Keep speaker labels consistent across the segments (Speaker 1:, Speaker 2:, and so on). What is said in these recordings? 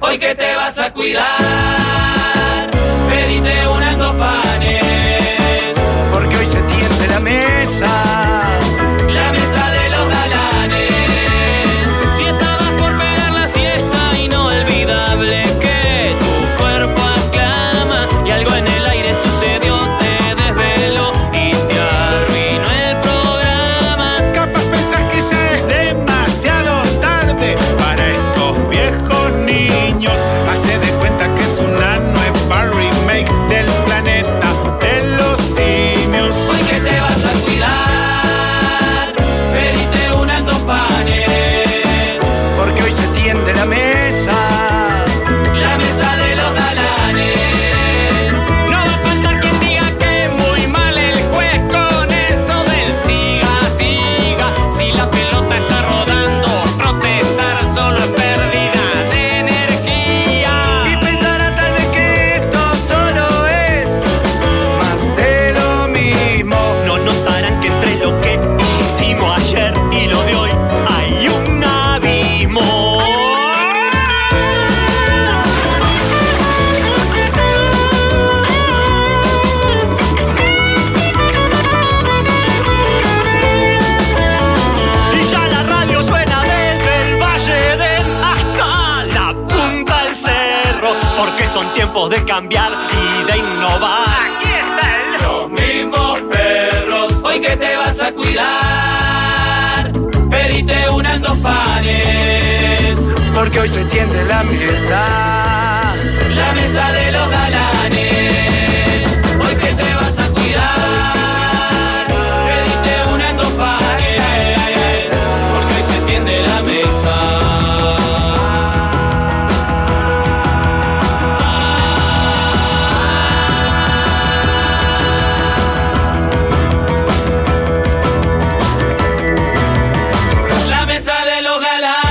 Speaker 1: hoy que te vas a cuidar. Pedite unas dos panes,
Speaker 2: porque hoy se tiende la mesa.
Speaker 1: la mesa de los galanes. Si estabas por pegar la siesta, inolvidable que tu cuerpo aclama. Y algo en el aire sucedió, te desveló y te arruinó el programa.
Speaker 3: Capaz pensás que ya es demasiado tarde para estos viejos niños. Hace de cuenta que es una nueva remake del planeta de los simios.
Speaker 1: Hoy que te vas a cuidar, pediste unas dos panes,
Speaker 2: Porque hoy se tiende la mesa.
Speaker 1: la mesa de los galanes. No va a faltar quien diga que muy mal el juez con eso del siga, siga. Si la pelota está rodando, protestar solo es pérdida de energía.
Speaker 2: Y pensará tal vez que esto solo es más de lo mismo.
Speaker 4: No notarán que entre lo que hicimos ayer y lo de hoy hay un abismo. Y ya la radio suena desde el Valle del hasta la punta al cerro, porque son tiempos de cambiar y de innovar.
Speaker 1: Los mismos perros, hoy que te vas a cuidar, pedite unas dos panes,
Speaker 2: Porque hoy se tiende la mesa.
Speaker 1: la mesa de los galanes. Hoy que te vas a cuidar, pedite unas dos panes, porque hoy se tiende la mesa. La mesa de los galanes.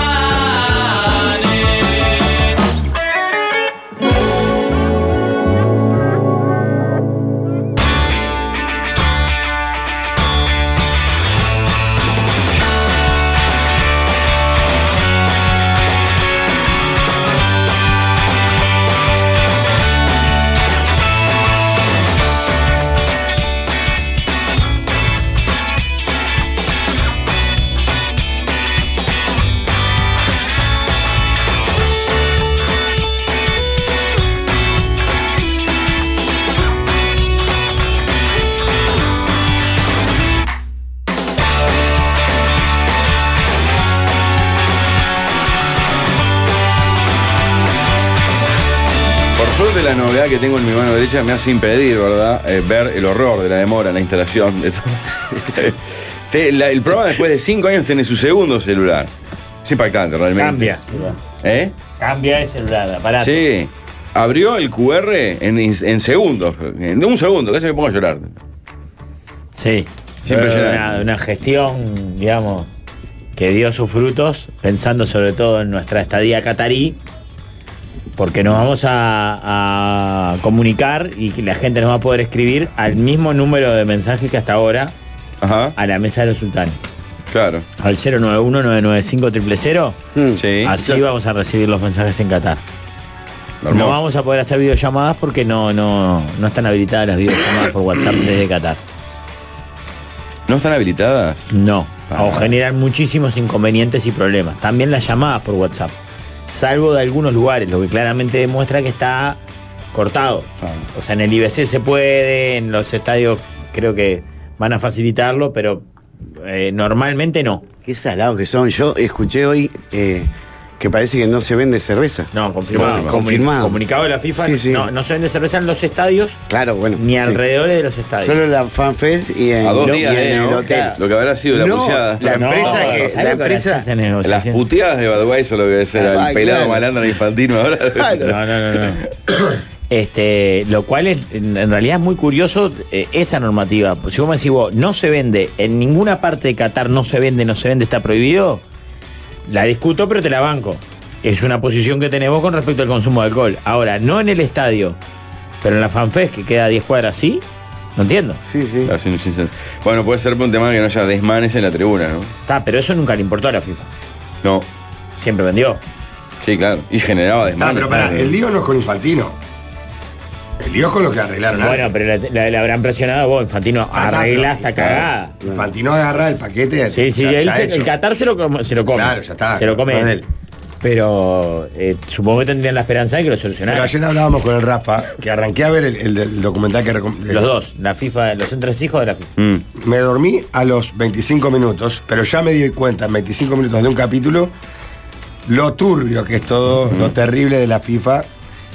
Speaker 5: Por suerte la novedad que tengo en mi mano derecha me hace impedir, ¿verdad? Eh, ver el horror de la demora en la instalación de todo. Te- la- el programa después de cinco años tiene su segundo celular. Es impactante, realmente.
Speaker 6: Cambia. celular.
Speaker 5: ¿Eh?
Speaker 6: Cambia el celular, aparato.
Speaker 5: Sí. Abrió el QR en, ins- en segundos. En un segundo, casi me pongo a llorar.
Speaker 6: Sí.
Speaker 5: Es impresionante.
Speaker 6: Una, una gestión, digamos, que dio sus frutos, pensando sobre todo en nuestra estadía catarí, porque nos vamos a, a comunicar y que la gente nos va a poder escribir al mismo número de mensajes que hasta ahora
Speaker 5: Ajá,
Speaker 6: a la mesa de los sultanes.
Speaker 5: claro. Mm.
Speaker 6: Al 091-995-000.
Speaker 5: Sí.
Speaker 6: Así vamos a recibir los mensajes en Qatar. No
Speaker 5: Hermoso.
Speaker 6: vamos a poder hacer videollamadas porque no, no, no están habilitadas las videollamadas por WhatsApp desde Qatar.
Speaker 5: ¿No están habilitadas? Ah.
Speaker 6: No.
Speaker 5: Para.
Speaker 6: O generan muchísimos inconvenientes y problemas. También las llamadas por WhatsApp. Salvo de algunos lugares, lo que claramente demuestra que está cortado.
Speaker 5: Ah.
Speaker 6: O sea, en el IBC se puede, en los estadios creo que van a facilitarlo, pero eh, normalmente no.
Speaker 7: Qué salados que son. Yo escuché hoy eh, que parece que no se vende cerveza.
Speaker 6: No, confirmado.
Speaker 7: No, confirmado.
Speaker 6: Comunicado de la FIFA.
Speaker 7: Sí, sí.
Speaker 6: No, no se vende cerveza en los estadios
Speaker 7: Claro, bueno.
Speaker 6: ni
Speaker 7: sí.
Speaker 6: alrededores de los estadios.
Speaker 7: Solo la FanFest y en,
Speaker 5: A dos
Speaker 7: y
Speaker 5: días,
Speaker 7: en
Speaker 5: eh,
Speaker 7: el
Speaker 5: ¿no?
Speaker 7: hotel.
Speaker 5: Lo que habrá sido la
Speaker 7: No,
Speaker 5: puteada.
Speaker 7: la empresa
Speaker 6: No,
Speaker 7: que-
Speaker 6: ¿sabes
Speaker 7: la
Speaker 6: lo que
Speaker 7: empresa-
Speaker 6: haces en negociación?
Speaker 5: Las puteadas de Budweiser lo que debe ser. El
Speaker 7: Ah,
Speaker 5: pelado
Speaker 7: claro.
Speaker 5: malandro infantino ahora.
Speaker 6: No, no, no, no. Este, lo cual es, en en realidad es muy curioso eh, esa normativa. Si vos me decís vos, no se vende, en ninguna parte de Qatar no se vende, no se vende, está prohibido, la discuto, pero te la banco. Es una posición que tenés vos con respecto al consumo de alcohol. Ahora, no en el estadio, pero en la FanFest, que queda a 10 cuadras, ¿sí? No entiendo.
Speaker 7: Sí, sí.
Speaker 5: Así, sin- sin- Bueno, puede ser un tema que no haya
Speaker 6: Ah,
Speaker 5: desmanes en la tribuna, ¿no?
Speaker 6: Está, pero eso nunca le importó a la FIFA.
Speaker 5: No.
Speaker 6: Siempre vendió.
Speaker 5: Sí, claro. Y generaba desmanes.
Speaker 8: Ah, pero pará, el lío no es con Infantino. El lío es con lo que arreglaron. Ah,
Speaker 6: Bueno, pero la, la- la habrán presionado vos, Infantino. Arregla hasta cagada.
Speaker 8: Infantino agarra el paquete.
Speaker 6: Sí, sí,
Speaker 8: ya-
Speaker 6: él
Speaker 8: ya
Speaker 6: se-
Speaker 8: hecho.
Speaker 6: el Qatar se lo, com- se lo come.
Speaker 8: Claro, ya está,
Speaker 6: Se lo come.
Speaker 8: no es
Speaker 6: él. Pero eh, supongo que tendrían la esperanza de que lo
Speaker 8: Pero
Speaker 6: solucionaran.
Speaker 8: ayer hablábamos con el Rafa, que arranqué a ver el, el- el documental que recom-
Speaker 6: Los dos, la FIFA, los entresijos de la
Speaker 8: Mm.
Speaker 6: FIFA.
Speaker 8: Me dormí a los 25 minutos, pero ya me di cuenta en 25 minutos de un capítulo lo turbio que es todo, lo terrible de la FIFA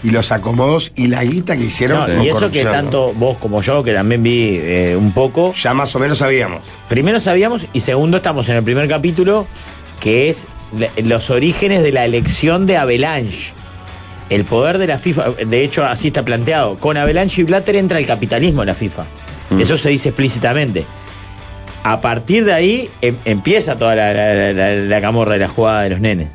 Speaker 8: y los acomodos y la guita que hicieron.
Speaker 6: No,
Speaker 8: con
Speaker 6: y eso que
Speaker 8: corrupción,
Speaker 6: tanto vos como yo, que también vi eh, un poco,
Speaker 8: ¿no? Ya más o menos sabíamos.
Speaker 6: primero sabíamos y segundo estamos en el primer capítulo, que es la- los orígenes de la elección de Avalanche. El poder de la FIFA, de hecho así está planteado, con Avalanche y Blatter entra el capitalismo en la FIFA.
Speaker 8: Mm.
Speaker 6: Eso se dice explícitamente. A partir de ahí em- empieza toda la, la- la- la- la camorra de la jugada de los nenes.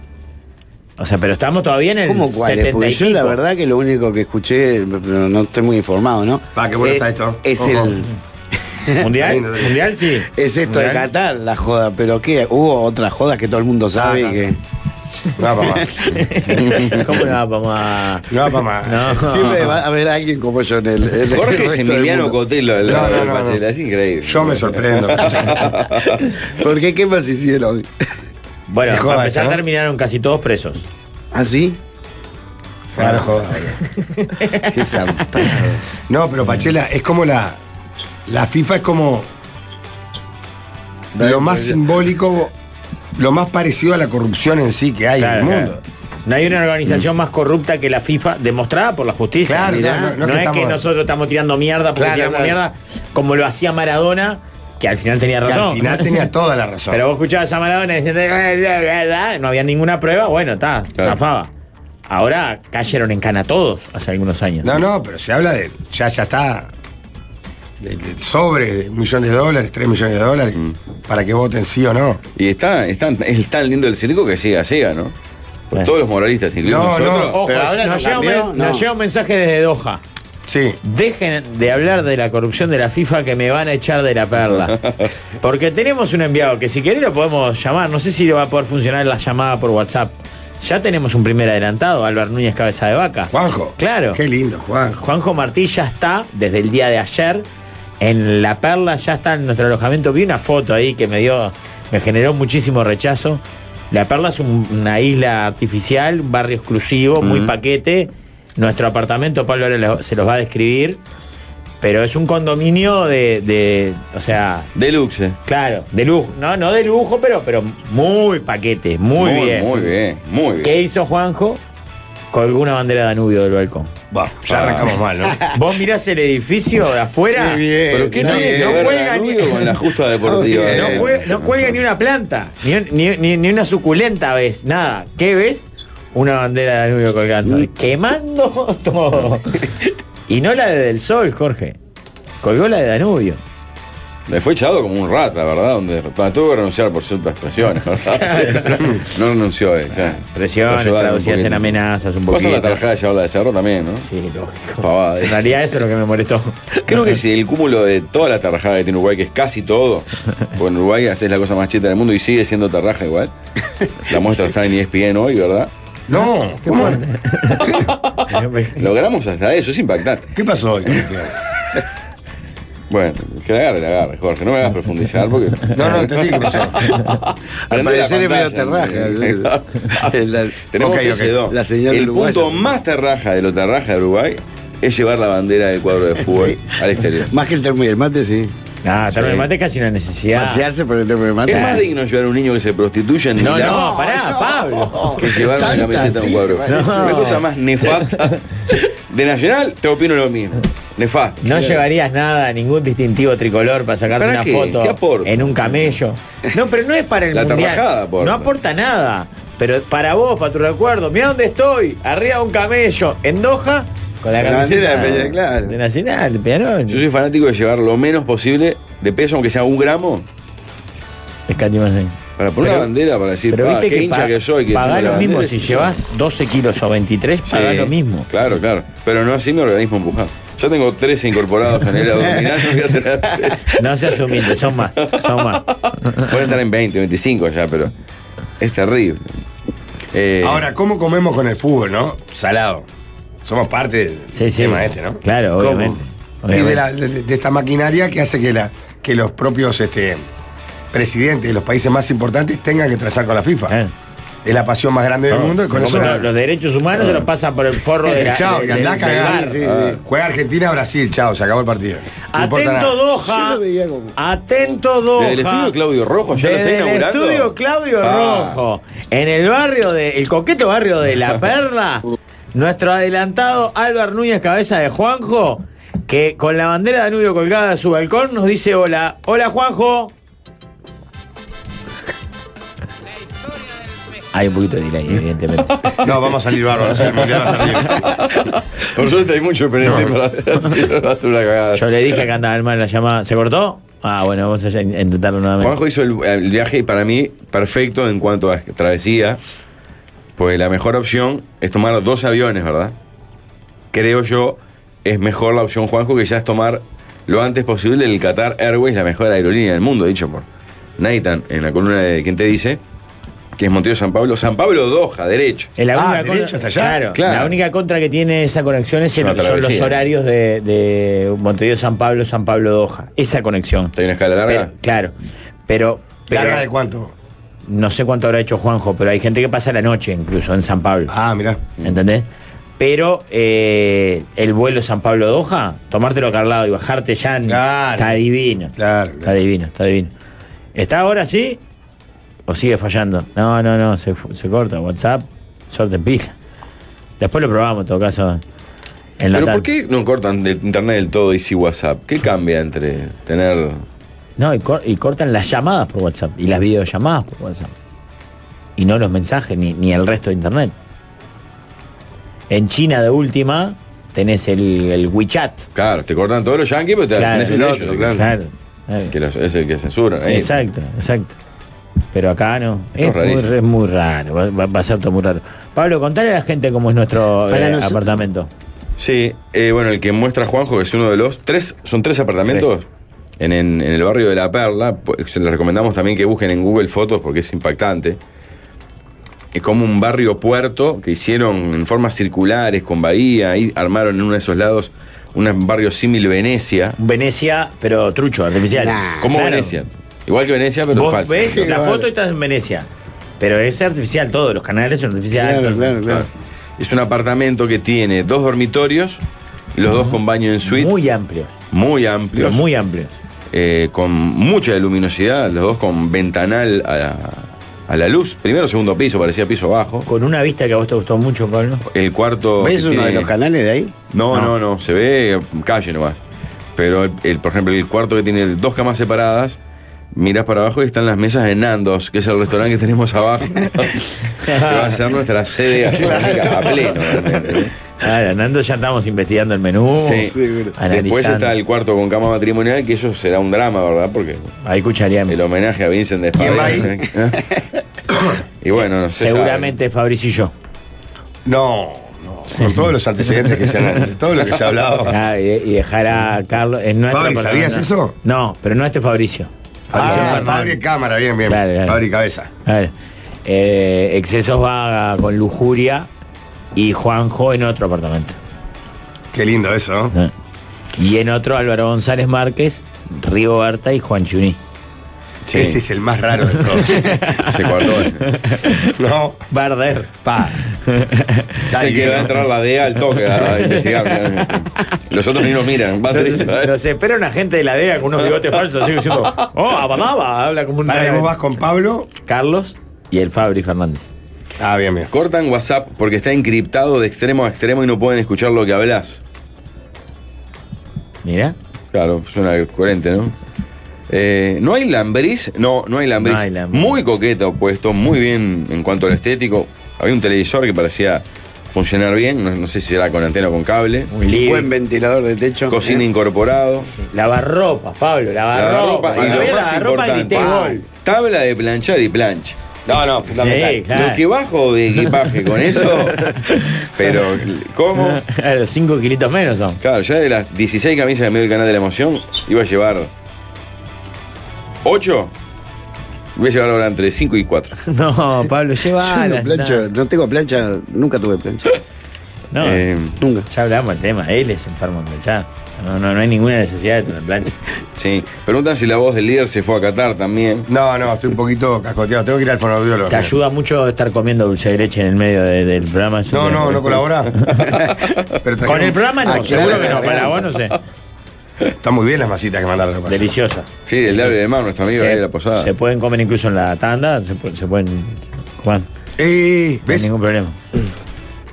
Speaker 6: O sea, pero estamos todavía en el
Speaker 7: ¿Cómo cuáles?
Speaker 6: 70 y
Speaker 7: Porque yo la
Speaker 6: pico.
Speaker 7: verdad que lo único que escuché, pero no estoy muy informado, ¿no?
Speaker 8: Pa, qué bueno
Speaker 7: Eh,
Speaker 8: está esto.
Speaker 7: Es
Speaker 8: Ojo.
Speaker 7: el.
Speaker 6: ¿Mundial?
Speaker 8: Ahí no-
Speaker 6: ¿Mundial? Sí.
Speaker 7: Es esto de
Speaker 6: Mundial.
Speaker 7: Qatar, la joda, pero ¿qué? Hubo otras jodas que todo el mundo sabe
Speaker 8: Ah,
Speaker 7: y que.
Speaker 8: No, papá.
Speaker 6: ¿Cómo no vamos a.?
Speaker 8: No, papá.
Speaker 6: No.
Speaker 7: Siempre va a haber alguien como yo en el. en el
Speaker 5: Jorge es
Speaker 7: resto del
Speaker 5: Emiliano
Speaker 7: mundo.
Speaker 5: Cotelo, el
Speaker 8: No,
Speaker 5: lado
Speaker 8: no,
Speaker 5: del
Speaker 8: no,
Speaker 5: Pachela,
Speaker 8: no.
Speaker 5: es increíble.
Speaker 8: Yo me sorprendo.
Speaker 7: ¿Por qué? ¿Qué más hicieron?
Speaker 6: Bueno, para
Speaker 8: Qué joda
Speaker 6: empezar
Speaker 8: esa, ¿no?
Speaker 6: terminaron casi todos presos.
Speaker 7: ¿Ah, sí?
Speaker 8: Claro, joda.
Speaker 7: Qué zarpado.
Speaker 8: No, pero Pachela, es como la. La FIFA es como. Lo más simbólico, lo más parecido a la corrupción en sí que hay
Speaker 6: Claro,
Speaker 8: en el
Speaker 6: claro.
Speaker 8: mundo.
Speaker 6: Eh,
Speaker 8: Mm.
Speaker 6: No hay una organización más corrupta que la FIFA, demostrada por la justicia.
Speaker 8: Claro,
Speaker 6: Mirá,
Speaker 8: no, no, no
Speaker 6: es
Speaker 8: que
Speaker 6: que
Speaker 8: estamos-
Speaker 6: nosotros estamos tirando mierda porque
Speaker 7: Claro,
Speaker 6: tiramos
Speaker 7: claro.
Speaker 6: mierda, como lo hacía Maradona, que al final tenía
Speaker 8: Que
Speaker 6: razón.
Speaker 8: al final tenía toda la razón.
Speaker 6: Pero vos escuchabas a Maradona diciendo, "Eh, eh, eh, eh", no había ninguna prueba, bueno, está,
Speaker 5: Claro.
Speaker 6: zafaba. Ahora cayeron en cana todos hace algunos años.
Speaker 8: No, no, pero se habla de. Ya, ya está. De, de sobres, de un millón de dólares, tres millones de dólares, para que voten sí o no.
Speaker 5: Y está, está- es tan lindo el circo que siga, siga, ¿no? Por
Speaker 6: Bueno.
Speaker 5: todos los moralistas, incluidos
Speaker 8: No, no.
Speaker 5: nosotros.
Speaker 6: Ojo,
Speaker 7: Pero ahora
Speaker 6: nos,
Speaker 7: no
Speaker 6: llega un
Speaker 7: cambió,
Speaker 6: men- nos
Speaker 7: no.
Speaker 6: llega un mensaje desde Doha.
Speaker 8: Sí.
Speaker 6: Dejen de hablar de la corrupción de la FIFA que me van a echar de la perla. Porque tenemos un enviado que si querés lo podemos llamar. No sé si va a poder funcionar la llamada por WhatsApp. Ya tenemos un primer adelantado, Álvaro Núñez Cabeza de Vaca.
Speaker 8: Juanjo.
Speaker 6: Claro.
Speaker 8: Qué lindo, Juanjo.
Speaker 6: Juanjo Martí ya está desde el día de ayer en La Perla, ya está en nuestro alojamiento. Vi una foto ahí que me dio, me generó muchísimo rechazo. La Perla es un- una isla artificial, un barrio exclusivo, muy paquete. Nuestro apartamento, Pablo ahora lo- se los va a describir, pero es un condominio de, de- o sea,
Speaker 5: Deluxe.
Speaker 6: claro, de lujo, no, no de lujo, pero, pero muy paquete, muy, bien.
Speaker 5: Muy bien, muy bien.
Speaker 6: ¿Qué hizo Juanjo? Colgó una bandera Danubio del balcón. Ah.
Speaker 8: Bueno, ya arrancamos mal, ¿no?
Speaker 6: Vos mirás el edificio de afuera.
Speaker 7: Qué bien,
Speaker 5: ¿Pero qué
Speaker 7: no
Speaker 5: tiene que
Speaker 7: bien.
Speaker 5: ver
Speaker 6: juega
Speaker 5: Danubio
Speaker 6: ni-
Speaker 5: con la justa deportiva?
Speaker 7: No
Speaker 6: No, jue- no cuelga ni una planta, ni, un- ni- ni- ni una suculenta ves, nada. ¿Qué ves? Una bandera de Danubio colgando. Quemando todo. Y no la de del sol, Jorge. Colgó la de Danubio.
Speaker 5: Le fue echado como un rata, ¿verdad? Donde bueno, tuvo que renunciar por ciertas presiones, ¿verdad? no renunció él. ya.
Speaker 6: Ah, Presiones
Speaker 5: Lo ayudaron
Speaker 6: traducidas
Speaker 5: un
Speaker 6: en
Speaker 5: poquito.
Speaker 6: amenazas, un
Speaker 5: Pasa
Speaker 6: poquito.
Speaker 5: la tarjada de llevarla de cerro también, ¿no?
Speaker 6: Sí, lógico.
Speaker 5: Pavada.
Speaker 6: En realidad eso es lo que me molestó.
Speaker 5: Creo que si el cúmulo de toda la tarrajada que tiene Uruguay, que es casi todo, porque en Uruguay haces la cosa más cheta del mundo y sigue siendo tarraja igual. La muestra está en E ESPN hoy, ¿verdad?
Speaker 8: No, ¿cómo?
Speaker 5: Logramos hasta eso, es impactante.
Speaker 8: ¿Qué pasó hoy?
Speaker 5: Bueno, que la agarre, la agarre, Jorge. No me hagas profundizar porque.
Speaker 8: No, no, entendí qué pasó.
Speaker 7: Al
Speaker 5: Prende la
Speaker 7: parecer es medio
Speaker 5: pantalla.
Speaker 7: terraja. El-
Speaker 5: Tenemos
Speaker 8: Ok,
Speaker 5: ese
Speaker 8: ok.
Speaker 5: don.
Speaker 7: La señal
Speaker 5: El
Speaker 7: uruguaya.
Speaker 5: punto más terraja de lo terraja de Uruguay es llevar la bandera del cuadro de fútbol
Speaker 7: Sí.
Speaker 5: al exterior.
Speaker 7: Más que el termo y el mate, sí.
Speaker 6: Ah, ya no me mate casi una necesidad.
Speaker 7: Pasearse por el termo y el mate.
Speaker 5: Es más digno llevar a un niño que se prostituye en
Speaker 6: No,
Speaker 5: Milán
Speaker 6: no, pará, Pablo.
Speaker 5: que llevar una
Speaker 7: Tanta,
Speaker 5: camiseta a un
Speaker 7: sí,
Speaker 5: cuadro.
Speaker 7: te parece.
Speaker 5: No. Una cosa más nefasta de Nacional, te opino lo mismo. Nefasta.
Speaker 6: No llevarías nada, ningún distintivo tricolor para sacarte
Speaker 5: ¿Para
Speaker 6: una
Speaker 5: qué?
Speaker 6: foto
Speaker 5: ¿Qué aporta?
Speaker 6: en un camello. No, pero no es para el
Speaker 5: La
Speaker 6: mundial.
Speaker 5: tarrajada aporta.
Speaker 6: No aporta nada. Pero para vos, para tu recuerdo, mira dónde estoy, arriba de un camello, en Doha, con la,
Speaker 7: La
Speaker 6: camiseta
Speaker 7: bandera de Peña- claro.
Speaker 6: de Nacional, de Peñarol.
Speaker 5: Yo soy fanático de llevar lo menos posible de peso, aunque sea un gramo,
Speaker 6: Escatimaste.
Speaker 5: para poner
Speaker 6: Pero-
Speaker 5: una bandera, para decir,
Speaker 6: Pero
Speaker 5: "Pa,
Speaker 6: viste
Speaker 5: qué
Speaker 6: que,
Speaker 5: hincha
Speaker 6: pa-
Speaker 5: que soy. Que
Speaker 6: pagá
Speaker 5: encima
Speaker 6: lo
Speaker 5: la
Speaker 6: mismo.
Speaker 5: bandera
Speaker 6: Si
Speaker 5: es-
Speaker 6: llevas 12 kilos o 23, pagá
Speaker 5: Sí,
Speaker 6: lo mismo.
Speaker 5: Claro, claro. Pero no así mi organismo empujado. Yo tengo 13 incorporados en el abdominal, no voy a tener 13.
Speaker 6: No seas humilde, son más, son más.
Speaker 5: Pueden estar en 20, 25 ya, pero es terrible. Eh,
Speaker 8: Ahora, ¿cómo comemos con el fútbol, no? Salado. Somos parte del
Speaker 6: Sí, sí.
Speaker 8: tema este, ¿no?
Speaker 6: Claro,
Speaker 8: ¿Cómo?
Speaker 6: obviamente.
Speaker 8: Y de,
Speaker 6: Obviamente.
Speaker 8: la- de- de esta maquinaria que hace que, la, que los propios este, presidentes de los países más importantes tengan que trazar con la FIFA. Es la pasión más grande del
Speaker 6: Ah, Vamos,
Speaker 8: mundo y con eso. Ah.
Speaker 6: como los, los derechos humanos se los pasan por el forro de la,
Speaker 8: chao,
Speaker 6: de-
Speaker 8: que andá a
Speaker 6: del- del
Speaker 8: cagar.
Speaker 6: bar.
Speaker 8: Sí, sí. Juega Argentina-Brasil, chao, se acabó el partido. No importa
Speaker 6: Ah. Atento
Speaker 8: nada.
Speaker 6: Doha. Atento Doha.
Speaker 5: Desde el estudio Claudio Rojo, ya lo está
Speaker 6: Desde el
Speaker 5: inaugurando.
Speaker 6: estudio Claudio
Speaker 5: Ah.
Speaker 6: Rojo. En el barrio de. El coqueto barrio de La Perla. nuestro adelantado Álvaro Núñez Cabeza de Juanjo. Que con la bandera de Danubio colgada a su balcón nos dice hola. Hola Juanjo. Hay un poquito de delay, evidentemente.
Speaker 8: No, vamos a salir bárbaros. el mundial va a estar libre.
Speaker 5: Por suerte hay mucho pendiente para hacer, si no, va a ser una cagada.
Speaker 6: Yo le dije que andaba mal la llamada. ¿Se cortó? Ah, bueno, vamos a in- intentarlo nuevamente.
Speaker 5: Juanjo hizo el, eh, el viaje para mí perfecto en cuanto a travesía, pues la mejor opción es tomar dos aviones, ¿verdad? Creo yo es mejor la opción Juanjo que ya es tomar lo antes posible el Qatar Airways, la mejor aerolínea del mundo, dicho por Nathan en la columna de quien te dice, que es Montevideo San Pablo, San Pablo Doha, derecho.
Speaker 6: Es la
Speaker 8: Ah,
Speaker 6: única
Speaker 8: derecho hasta allá.
Speaker 6: Claro,
Speaker 5: Claro.
Speaker 6: La única contra que tiene esa conexión es
Speaker 5: Es una
Speaker 6: el- son los
Speaker 5: travesía.
Speaker 6: horarios de, de Montevideo San Pablo, San Pablo Doha. Esa conexión.
Speaker 5: Hay una escala larga.
Speaker 6: Pero- claro. Pero, pero
Speaker 8: ¿Larga de cuánto?
Speaker 6: no sé cuánto habrá hecho Juanjo, pero hay gente que pasa la noche incluso en San Pablo.
Speaker 8: Ah, mirá.
Speaker 6: ¿Entendés? Pero eh, el vuelo San Pablo Doha, tomártelo acá al lado y bajarte ya en-
Speaker 8: Claro.
Speaker 6: está divino.
Speaker 8: Ah, Claro.
Speaker 6: Está divino, está divino. ¿Está ahora sí? ¿O sigue fallando? No, no, no, se, fu- se corta. WhatsApp, suerte en pila. Después lo probamos, en todo caso. En la
Speaker 5: Pero
Speaker 6: tarde.
Speaker 5: ¿por qué no cortan de internet del todo y sí WhatsApp? ¿Qué cambia entre tener...
Speaker 6: No, y, cor- y cortan las llamadas por WhatsApp y las videollamadas por WhatsApp. Y no los mensajes ni, ni el resto de Internet. En China, de última, tenés el, el WeChat.
Speaker 5: Claro, te cortan todos los yankees, pero Pues te tenés el
Speaker 6: el
Speaker 5: otro, claro.
Speaker 6: claro, claro.
Speaker 5: Que los- es el que censuran. ahí.
Speaker 6: Exacto, exacto. Pero acá no.
Speaker 5: Esto es
Speaker 6: Es, muy,
Speaker 5: rarísimo.
Speaker 6: es muy raro. Va, va- va a ser todo muy raro. Pablo, contale a la gente cómo es nuestro
Speaker 7: Para
Speaker 6: eh,
Speaker 7: nosotros-
Speaker 6: apartamento.
Speaker 5: Sí, eh, bueno, el que muestra Juanjo, que es uno de los tres, son tres apartamentos En, en- en el barrio de La Perla. Pues, se les recomendamos también que busquen en Google fotos porque es impactante. Es como un barrio puerto que hicieron en formas circulares, con bahía, ahí armaron en uno de esos lados un barrio símil Venecia.
Speaker 6: Venecia, pero trucho, artificial.
Speaker 7: Nah.
Speaker 5: Como
Speaker 6: Claro.
Speaker 5: Venecia. Igual que Venecia, pero
Speaker 6: Vos
Speaker 5: falso.
Speaker 6: ves la
Speaker 7: vale.
Speaker 6: foto y estás en Venecia. Pero es artificial todo, los canales son artificiales.
Speaker 7: Claro,
Speaker 6: todo.
Speaker 7: claro, claro.
Speaker 5: Es un apartamento que tiene dos dormitorios, los dos con baño en suite, muy,
Speaker 6: Muy amplio. pero
Speaker 5: amplios.
Speaker 6: Muy amplio.
Speaker 5: eh, con mucha luminosidad, los dos con ventanal a la, a la luz. Primero, segundo piso, parecía piso bajo.
Speaker 6: Con una vista que a vos te gustó mucho, Pablo.
Speaker 5: El cuarto.
Speaker 7: ¿Ves
Speaker 5: que
Speaker 7: uno de
Speaker 5: tiene-
Speaker 7: los canales de ahí?
Speaker 5: No, no, no, se ve calle nomás. Pero, el, el- por ejemplo, el cuarto que tiene dos camas separadas, mirás para abajo y están las mesas de Nandos, que es el restaurante que tenemos abajo. que va a ser nuestra sede gastronómica a pleno. realmente.
Speaker 6: Ahora, Nando, Ah, ya estamos investigando el menú.
Speaker 5: Sí.
Speaker 7: seguro.
Speaker 5: Después
Speaker 6: analizando.
Speaker 5: está el cuarto con cama matrimonial, que eso será un drama, ¿verdad? Porque
Speaker 6: Ahí cucharíamos.
Speaker 5: el homenaje a Vincent de
Speaker 8: ¿Quién va ahí?
Speaker 5: ¿eh? Y bueno, no sé.
Speaker 6: Seguramente Fabricio y yo.
Speaker 8: No, no. Con todos los antecedentes que se han. de todo lo que se ha hablado.
Speaker 6: Ah, y, y dejar a Carlos. En nuestra
Speaker 8: Fabri,
Speaker 6: persona.
Speaker 8: ¿sabías eso?
Speaker 6: No, pero no este Fabricio. Fabricio
Speaker 8: Ah,
Speaker 6: Fernández.
Speaker 8: Fabri en cámara, bien, bien.
Speaker 6: Claro, claro.
Speaker 8: Fabri cabeza.
Speaker 6: A ver, eh, excesos vaga con lujuria y Juanjo en otro apartamento.
Speaker 8: Qué lindo eso, ¿no?
Speaker 6: ¿no? Y en otro Álvaro González Márquez, Río Berta y Juan Chuní.
Speaker 5: Sí,
Speaker 8: Ese es el más raro de todos.
Speaker 5: se guardó. eh. Es
Speaker 8: no.
Speaker 6: Barder. Pa.
Speaker 5: el que va a entrar la DEA al toque a, a investigar. Los otros ni lo miran. Va derecho, ¿eh?
Speaker 6: Nos espera una gente de la DEA con unos bigotes falsos. Así diciendo, oh, abadaba, habla como un
Speaker 8: Para, vos vas con Pablo.
Speaker 6: Carlos y el Fabri Fernández.
Speaker 8: Ah, bien, bien.
Speaker 5: Cortan WhatsApp porque está encriptado de extremo a extremo y no pueden escuchar lo que hablas.
Speaker 6: Mira.
Speaker 5: Claro, suena coherente, ¿no? Eh, ¿No hay lambris? No, no hay lambris.
Speaker 6: No hay lambris.
Speaker 5: Muy coqueto puesto, muy bien en cuanto al estético. Había un televisor que parecía funcionar bien, no, no sé si era con antena o con cable.
Speaker 6: Un lío.
Speaker 7: Buen ventilador de techo.
Speaker 5: Cocina
Speaker 7: ¿eh?
Speaker 5: incorporado.
Speaker 6: Lavarropa, Pablo, lavarropa.
Speaker 5: lavarropa y lo más
Speaker 6: lavarropa y
Speaker 5: importante,
Speaker 6: te
Speaker 5: ah,
Speaker 6: gol.
Speaker 5: tabla de planchar y plancha.
Speaker 8: No, no, fundamental.
Speaker 6: Sí, claro.
Speaker 5: Lo que bajo de equipaje con eso, pero ¿cómo?
Speaker 6: Los 5 kilitos menos son.
Speaker 5: Claro, ya de las 16 camisas que me dio el canal de la emoción, iba a llevar 8 Voy a llevar ahora entre 5 y 4.
Speaker 6: No, Pablo, lleva.
Speaker 7: Yo no, plancha, no tengo plancha, nunca tuve plancha.
Speaker 6: No,
Speaker 5: Eh,
Speaker 7: nunca.
Speaker 6: Ya hablamos del tema, él es enfermo en planchar. No, no, no hay ninguna necesidad de tener plancha.
Speaker 5: Sí. Preguntan si la voz del líder se fue a Qatar también.
Speaker 8: No, no, estoy un poquito cascoteado. Tengo que ir al fonoaudiólogo.
Speaker 6: Te ayuda mucho estar comiendo dulce de leche en el medio de- del programa. Eso
Speaker 8: No,
Speaker 6: te-
Speaker 8: no, no colabora.
Speaker 6: Con el programa no, seguro que no, para vos no sé.
Speaker 8: Están Ah, muy bien las masitas que mandaron. para
Speaker 6: Deliciosa.
Speaker 5: Sí, el labio de mano, nuestro amigo
Speaker 6: Se-
Speaker 5: ahí de la posada.
Speaker 6: Se pueden comer incluso en la tanda, se, pu- se pueden. Juan, no
Speaker 8: Eh,
Speaker 6: hay
Speaker 8: ¿Ves?
Speaker 6: ningún problema.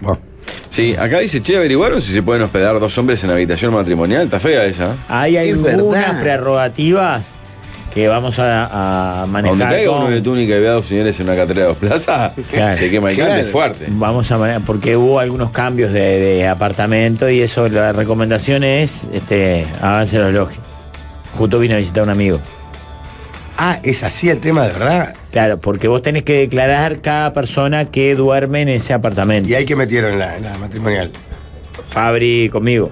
Speaker 8: Bueno,
Speaker 5: Sí, acá dice, che, averiguaron si se pueden hospedar dos hombres en habitación matrimonial. Está fea esa.
Speaker 6: Ahí hay
Speaker 7: Es
Speaker 6: algunas
Speaker 7: verdad.
Speaker 6: prerrogativas que vamos a, a
Speaker 5: A Donde
Speaker 6: manejar.
Speaker 5: caiga uno
Speaker 6: con-
Speaker 5: de túnica y vea dos señores en una catedral de dos plazas,
Speaker 6: Claro.
Speaker 5: se quema el cante
Speaker 7: Claro.
Speaker 5: fuerte.
Speaker 6: Vamos a manejar, porque hubo algunos cambios de, de apartamento y eso, la recomendación es este, avance los logos. Justo vino a visitar un amigo.
Speaker 8: Ah, es así el tema, de verdad.
Speaker 6: Claro, porque vos tenés que declarar cada persona que duerme en ese apartamento.
Speaker 8: Y ahí que metieron en la, en la matrimonial.
Speaker 6: Fabri conmigo.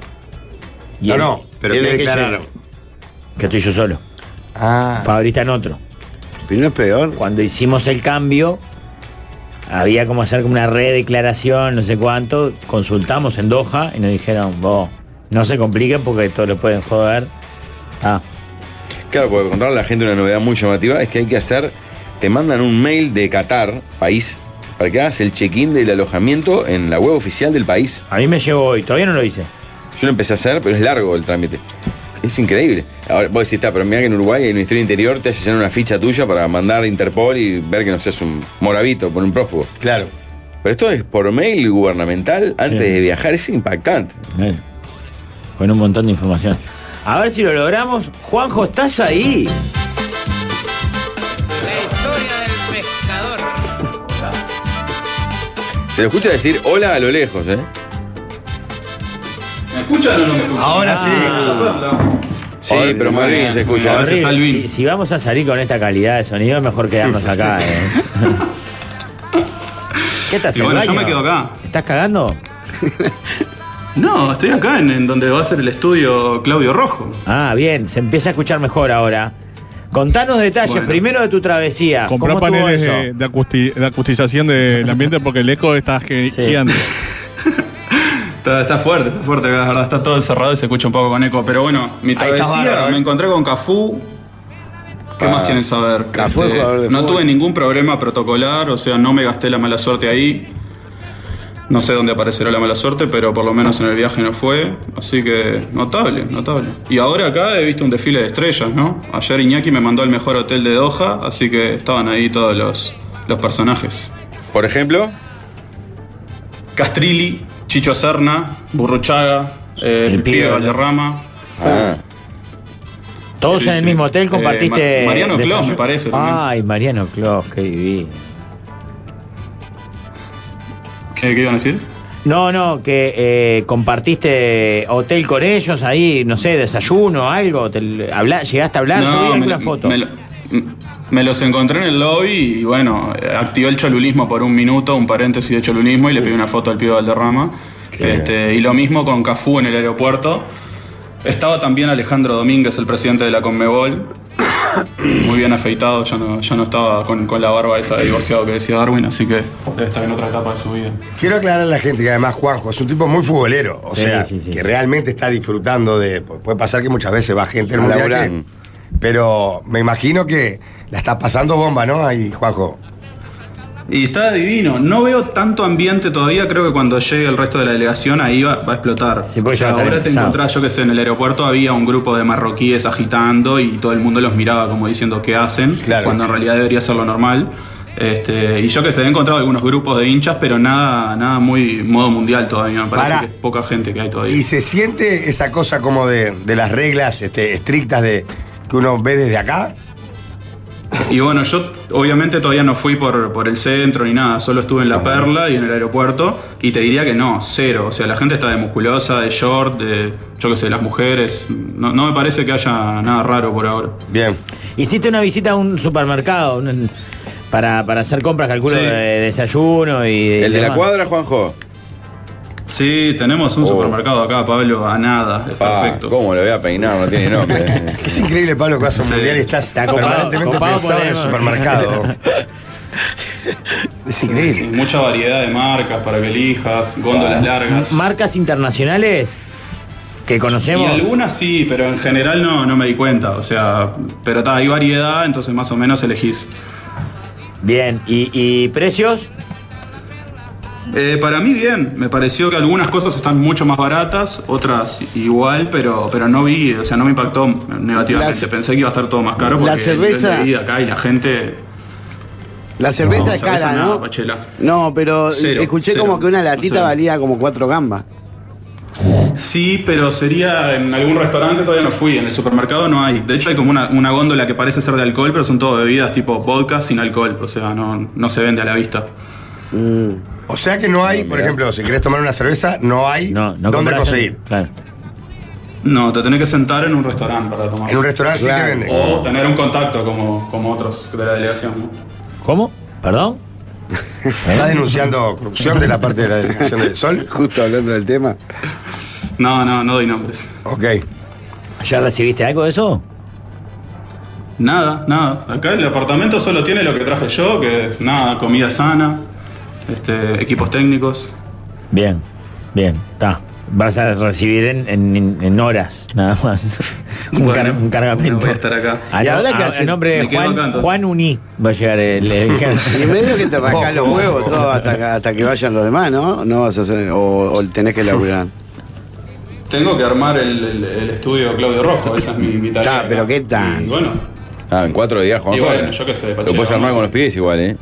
Speaker 6: Y
Speaker 8: no,
Speaker 6: él,
Speaker 8: no, pero
Speaker 7: y él
Speaker 8: que
Speaker 7: es que
Speaker 8: declararon.
Speaker 6: Que estoy yo solo.
Speaker 8: Ah,
Speaker 6: Fabri está en otro.
Speaker 7: Pero no es peor.
Speaker 6: Cuando hicimos el cambio, había como hacer como una redeclaración, no sé cuánto. Consultamos en Doha y nos dijeron, vos, no se compliquen porque todos lo pueden joder. Ah,
Speaker 5: Claro, porque contar a la gente una novedad muy llamativa es que hay que hacer, te mandan un mail de Qatar, país, para que hagas el check-in del alojamiento en la web oficial del país.
Speaker 6: a mí me llegó hoy, todavía no lo hice.
Speaker 5: Yo lo empecé a hacer, pero es largo el trámite. Es increíble. Ahora, vos decís, está, pero mirá que en Uruguay el Ministerio del Interior te hace llenar una ficha tuya para mandar a Interpol y ver que no seas un moravito, por un prófugo.
Speaker 8: claro.
Speaker 5: Pero esto es por mail gubernamental antes
Speaker 6: Sí.
Speaker 5: de viajar, es impactante.
Speaker 6: Bueno, Con un montón de información. A ver si lo logramos. Juanjo, ¿estás ahí?
Speaker 2: La historia del pescador.
Speaker 5: Se lo escucha decir hola a lo lejos, ¿eh?
Speaker 8: Ahora sí.
Speaker 9: Ah.
Speaker 5: Sí, pero más bien se escucha.
Speaker 6: Horrible. Si, si vamos a salir con esta calidad de sonido, es mejor quedarnos acá. eh. ¿Qué estás
Speaker 9: Y
Speaker 6: el
Speaker 9: bueno, yo
Speaker 6: baño?
Speaker 9: me quedo acá.
Speaker 6: ¿Estás cagando?
Speaker 9: No, estoy acá en, en donde va a ser el estudio Claudio Rojo.
Speaker 6: Ah, bien, se empieza a escuchar mejor ahora. Contanos detalles
Speaker 9: Bueno.
Speaker 6: primero de tu travesía.
Speaker 10: Compró
Speaker 6: Ah, ¿Cómo estuvo
Speaker 10: paneles
Speaker 6: eso?
Speaker 10: de, de acusti- de acustización del ambiente porque el eco está ge-
Speaker 6: Sí.
Speaker 10: gigante.
Speaker 9: Está, está fuerte, está fuerte acá, la verdad. Está todo encerrado y se escucha un poco con eco. Pero bueno, mi
Speaker 8: Ahí está bárbaro,
Speaker 9: travesía,
Speaker 8: ¿eh?
Speaker 9: me encontré con Cafú. ¿Qué más quieren saber?
Speaker 7: Cafú es jugador de
Speaker 9: Este, no
Speaker 7: fútbol.
Speaker 9: tuve ningún problema protocolar, o sea, no me gasté la mala suerte ahí. No sé dónde aparecerá la mala suerte, pero por lo menos en el viaje no fue. Así que notable, notable. Y ahora acá he visto un desfile de estrellas, ¿no? Ayer Iñaki me mandó al mejor hotel de Doha, así que estaban ahí todos los, los personajes.
Speaker 5: Por ejemplo,
Speaker 9: Castrilli, Chicho Serna, Burruchaga, eh,
Speaker 6: El
Speaker 9: el
Speaker 6: pibe,
Speaker 9: pibe
Speaker 6: ¿no?
Speaker 9: Valderrama. Eh,
Speaker 5: ah,
Speaker 6: Todos
Speaker 9: Sí,
Speaker 6: en el
Speaker 9: sí.
Speaker 6: mismo hotel
Speaker 9: Eh,
Speaker 6: compartiste.
Speaker 9: Ma- Mariano
Speaker 6: desayuno.
Speaker 9: Clos, me parece, también.
Speaker 6: Ay, Mariano Clos, qué divino.
Speaker 9: ¿Qué, qué iban a decir?
Speaker 6: No, no, que eh, compartiste hotel con ellos ahí, no sé, desayuno, algo. te- habla- ¿Llegaste a hablar? Yo vi alguna foto.
Speaker 9: me lo- me los encontré en el lobby y bueno, eh, activé el cholulismo por un minuto, un paréntesis de cholulismo y le pedí una foto al pibe Valderrama. Este, y lo mismo con Cafú en el aeropuerto. Estaba también Alejandro Domínguez, el presidente de la Conmebol. Muy bien afeitado, yo no, yo no estaba con, con la barba esa de divorciado que decía Darwin, así que debe estar en otra etapa de su vida.
Speaker 8: Quiero aclarar a la gente que además Juanjo es un tipo muy futbolero. O
Speaker 6: Sí,
Speaker 8: sea,
Speaker 6: sí, sí.
Speaker 8: que realmente está disfrutando de. Puede pasar que muchas veces va gente en
Speaker 7: A
Speaker 8: un
Speaker 7: laburar.
Speaker 8: viaje. Pero me imagino que la está pasando bomba, ¿no? Ahí, Juanjo.
Speaker 9: Y está divino. No veo tanto ambiente todavía. Creo que cuando llegue el resto de la delegación ahí va, va a explotar.
Speaker 6: Sí, porque ya va a estar
Speaker 9: ahora te
Speaker 6: empezado.
Speaker 9: encontrás, yo que sé, en el aeropuerto había un grupo de marroquíes agitando y todo el mundo los miraba como diciendo qué hacen,
Speaker 8: Claro.
Speaker 9: cuando en realidad debería ser lo normal. Este, y yo que sé, he encontrado algunos grupos de hinchas, pero nada, nada muy modo mundial todavía. Me parece
Speaker 8: Pará.
Speaker 9: que es poca gente que hay todavía.
Speaker 8: ¿Y se siente esa cosa como de, de las reglas este, estrictas de que uno ve desde acá?
Speaker 9: Y bueno, yo obviamente todavía no fui por, por el centro ni nada, solo estuve en La Perla y en el aeropuerto y te diría que no, cero. O sea, la gente está de musculosa, de short, de yo qué sé, las mujeres. No, no me parece que haya nada raro por ahora.
Speaker 8: Bien.
Speaker 6: Hiciste una visita a un supermercado un- para, para hacer compras, calculo,
Speaker 9: Sí.
Speaker 8: Eh,
Speaker 6: de desayuno y.
Speaker 5: el de la
Speaker 6: demás.
Speaker 5: cuadra, Juanjo.
Speaker 9: Sí, tenemos un supermercado acá, Pablo, a nada. Es
Speaker 5: Oh. Pa,
Speaker 9: perfecto.
Speaker 5: ¿Cómo lo voy a peinar? No tiene nombre.
Speaker 8: Es increíble, Pablo, que vas a un
Speaker 9: Sí.
Speaker 8: mundial y estás
Speaker 6: copado,
Speaker 8: permanentemente
Speaker 6: copado por
Speaker 8: pensado en el
Speaker 6: el-
Speaker 8: supermercado. es
Speaker 9: Y
Speaker 8: increíble.
Speaker 9: mucha variedad de marcas para que elijas, góndolas
Speaker 5: Ah.
Speaker 9: largas.
Speaker 6: Marcas internacionales que
Speaker 9: Y
Speaker 6: conocemos.
Speaker 9: algunas sí, pero en general no, no me di cuenta. O sea, pero está, hay variedad, entonces más o menos elegís.
Speaker 6: Bien, ¿Y, y precios?
Speaker 9: Eh, para mí bien, me pareció que algunas cosas están mucho más baratas, otras igual, pero, pero no vi, o sea, no me impactó negativamente.
Speaker 7: La-
Speaker 9: Pensé que iba a estar todo más caro porque
Speaker 7: La
Speaker 9: el nivel de
Speaker 7: cerveza-
Speaker 9: vida acá y la gente...
Speaker 7: La cerveza
Speaker 9: no,
Speaker 7: es cara,
Speaker 9: nada,
Speaker 7: ¿no?
Speaker 9: Pachela.
Speaker 7: No, pero
Speaker 9: Cero,
Speaker 7: escuché
Speaker 9: cero.
Speaker 7: como que una latita
Speaker 9: No sé.
Speaker 7: valía como cuatro gambas.
Speaker 9: Sí, pero sería en algún restaurante, todavía no fui, en el supermercado no hay. De hecho hay como una, una góndola que parece ser de alcohol, pero son todo bebidas tipo vodka sin alcohol, o sea, no, no se vende a la vista.
Speaker 6: Mm,
Speaker 8: O sea que no hay, por ejemplo, si querés tomar una cerveza, no hay
Speaker 6: No, no
Speaker 8: dónde
Speaker 6: compras-
Speaker 8: conseguir.
Speaker 6: Claro.
Speaker 9: No, te tenés que sentar en un restaurante para tomar.
Speaker 8: En un restaurante sí te
Speaker 7: Claro.
Speaker 8: venden.
Speaker 9: O tener un contacto como, como otros de la delegación. ¿no?
Speaker 6: ¿Cómo? ¿Perdón?
Speaker 8: ¿Estás denunciando corrupción de la parte de la delegación del sol?
Speaker 7: Justo hablando del tema.
Speaker 9: No, no, no doy nombres.
Speaker 8: Ok.
Speaker 6: ¿Ya recibiste algo de eso?
Speaker 9: Nada, nada. Acá el apartamento solo tiene lo que traje yo, que es nada, comida sana, este, equipos técnicos.
Speaker 6: Bien, bien, está. Vas a recibir en, en- en horas, nada más. un,
Speaker 9: Bueno,
Speaker 6: car- un cargamento.
Speaker 9: no voy a estar acá.
Speaker 6: A
Speaker 7: ¿Y
Speaker 6: no-
Speaker 7: ahora qué
Speaker 6: a-
Speaker 7: haces?
Speaker 6: a nombre de
Speaker 9: Me quedo acá,
Speaker 6: Juan,
Speaker 9: entonces.
Speaker 6: Juan Uní va a llegar el. el-
Speaker 7: Y medio que te rascás los
Speaker 8: Ojo.
Speaker 7: huevos todo hasta, que- hasta que vayan los demás, ¿no? No vas a hacer. O, o tenés que laburar.
Speaker 9: Tengo que armar el, el- el estudio Claudio Rojo, esa es mi, mi tarea.
Speaker 7: Ta,
Speaker 9: acá.
Speaker 7: pero qué tan.
Speaker 9: Y bueno,
Speaker 5: Ah, en cuatro días, Juan.
Speaker 9: Y bueno, yo qué sé,
Speaker 5: Lo
Speaker 9: Pachelo,
Speaker 5: puedes armar
Speaker 9: vamos.
Speaker 5: con los pies igual, ¿eh?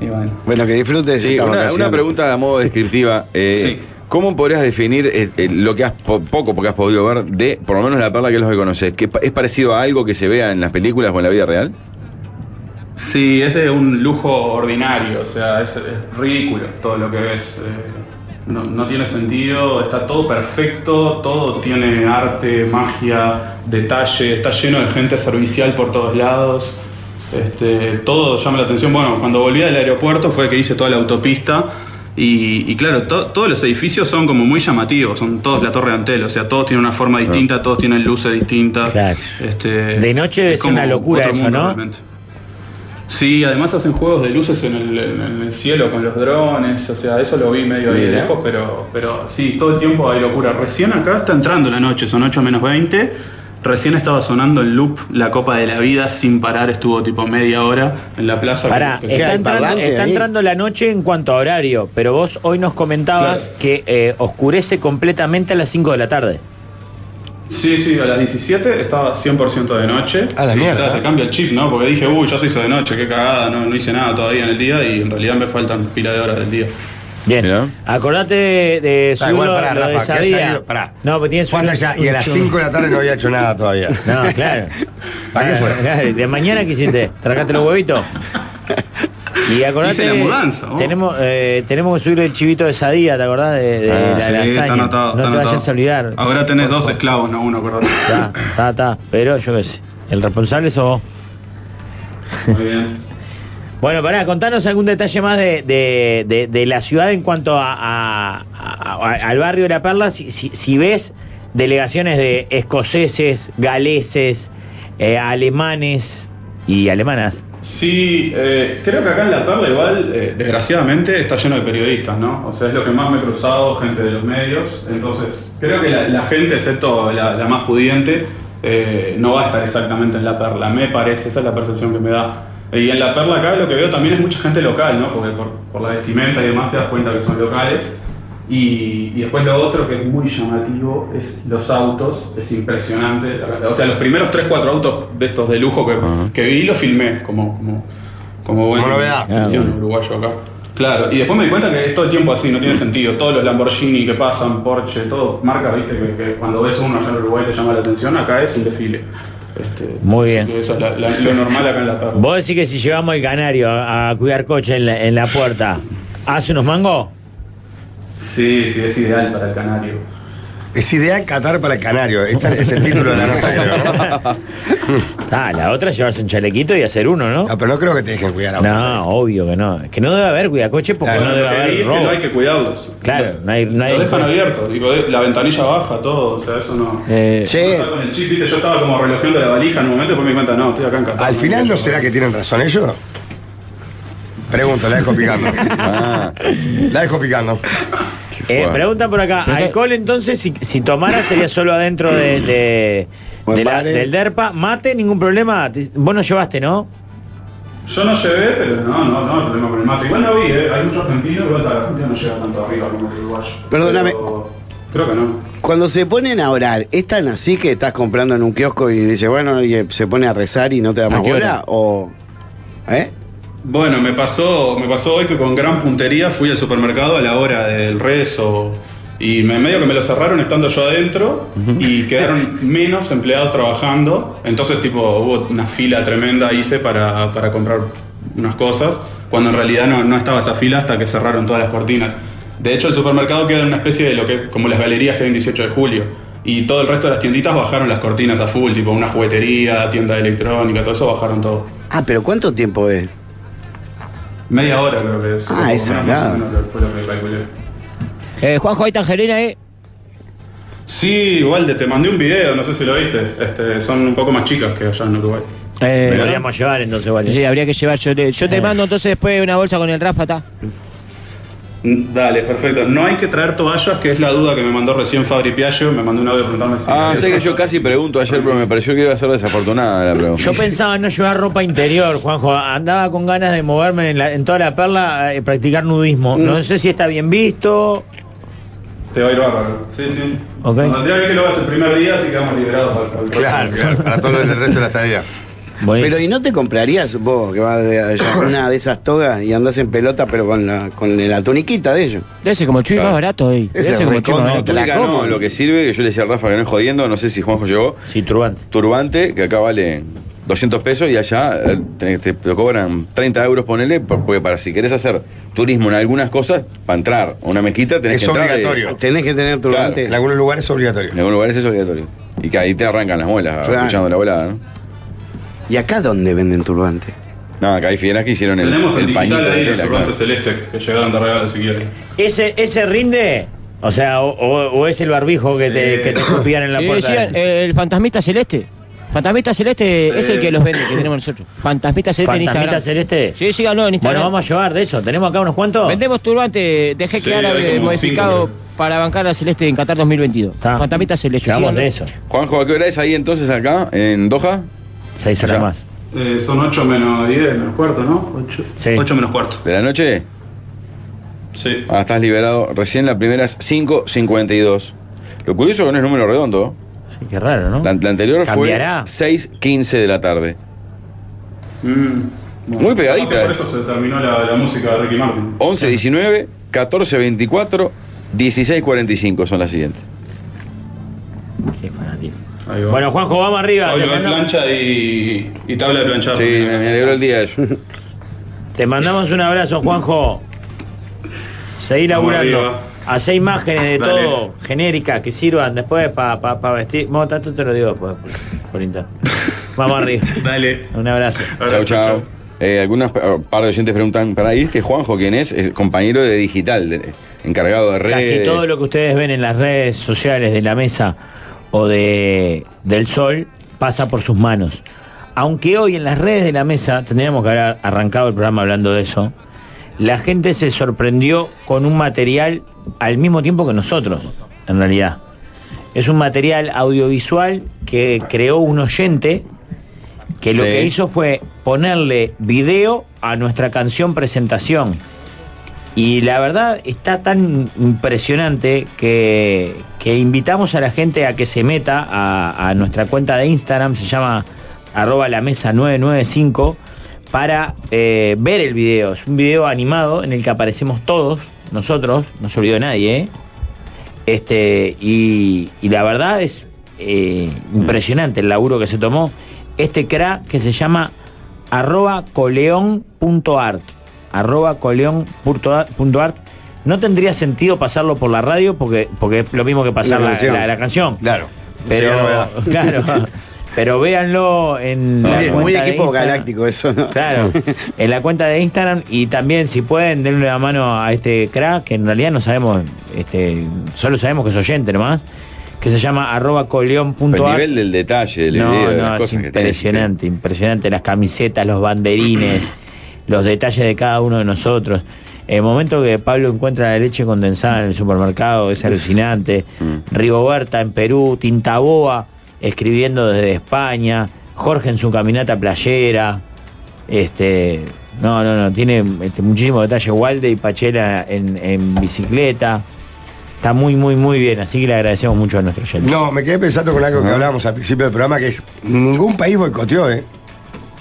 Speaker 9: y bueno.
Speaker 7: Bueno, que disfrutes
Speaker 5: Sí,
Speaker 7: esta
Speaker 5: una,
Speaker 7: vacación.
Speaker 5: una pregunta a modo descriptiva. eh,
Speaker 9: Sí.
Speaker 5: ¿Cómo podrías definir eh, eh, lo que has po- poco porque has podido ver de, por lo menos la perla que es lo que conoces? ¿Que pa- ¿Es parecido a algo que se vea en las películas o en la vida real?
Speaker 9: Sí, es de un lujo ordinario, o sea, es, es ridículo todo lo que ves. eh, no, no tiene sentido, está todo perfecto, todo tiene arte, magia, detalle, está lleno de gente servicial por todos lados. Este, todo llama la atención. Bueno, cuando volví del aeropuerto fue que hice toda la autopista y, y claro, to- todos los edificios son como muy llamativos, son todos la Torre de Antel, o sea, todos tienen una forma distinta, todos tienen luces distintas.
Speaker 6: Claro.
Speaker 9: Este,
Speaker 6: De noche debe
Speaker 9: es
Speaker 6: ser una
Speaker 9: como
Speaker 6: locura
Speaker 9: otro
Speaker 6: eso, ¿no?
Speaker 9: realmente. Sí, además hacen juegos de luces en el, en el cielo con los drones, o sea, eso lo vi medio ahí de
Speaker 7: Mira.
Speaker 9: lejos, pero, pero sí, todo el tiempo hay locura. Recién acá está entrando la noche, son 8 menos 20, recién estaba sonando en loop la Copa de la Vida sin parar, estuvo tipo media hora en la plaza.
Speaker 6: Pará,
Speaker 9: Que- que-
Speaker 6: está,
Speaker 7: hay
Speaker 6: entrando,
Speaker 7: parlante
Speaker 6: está
Speaker 7: ahí?
Speaker 6: entrando la noche en cuanto a horario, pero vos hoy nos comentabas
Speaker 9: Claro.
Speaker 6: que eh, oscurece completamente a las 5 de la tarde.
Speaker 9: Sí, sí, a las 17 estaba 100% de noche.
Speaker 8: A la
Speaker 9: Y
Speaker 8: mierda.
Speaker 9: ta, Te cambia el chip, ¿no? Porque dije, uy, ya se hizo de noche, qué cagada, no, no hice nada todavía en el día y en realidad me faltan pila de horas del día.
Speaker 6: Bien,
Speaker 5: Mirá.
Speaker 6: acordate de, de
Speaker 8: Ah, igual,
Speaker 6: subirlo, lo
Speaker 8: pará,
Speaker 6: de
Speaker 8: Rafa, que has
Speaker 6: Sabía.
Speaker 8: salido- pará.
Speaker 6: No, pero tienes
Speaker 8: Juan
Speaker 6: un-
Speaker 8: allá, y a las
Speaker 6: un-
Speaker 8: 5 de la tarde no había hecho nada todavía.
Speaker 6: No, claro.
Speaker 8: ¿Para qué fue?
Speaker 6: Claro, De mañana qué hiciste, tragaste los huevitos. Y acordate.
Speaker 9: Hice la mudanza, ¿no?
Speaker 6: Tenemos, eh, tenemos que subir el chivito de Sadía, ¿te acordás? De, de
Speaker 5: Ah,
Speaker 6: la lasaña.
Speaker 9: está anotado.
Speaker 6: no
Speaker 9: está
Speaker 6: te
Speaker 9: anotado.
Speaker 6: vayas a olvidar.
Speaker 8: Ah,
Speaker 9: Ahora tenés dos esclavos, no uno, perdón.
Speaker 6: Está, está, está. Pero yo qué sé. El responsable sos vos.
Speaker 9: Muy bien.
Speaker 6: Bueno, pará, contanos algún detalle más de, de- de- de la ciudad en cuanto a, a- a- a- al barrio de La Perla. Si, si- si ves delegaciones de escoceses, galeses, eh, alemanes y alemanas.
Speaker 9: Sí, eh, creo que acá en La Perla igual, eh, desgraciadamente, está lleno de periodistas, ¿no? O sea, es lo que más me he cruzado, gente de los medios. Entonces, creo que la, la gente, excepto la, la más pudiente, eh, no va a estar exactamente en La Perla, me parece, esa es la percepción que me da. Y en La Perla acá lo que veo también es mucha gente local, ¿no? Porque por, por la vestimenta y demás te das cuenta que son locales. Y, y después lo otro que es muy llamativo es los autos, es impresionante. O sea, los primeros 3-4 autos de estos de lujo que, que vi los filmé como, como, como buen
Speaker 8: Como novedad.
Speaker 9: cristiano uruguayo acá. Claro, y después me di cuenta que es todo el tiempo así, no tiene sentido. Todos los Lamborghini que pasan, Porsche, todo, marca, viste, que, que cuando ves uno allá en Uruguay te llama la atención, acá es un desfile. Este,
Speaker 6: Muy bien.
Speaker 9: así que Eso es la- la- lo normal acá en La Perla.
Speaker 6: Vos decís que si llevamos el canario a, a cuidar coche en la, en la puerta, ¿hace unos mangos?
Speaker 9: Sí, sí, es ideal para el canario.
Speaker 8: Es idea en Qatar para el canario. Este es el título de la nota.
Speaker 6: Ah, la otra es llevarse un chalequito y hacer uno, ¿no?
Speaker 8: No, pero no creo que te dejen cuidar a
Speaker 6: No, obvio que no. Que no debe haber cuidacoche porque
Speaker 9: Bueno,
Speaker 6: Ah, no
Speaker 9: lo
Speaker 6: debe
Speaker 9: que leí
Speaker 6: haber
Speaker 9: es que
Speaker 6: robo.
Speaker 9: no hay que cuidarlos.
Speaker 6: Claro, no hay, no hay-
Speaker 9: Lo dejan abierto, digo, de- la ventanilla baja, todo, o sea, eso no.
Speaker 8: Eh, Che.
Speaker 9: Uno está con el chip, viste, yo estaba como relojeando la valija en un momento y después me di cuenta, no, estoy acá en Qatar.
Speaker 8: Al final no será que tienen razón ellos. Pregunta, la dejo picando.
Speaker 6: Ah.
Speaker 8: La dejo picando.
Speaker 6: Eh, pregunta por acá. Alcohol entonces, si, si tomara sería solo adentro de, de-
Speaker 8: Buen
Speaker 6: de la-
Speaker 8: padre.
Speaker 6: del DERPA. Mate, ningún problema. Te- Vos no llevaste, ¿no?
Speaker 9: Yo no llevé, pero no, no, no, el problema con el mate. Igual no vi, ¿eh? hay muchos argentinos, pero la Argentina no llega tanto arriba como el uruguayo.
Speaker 7: Perdóname.
Speaker 9: Pero creo que no.
Speaker 7: Cuando se ponen a orar, ¿es tan así que estás comprando en un kiosco y dices, bueno, y eh, se pone a rezar y no te da más
Speaker 9: qué hora?
Speaker 7: bola? ¿O ¿Eh?
Speaker 9: Bueno, me pasó, me pasó hoy que con gran puntería fui al supermercado a la hora del rezo y me, medio que me lo cerraron estando yo adentro y quedaron menos empleados trabajando. Entonces, tipo, hubo una fila tremenda hice para, para comprar unas cosas, cuando en realidad no, no estaba esa fila hasta que cerraron todas las cortinas. De hecho, el supermercado queda en una especie de lo que como las galerías que hay en 18 de julio. Y todo el resto de las tienditas bajaron las cortinas a full, tipo una juguetería, tienda de electrónica, todo eso bajaron todo.
Speaker 7: Ah, pero ¿cuánto tiempo es?
Speaker 9: Media hora creo que es.
Speaker 7: Ah, es
Speaker 9: Más o
Speaker 7: acá.
Speaker 9: menos lo- Fue lo que calculé.
Speaker 11: Eh, Juanjo, hay tangerina, ¿eh?
Speaker 9: Sí, Walde, te mandé un video, no sé si lo viste. Este, son un poco más chicas que allá en Uruguay.
Speaker 11: Eh,
Speaker 6: Podríamos llevar entonces, Walde.
Speaker 11: Sí, habría que llevar. Yo, te- yo te
Speaker 9: Eh.
Speaker 11: mando entonces después una bolsa con el Rafa, ¿está?
Speaker 9: Mm, Dale, perfecto. No hay que traer toallas, que es la duda que me mandó recién Fabri Piaggio. Me mandó un audio preguntándome si.
Speaker 5: Ah, sé que yo casi pregunto ayer, pero me pareció que iba a ser desafortunada la pregunta.
Speaker 6: Yo pensaba no llevar ropa interior, Juanjo. Andaba con ganas de moverme en, la- en toda la perla, eh, practicar nudismo.
Speaker 9: Mm.
Speaker 6: No sé si está bien visto.
Speaker 9: Te va a ir bárbaro. Sí, sí.
Speaker 6: Ok.
Speaker 9: Cuando te diga que lo hagas el primer día, así quedamos liberados para, para el próximo.
Speaker 7: Claro, claro, para todo
Speaker 8: el resto de la estadía.
Speaker 7: Pero ¿y no te comprarías vos, que vas de allá, una de esas togas y andás en pelota, pero con la, con la tuniquita de ellos?
Speaker 11: Debe ser como el chuy más barato hoy.
Speaker 7: Ese
Speaker 11: Debe ser como el chuy más
Speaker 5: No,
Speaker 11: barato.
Speaker 5: túnica no, lo que sirve, que yo le decía a Rafa que no es jodiendo, no sé si Juanjo llegó.
Speaker 6: Sí, turbante.
Speaker 5: Turbante, que acá vale 200 pesos y allá eh, tenés- te, lo cobran 30 euros, ponele, por- porque para si querés hacer turismo en algunas cosas, para entrar a una mezquita tenés
Speaker 8: Es
Speaker 5: que entrar.
Speaker 8: obligatorio.
Speaker 7: Tenés que tener
Speaker 5: turbante.
Speaker 8: En algunos lugares es obligatorio.
Speaker 5: En algún lugar es obligatorio. Y que ahí te arrancan las muelas,
Speaker 7: Claro.
Speaker 5: escuchando la volada, ¿no?
Speaker 7: ¿Y acá dónde venden turbante?
Speaker 5: No, acá hay fieras que hicieron el,
Speaker 9: Tenemos el,
Speaker 5: pañito
Speaker 9: digital
Speaker 5: de
Speaker 9: ahí, el
Speaker 5: tela,
Speaker 9: turbante
Speaker 5: claro.
Speaker 9: celeste, que llegaron de regalo si quieren.
Speaker 6: ¿Ese, ese rinde? O sea, o, o- o es el barbijo que te, que te escupían en la
Speaker 11: Sí,
Speaker 6: puerta.
Speaker 11: decían, eh, el fantasmita celeste. Fantasmita celeste es el que los vende, que tenemos nosotros. Fantasmita celeste en
Speaker 6: ¿Fantasmita
Speaker 11: Instagram.
Speaker 6: celeste?
Speaker 11: Sí, síganlo en Instagram.
Speaker 6: este? Bueno, vamos a llevar de eso. ¿Tenemos acá unos cuantos?
Speaker 11: Vendemos turbante de jeque
Speaker 9: Sí, hay como
Speaker 11: árabe
Speaker 9: cinco,
Speaker 11: modificado
Speaker 9: creo.
Speaker 11: para bancar la celeste en Qatar 2022. Fantasmita celeste.
Speaker 5: Llevamos
Speaker 11: síganlo.
Speaker 5: de Juanjo, ¿a qué hora es ahí entonces acá, en Doha?
Speaker 6: Seis
Speaker 5: horas
Speaker 6: más.
Speaker 9: Eh, son 8 menos 10, menos cuarto, ¿no? 8, menos cuarto.
Speaker 5: ¿De la noche?
Speaker 9: Sí.
Speaker 5: Ah, estás liberado. Recién la primera es 5.52. Lo curioso es que no es número redondo.
Speaker 6: Sí, qué raro, ¿no?
Speaker 5: La, la anterior
Speaker 6: ¿Cambiará?
Speaker 5: fue 6.15 de la tarde. Muy pegadita,
Speaker 9: Por
Speaker 5: eh.
Speaker 9: eso se terminó la, la música de Ricky Martin.
Speaker 5: 11.19, 14.24, 16.45 son las siguientes.
Speaker 6: Bueno, Juanjo, vamos arriba.
Speaker 9: Hoy
Speaker 6: Te
Speaker 9: va
Speaker 6: mandamos-
Speaker 9: plancha y, y tabla de planchado.
Speaker 5: Sí, me, me alegró el día eso.
Speaker 6: Te mandamos un abrazo, Juanjo. Seguí laburando.
Speaker 5: arriba.
Speaker 6: Hacé imágenes de
Speaker 5: Dale.
Speaker 6: todo, genéricas, que sirvan después para pa, pa vestir. Bueno, tanto te lo digo después, por, por interno. Vamos arriba.
Speaker 9: Dale.
Speaker 6: Un abrazo.
Speaker 5: Chau, chau. Eh, algunas eh, par de oyentes preguntan, para ir, que Juanjo, ¿quién es? Es compañero de digital, de- encargado de redes.
Speaker 6: Casi todo lo que ustedes ven en las redes sociales de la mesa o de del sol pasa por sus manos. Aunque hoy en las redes de la mesa tendríamos que haber arrancado el programa hablando de eso, la gente se sorprendió con un material al mismo tiempo que nosotros, en realidad. Es un material audiovisual que creó un oyente que lo
Speaker 5: Sí.
Speaker 6: que hizo fue ponerle video a nuestra canción presentación. Y la verdad está tan impresionante que, que invitamos a la gente a que se meta a, a nuestra cuenta de Instagram, se llama arroba la mesa 995, para eh, ver el video. Es un video animado en el que aparecemos todos, nosotros, no se olvidó nadie, ¿eh? Este, y, y la verdad es eh, impresionante el laburo que se tomó. Este crack que se llama arroba coleón.art. Arroba coleón.art No tendría sentido pasarlo por la radio porque, porque es lo mismo que pasar
Speaker 8: La
Speaker 6: la la- la canción.
Speaker 8: canción.
Speaker 6: Claro.
Speaker 8: Sería
Speaker 6: Pero,
Speaker 8: novedad.
Speaker 6: claro. Pero véanlo en la
Speaker 7: Muy, muy
Speaker 6: cuenta de
Speaker 7: equipo
Speaker 6: Instagram.
Speaker 7: galáctico eso, ¿no?
Speaker 6: Claro, en la cuenta de Instagram y también si pueden denle la mano a este crack, que en realidad no sabemos, este, solo sabemos que es oyente nomás, que se llama arroba coleón.ar.
Speaker 5: El pues, nivel del detalle, el
Speaker 6: No,
Speaker 5: video, de las
Speaker 6: no, es
Speaker 5: cosas que tenés.
Speaker 6: impresionante, impresionante. Las camisetas, los banderines, los detalles de cada uno de nosotros. El momento que Pablo encuentra la leche condensada en el supermercado es alucinante.
Speaker 5: Mm.
Speaker 6: Rigoberta en Perú, Tintaboa escribiendo desde España, Jorge en su caminata playera. Este, no, no, no, tiene este, muchísimo detalle. Walde y Pachela en, en bicicleta. Está muy, muy, muy bien. Así que le agradecemos mucho a nuestro oyente.
Speaker 8: No, me quedé pensando con algo que hablábamos al principio del programa, que es ningún país boicoteó, ¿eh?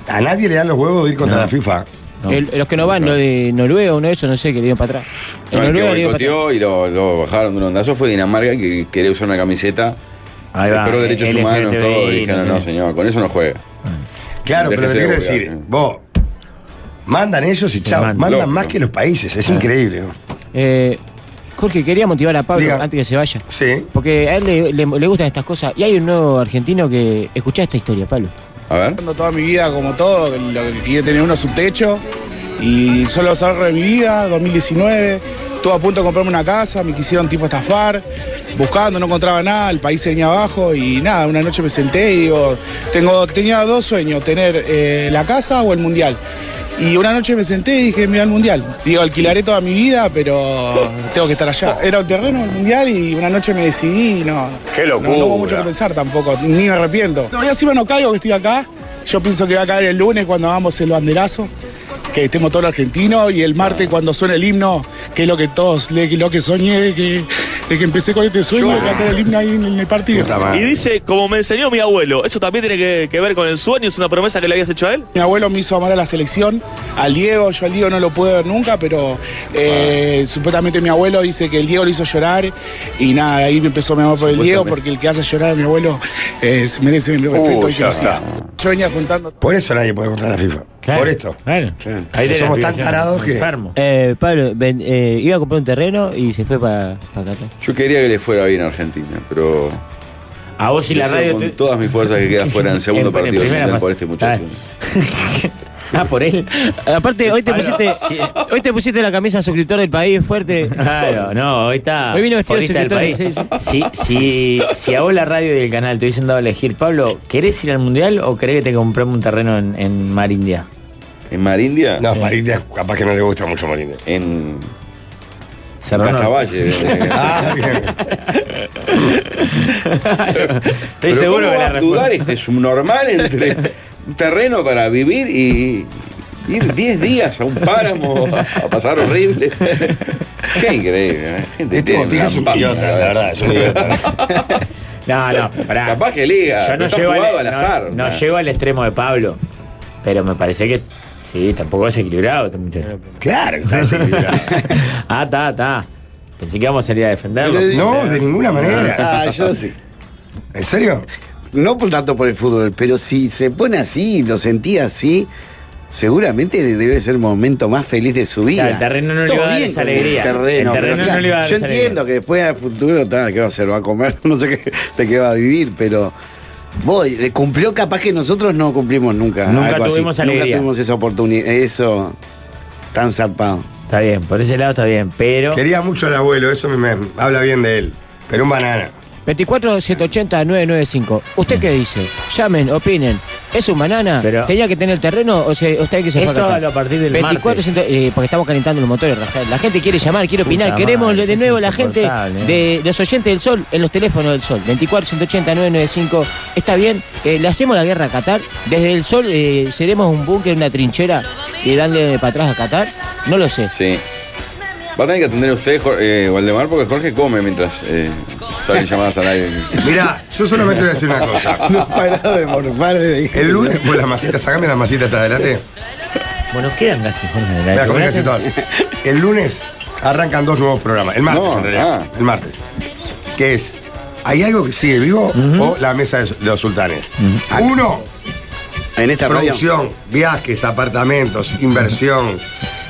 Speaker 8: A nadie le dan los huevos de ir contra la FIFA.
Speaker 11: El- los que no van, lo de Noruega, uno de esos, no sé, que le dieron para atrás. En
Speaker 5: No, el que
Speaker 11: Noruega le dieron para atrás.
Speaker 5: boicoteó y lo, lo bajaron de un ondazo fue Dinamarca que quería usar una camiseta.
Speaker 6: Ahí va,
Speaker 5: Pero derechos
Speaker 6: LGTBI,
Speaker 5: humanos, todo. Y dijeron,
Speaker 6: no
Speaker 5: no,
Speaker 6: sé.
Speaker 5: señor, con eso no juega.
Speaker 8: Claro, pero
Speaker 5: Déjese
Speaker 8: te quiero
Speaker 5: de
Speaker 8: decir,
Speaker 5: bobear, eh.
Speaker 8: vos, mandan ellos y chao,
Speaker 6: mandan.
Speaker 8: mandan,
Speaker 5: Loco.
Speaker 8: más que los países, es
Speaker 11: Ah.
Speaker 8: increíble. ¿no?
Speaker 11: Eh, Jorge, quería motivar a Pablo
Speaker 8: Diga.
Speaker 11: antes que se vaya.
Speaker 8: Sí.
Speaker 11: Porque a él le, le- le gustan estas cosas. Y hay un nuevo argentino que. Escuchá esta historia, Pablo.
Speaker 5: A ver.
Speaker 12: Toda mi vida, como todo, lo que quiere tener uno es un techo. Y solo los ahorros de mi vida, 2019. Estuve a punto de comprarme una casa, me quisieron tipo estafar. Buscando, no encontraba nada, el país se venía abajo. Y nada, una noche me senté y digo, tengo, tenía dos sueños, tener eh, la casa o el mundial. Y una noche me senté y dije, me voy al mundial. Digo, alquilaré toda mi vida, pero tengo que estar allá. Era un terreno el mundial y una noche me decidí y no.
Speaker 3: Qué
Speaker 12: no- No, hubo mucho
Speaker 3: locura.
Speaker 12: que pensar tampoco, ni me arrepiento. Todavía encima no caigo que estoy acá. Yo pienso que va a caer el lunes cuando hagamos el banderazo, que estemos todos los argentinos, y el
Speaker 8: Ah.
Speaker 12: martes cuando suene el himno, que es lo que todos, le- lo que soñé, de que, de que empecé con este sueño, de cantar el himno ahí en, el partido.
Speaker 13: Y dice, como me enseñó mi abuelo, ¿eso también tiene que, que ver con el sueño? ¿Es una promesa que le habías hecho a él?
Speaker 12: Mi abuelo me hizo amar a la selección, al Diego, yo al Diego no lo pude ver nunca, pero eh, supuestamente mi abuelo dice que el Diego lo hizo llorar y nada, ahí me empezó mi amor por el Diego, porque el que hace llorar a mi abuelo eh, merece mi respeto.
Speaker 8: Uh,
Speaker 12: y que
Speaker 8: ya
Speaker 12: lo siga.
Speaker 8: está.
Speaker 12: Yo venía juntando...
Speaker 8: Por eso nadie puede contra la FIFA.
Speaker 12: Claro,
Speaker 8: Por esto.
Speaker 6: Claro.
Speaker 11: Ahí tenés
Speaker 8: somos
Speaker 11: la
Speaker 8: tan
Speaker 11: explicación.
Speaker 8: tarados que.
Speaker 11: Eh, Pablo, ven, eh, iba a comprar un terreno y se fue para Qatar.
Speaker 5: Yo quería que le fuera bien a Argentina, pero.
Speaker 6: A vos y la
Speaker 5: deseo
Speaker 6: radio
Speaker 5: Con
Speaker 6: te-
Speaker 5: todas mis fuerzas que queda fuera en el segundo
Speaker 6: En- en
Speaker 5: partido
Speaker 6: primera
Speaker 5: por
Speaker 6: fase.
Speaker 5: este muchacho.
Speaker 6: Ah, por él.
Speaker 11: Aparte, hoy te
Speaker 6: Pablo,
Speaker 11: pusiste, hoy te pusiste la camisa de suscriptor del país fuerte.
Speaker 6: Claro, no, hoy está.
Speaker 11: Hoy vino vestido de
Speaker 6: porrista del país.
Speaker 11: secretario,
Speaker 6: Si, si, si a vos la radio y el canal te hubiesen dado a elegir, Pablo, ¿querés ir al mundial o querés que te compremos un terreno en, en Mar India?
Speaker 5: ¿En Mar India?
Speaker 8: No, Marindia capaz que no le gusta mucho Marindia.
Speaker 5: En.
Speaker 6: Serrano.
Speaker 5: Casavalle.
Speaker 8: ah, bien.
Speaker 6: Estoy
Speaker 5: Pero
Speaker 6: seguro
Speaker 5: ¿cómo
Speaker 6: que
Speaker 5: va
Speaker 6: la
Speaker 5: a dudar
Speaker 6: respuesta.
Speaker 5: este subnormal entre un terreno para vivir y ir 10 días a un páramo a pasar horrible. Qué increíble. ¿eh? Gente
Speaker 8: Este
Speaker 5: tiene ¿eh?
Speaker 8: botija es un
Speaker 5: trampa,
Speaker 8: idiota, la verdad, es un idiota.
Speaker 6: No, no, pará.
Speaker 5: Capaz que liga.
Speaker 6: Yo no
Speaker 5: está
Speaker 6: llego
Speaker 5: jugado
Speaker 6: al, e-
Speaker 5: al
Speaker 6: no-
Speaker 5: azar.
Speaker 6: no llego al extremo de Pablo. Pero me parece que sí, tampoco es equilibrado este muchacho.
Speaker 8: Claro, que está desequilibrado.
Speaker 6: Ah, está, está. Pensé que íbamos a salir a defenderlo.
Speaker 8: No, de ninguna manera.
Speaker 7: Ah, yo sí.
Speaker 8: ¿En serio?
Speaker 7: No por tanto por el fútbol, pero si se pone así, lo sentí así, seguramente de- debe ser el momento más feliz de su vida.
Speaker 6: Claro, el terreno no le
Speaker 7: Todo
Speaker 6: va a dar
Speaker 7: bien
Speaker 6: esa
Speaker 7: con el
Speaker 6: alegría. El
Speaker 7: terreno,
Speaker 6: terreno
Speaker 7: pero
Speaker 6: no
Speaker 7: claro,
Speaker 6: le va a dar
Speaker 7: yo
Speaker 6: esa
Speaker 7: entiendo que después al futuro, ta, ¿qué va a hacer? ¿Va a comer? No sé qué, de qué va a vivir, pero... Voy, le cumplió capaz que nosotros no cumplimos nunca.
Speaker 6: Nunca
Speaker 7: algo así.
Speaker 6: tuvimos alegría.
Speaker 7: Nunca tuvimos esa oportunidad, eso tan zarpado.
Speaker 6: Está bien, por ese lado está bien, pero.
Speaker 8: Quería mucho al abuelo, eso me, me habla bien de él. Pero un banana.
Speaker 11: 24 780 995. ¿Usted qué dice? Llamen, opinen. ¿Es un banana?
Speaker 6: Pero-
Speaker 11: ¿Tenía que tener terreno o se, usted que se fue
Speaker 6: Esto
Speaker 11: a
Speaker 6: a partir del
Speaker 11: 24
Speaker 6: martes.
Speaker 11: eh, porque estamos calentando los motores, Rafael. La gente quiere llamar, quiere opinar.
Speaker 6: Puta
Speaker 11: Queremos
Speaker 6: madre,
Speaker 11: de
Speaker 6: es
Speaker 11: nuevo la gente
Speaker 6: insoportable, eh.
Speaker 11: de los oyentes del sol en los teléfonos del sol. 24 780 995. Está bien, eh, le hacemos la guerra a Qatar. Desde el sol eh, seremos un búnker, una trinchera y darle para atrás a Qatar. No lo sé.
Speaker 5: Sí. Va a tener que atender usted, Jor- eh, Waldemar, porque Jorge come mientras eh, salen llamadas al aire.
Speaker 8: Mirá, yo solamente voy a decir una cosa.
Speaker 7: No he parado de morfar desde
Speaker 8: El lunes, pues las masitas, sacame las masitas hasta adelante.
Speaker 6: Bueno, quedan casi Jorge, la
Speaker 8: Me las comí
Speaker 6: chocolate.
Speaker 8: casi todas. El lunes arrancan dos nuevos programas. El martes,
Speaker 5: No,
Speaker 8: en realidad.
Speaker 5: ah.
Speaker 8: El martes. Que es, ¿hay algo que sigue vivo o la mesa de los sultanes? Uno,
Speaker 7: En esta radio.
Speaker 8: producción, viajes, apartamentos, inversión,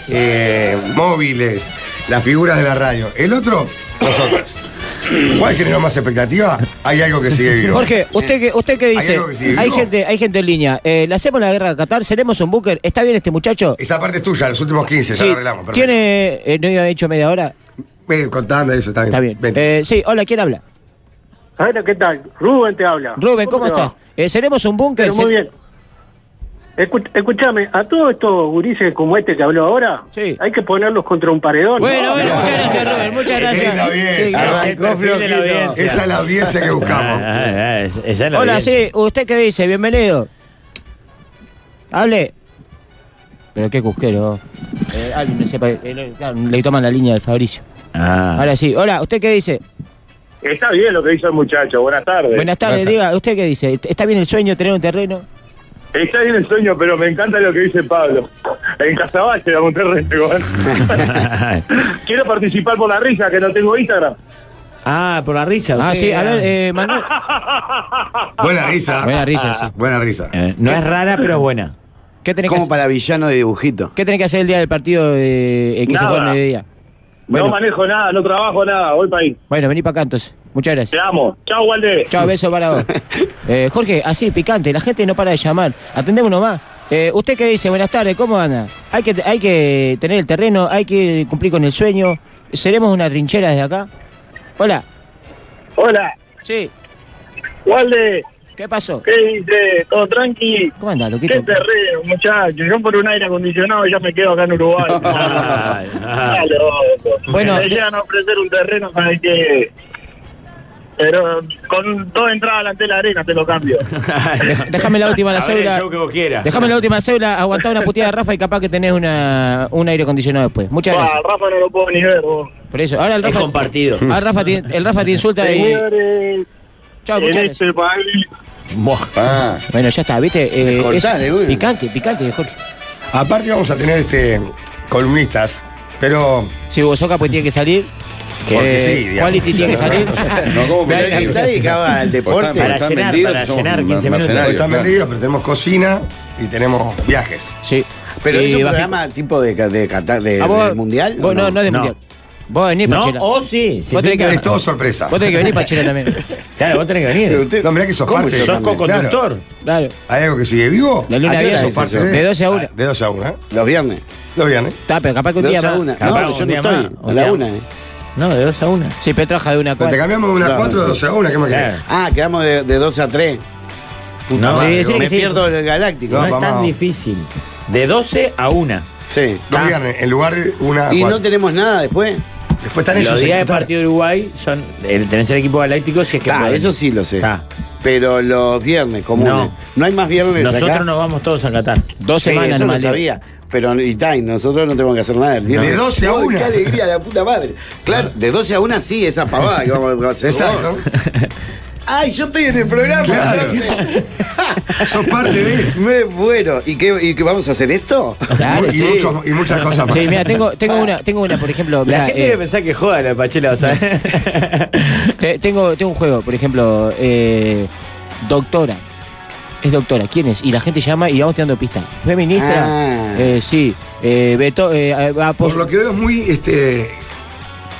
Speaker 8: eh, móviles, las figuras de la radio. El otro, nosotros. ¿Cuál generó más expectativa? Hay algo que sigue vivo.
Speaker 11: Jorge, ¿usted qué, usted qué
Speaker 8: ¿Hay
Speaker 11: dice?
Speaker 8: algo que sigue
Speaker 11: Hay
Speaker 8: vivo?
Speaker 11: gente, hay gente en línea. Eh, ¿Le hacemos la guerra a Qatar? ¿Seremos un búnker? ¿Está bien este muchacho?
Speaker 8: Esa parte es tuya, los últimos 15, ya
Speaker 11: Sí.
Speaker 8: lo arreglamos. perfecto.
Speaker 11: ¿Tiene, eh, no iba dicho media hora?
Speaker 8: Ve, contando eso, está bien.
Speaker 11: Está bien. Eh, sí, hola, ¿quién habla?
Speaker 14: Hola, ¿qué tal? Rubén te habla.
Speaker 11: Rubén, ¿cómo,
Speaker 14: te va?
Speaker 11: estás? Eh, ¿Seremos un búnker?
Speaker 14: Pero muy
Speaker 11: ¿Se-
Speaker 14: bien. Escu- Escuchame, a todos estos gurises como este que habló ahora, hay que ponerlos contra un paredón. Bueno, bueno, muchas gracias, Rubén, muchas
Speaker 8: gracias. la audiencia,
Speaker 11: Sí,
Speaker 8: arrancó
Speaker 11: el perfil de la
Speaker 8: flojito.
Speaker 11: audiencia.
Speaker 8: Esa es la audiencia que buscamos.
Speaker 6: esa Ah, es la
Speaker 11: Hola,
Speaker 6: audiencia.
Speaker 11: sí, ¿usted qué dice? Bienvenido. Hable. Pero qué cusquero. Eh, alguien me sepa, eh, no, claro, le toman la línea del Fabricio.
Speaker 15: Ah.
Speaker 11: Ahora sí, hola, ¿usted qué dice?
Speaker 15: Eh, Está bien lo que dice el muchacho, buenas tardes.
Speaker 11: Buenas tardes, diga, ¿usted qué dice? ¿Está bien el sueño de tener un terreno?
Speaker 15: Está bien el sueño, pero me encanta lo que dice Pablo. En Casaballe, la Monterrey. este Quiero participar por la risa, que no tengo Instagram.
Speaker 6: Ah, por la risa.
Speaker 11: Ah,
Speaker 6: usted,
Speaker 11: sí, a ver, eh, Manuel.
Speaker 8: Buena
Speaker 15: Ah.
Speaker 8: risa.
Speaker 11: Buena
Speaker 7: Ah,
Speaker 11: risa, sí.
Speaker 8: Buena risa.
Speaker 6: Eh, no es rara, pero es buena.
Speaker 11: ¿Qué tenés que
Speaker 7: Como
Speaker 11: hacer?
Speaker 7: para villano de dibujito.
Speaker 11: ¿Qué tenés que hacer el día del partido de, eh, que se
Speaker 15: Nada.
Speaker 11: juega el mediodía? Bueno.
Speaker 15: No manejo nada, no trabajo nada, voy para ahí.
Speaker 11: Bueno, vení para acá entonces. Muchas gracias.
Speaker 15: Te amo. Chao, Walde.
Speaker 11: Chao, beso para vos. Eh, Jorge, así, picante, la gente no para de llamar. Atendemos nomás. Eh, ¿Usted qué dice? Buenas tardes, ¿cómo anda? Hay que, hay que tener el terreno, hay que cumplir con el sueño. ¿Seremos una trinchera desde acá? Hola.
Speaker 15: Hola.
Speaker 11: Sí.
Speaker 15: Walde.
Speaker 11: ¿Qué pasó?
Speaker 15: ¿Qué dice? ¿Todo tranqui?
Speaker 11: ¿Cómo anda,
Speaker 15: Qué
Speaker 11: loquito?
Speaker 15: terreno, muchacho. Yo por un aire acondicionado ya me quedo acá en Uruguay. Ah, loco.
Speaker 11: Bueno,
Speaker 15: me llegan a ofrecer un terreno para que. Pero con dos entradas delante de la arena te lo cambio.
Speaker 11: Dej- Déjame la última, la
Speaker 15: A ver el
Speaker 11: cédula.
Speaker 15: show que vos quieras.
Speaker 11: Déjame la última cédula, aguantá una puteada de Rafa y capaz que tenés una, un aire acondicionado después. Muchas
Speaker 15: Bah,
Speaker 11: gracias.
Speaker 15: Rafa no lo puedo ni ver, vos.
Speaker 11: Por eso, ahora el Ah, Rafa.
Speaker 6: compartido.
Speaker 11: Ahora Rafa te, el Rafa te insulta y.
Speaker 15: Señores,
Speaker 11: Chao,
Speaker 15: en
Speaker 11: muchachos.
Speaker 15: este país.
Speaker 11: Ah. Bueno, ya está, ¿viste? Eh,
Speaker 8: Me cortás
Speaker 11: es
Speaker 8: de una.
Speaker 11: picante, picante, Jorge.
Speaker 8: Aparte vamos a tener este columnistas, pero.
Speaker 11: Si vos Soca pues tiene que salir.
Speaker 8: Porque
Speaker 11: Eh,
Speaker 8: sí, digamos.
Speaker 11: Quality tiene que salir.
Speaker 5: No, ¿cómo
Speaker 11: Pero
Speaker 5: pensás?
Speaker 11: está dedicado al deporte.
Speaker 5: Porque porque
Speaker 11: Para cenar,
Speaker 5: vendidos,
Speaker 11: para
Speaker 5: somos
Speaker 11: cenar, 15
Speaker 5: mercenarios,
Speaker 8: Hoy están
Speaker 5: claro.
Speaker 8: vendidos, pero tenemos cocina y tenemos viajes.
Speaker 11: Sí.
Speaker 7: Pero
Speaker 11: Y
Speaker 7: es un
Speaker 11: bají-
Speaker 7: programa tipo de, ca- de, Qatar- de-
Speaker 11: ¿A vos-
Speaker 7: del mundial.
Speaker 11: Vos,
Speaker 7: ¿o
Speaker 11: no, no es de mundial. Vos venís,
Speaker 7: No,
Speaker 11: Pachela.
Speaker 6: oh,
Speaker 7: o sí, si
Speaker 11: Vos tenés
Speaker 7: pinta
Speaker 11: que
Speaker 7: es todo sorpresa.
Speaker 11: Vos tenés que venir, Pachela, también.
Speaker 6: Claro, vos tenés que venir.
Speaker 8: Pero usted- no, mirá que sos
Speaker 6: ¿Cómo
Speaker 8: parte.
Speaker 6: yo
Speaker 8: yo
Speaker 6: también?
Speaker 8: co-conductor.
Speaker 11: Claro.
Speaker 8: ¿Hay algo que sigue vivo?
Speaker 11: De lunes a
Speaker 8: ¿A qué hora
Speaker 11: viernes.
Speaker 8: sos parte
Speaker 11: De 12 a 1.
Speaker 8: De 12 a 1, ¿eh?
Speaker 7: Los viernes.
Speaker 8: Los viernes.
Speaker 11: Está, pero capaz que un
Speaker 8: De
Speaker 11: día
Speaker 8: dos a
Speaker 11: más.
Speaker 8: una.
Speaker 11: Capaz
Speaker 8: No,
Speaker 11: un
Speaker 8: yo no
Speaker 11: día
Speaker 8: estoy.
Speaker 11: más,
Speaker 8: A
Speaker 11: un
Speaker 8: la
Speaker 11: día
Speaker 8: una,
Speaker 11: más. No, de dos a una. Sí, pero trabaja de una a
Speaker 8: Pero
Speaker 11: cuatro.
Speaker 8: te cambiamos de una a
Speaker 11: Claro.
Speaker 8: 4 a 12 a 1, ¿qué más
Speaker 6: Eh.
Speaker 8: querés?
Speaker 7: Ah, quedamos de, de 12 a 3. Puta
Speaker 6: No,
Speaker 7: madre,
Speaker 6: sí, decirle
Speaker 7: me
Speaker 6: que sí.
Speaker 7: pierdo el galáctico.
Speaker 6: No es tan difícil. De 12 a 1.
Speaker 7: Sí.
Speaker 8: Los viernes, en lugar de una a
Speaker 7: y no
Speaker 8: 4.
Speaker 7: tenemos nada después.
Speaker 8: Después están
Speaker 6: Los
Speaker 8: ellos.
Speaker 6: días de
Speaker 8: en Qatar.
Speaker 6: partido de Uruguay son. El, Eh, tenés el equipo galáctico si es que.
Speaker 7: Está,
Speaker 6: pueden.
Speaker 7: Ah, eso sí lo sé.
Speaker 6: Está.
Speaker 7: Pero los viernes comunes. No,
Speaker 6: No.
Speaker 7: hay más viernes
Speaker 6: Nosotros
Speaker 7: acá.
Speaker 6: nos vamos todos a Qatar.
Speaker 7: Sí, eso lo sabía. Pero y ta, y nosotros no tenemos que hacer nada. el viernes.
Speaker 8: De 12 a
Speaker 7: Uy,
Speaker 8: 1.
Speaker 7: Qué alegría la puta madre. Claro, de 12 a 1 sí, esa pavada que vamos a hacer.
Speaker 8: Exacto.
Speaker 7: Ay, yo estoy en el programa.
Speaker 8: Claro. Sos parte de.
Speaker 7: Me muero. ¿Y qué, y qué vamos a hacer esto?
Speaker 11: Claro,
Speaker 8: Y,
Speaker 11: sí.
Speaker 8: muchos- y muchas cosas más.
Speaker 11: Sí, mira, tengo, tengo una, tengo una, por ejemplo.
Speaker 6: La
Speaker 11: mirá,
Speaker 6: gente
Speaker 11: eh,
Speaker 6: debe pensar que joda la Pachela, ¿sabes?
Speaker 11: Te- Eh, tengo, tengo un juego, por ejemplo, eh, doctora. Es doctora, ¿quién es? Y la gente llama y vamos tirando pistas. Feminista,
Speaker 8: Ah.
Speaker 11: eh, sí. Eh, Beto, eh, eh, va por-
Speaker 8: Por lo que veo es muy. este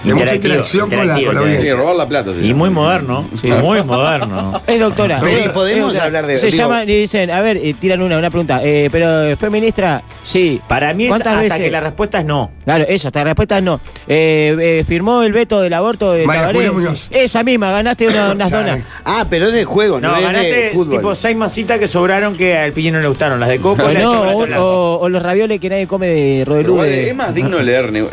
Speaker 8: De mucha
Speaker 6: Interactivo,
Speaker 8: interacción con la, con la
Speaker 6: interactivo,
Speaker 5: Sí,
Speaker 8: audiencia.
Speaker 5: robar la plata. sí.
Speaker 6: Y muy moderno. Muy moderno.
Speaker 11: Es doctora.
Speaker 8: Pero,
Speaker 11: Es-
Speaker 8: ¿y
Speaker 7: podemos
Speaker 11: es doctora.
Speaker 7: hablar de-
Speaker 11: Se
Speaker 7: digo-
Speaker 11: llaman y dicen, a ver, eh, tiran una, una pregunta. Eh, pero, eh, ¿feminista? Sí.
Speaker 6: Para mí es
Speaker 11: ¿Cuántas
Speaker 6: hasta
Speaker 11: veces?
Speaker 6: que la respuesta es no.
Speaker 11: Claro, eso, hasta la respuesta es no. Eh, eh, ¿Firmó el veto del aborto de
Speaker 8: María
Speaker 11: Tabaré?
Speaker 8: Julia Muñoz.
Speaker 11: Esa misma, ganaste una- unas donas.
Speaker 7: Ah, pero es de juego, no,
Speaker 6: No,
Speaker 7: es de
Speaker 6: ganaste
Speaker 7: fútbol.
Speaker 6: tipo seis masitas que sobraron que al piñón no le gustaron. Las de coco y las de
Speaker 11: Bueno,
Speaker 6: chocolate
Speaker 11: o,
Speaker 6: blanco.
Speaker 11: o- o los ravioles que nadie come de
Speaker 5: Pero
Speaker 11: Rodelú.
Speaker 5: igual
Speaker 11: de-
Speaker 5: es más digno leer nego-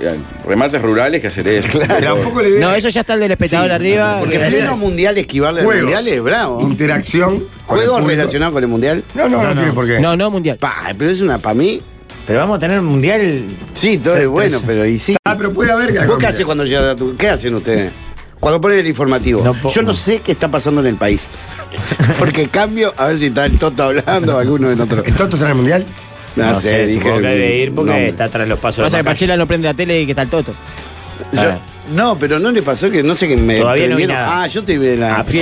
Speaker 5: remates rurales que hacer eso.
Speaker 8: Pero tampoco le veo
Speaker 11: No, eso ya está el del espectador arriba.
Speaker 7: Porque
Speaker 11: Eh,
Speaker 7: pleno mundial esquivarle al
Speaker 8: Juegos.
Speaker 7: mundial es bravo.
Speaker 8: interacción. con el
Speaker 7: ¿Juegos
Speaker 8: público.
Speaker 7: relacionados con el mundial?
Speaker 8: No, no, no,
Speaker 6: No, no.
Speaker 8: tiene por qué.
Speaker 11: No, no mundial.
Speaker 7: Pa, pero es una, para mí,
Speaker 6: Pero vamos a tener un mundial.
Speaker 7: sí, todo es bueno, pero y sí.
Speaker 8: Ah, pero puede haber.
Speaker 7: ¿Vos qué haces cuando llegas a tu.? ¿Qué hacen ustedes? Cuando ponen el informativo.
Speaker 6: No po-
Speaker 7: Yo no sé qué está pasando en el país. Porque cambio a ver si está el Toto hablando o alguno en otro.
Speaker 8: ¿El Toto está en el mundial?
Speaker 7: No,
Speaker 6: No
Speaker 7: sé, dije.
Speaker 6: supongo que debe ir porque
Speaker 7: nombre.
Speaker 6: está tras los pasos
Speaker 11: Pasa
Speaker 6: de
Speaker 11: que
Speaker 6: Maca.
Speaker 11: Pachela no prende la tele y que está el Toto.
Speaker 7: Yo- No, pero no le pasó que no sé qué me
Speaker 6: Ah. Todavía no vi
Speaker 7: prendieron.
Speaker 6: nada.
Speaker 7: Ah, yo te vi la
Speaker 6: Absolutamente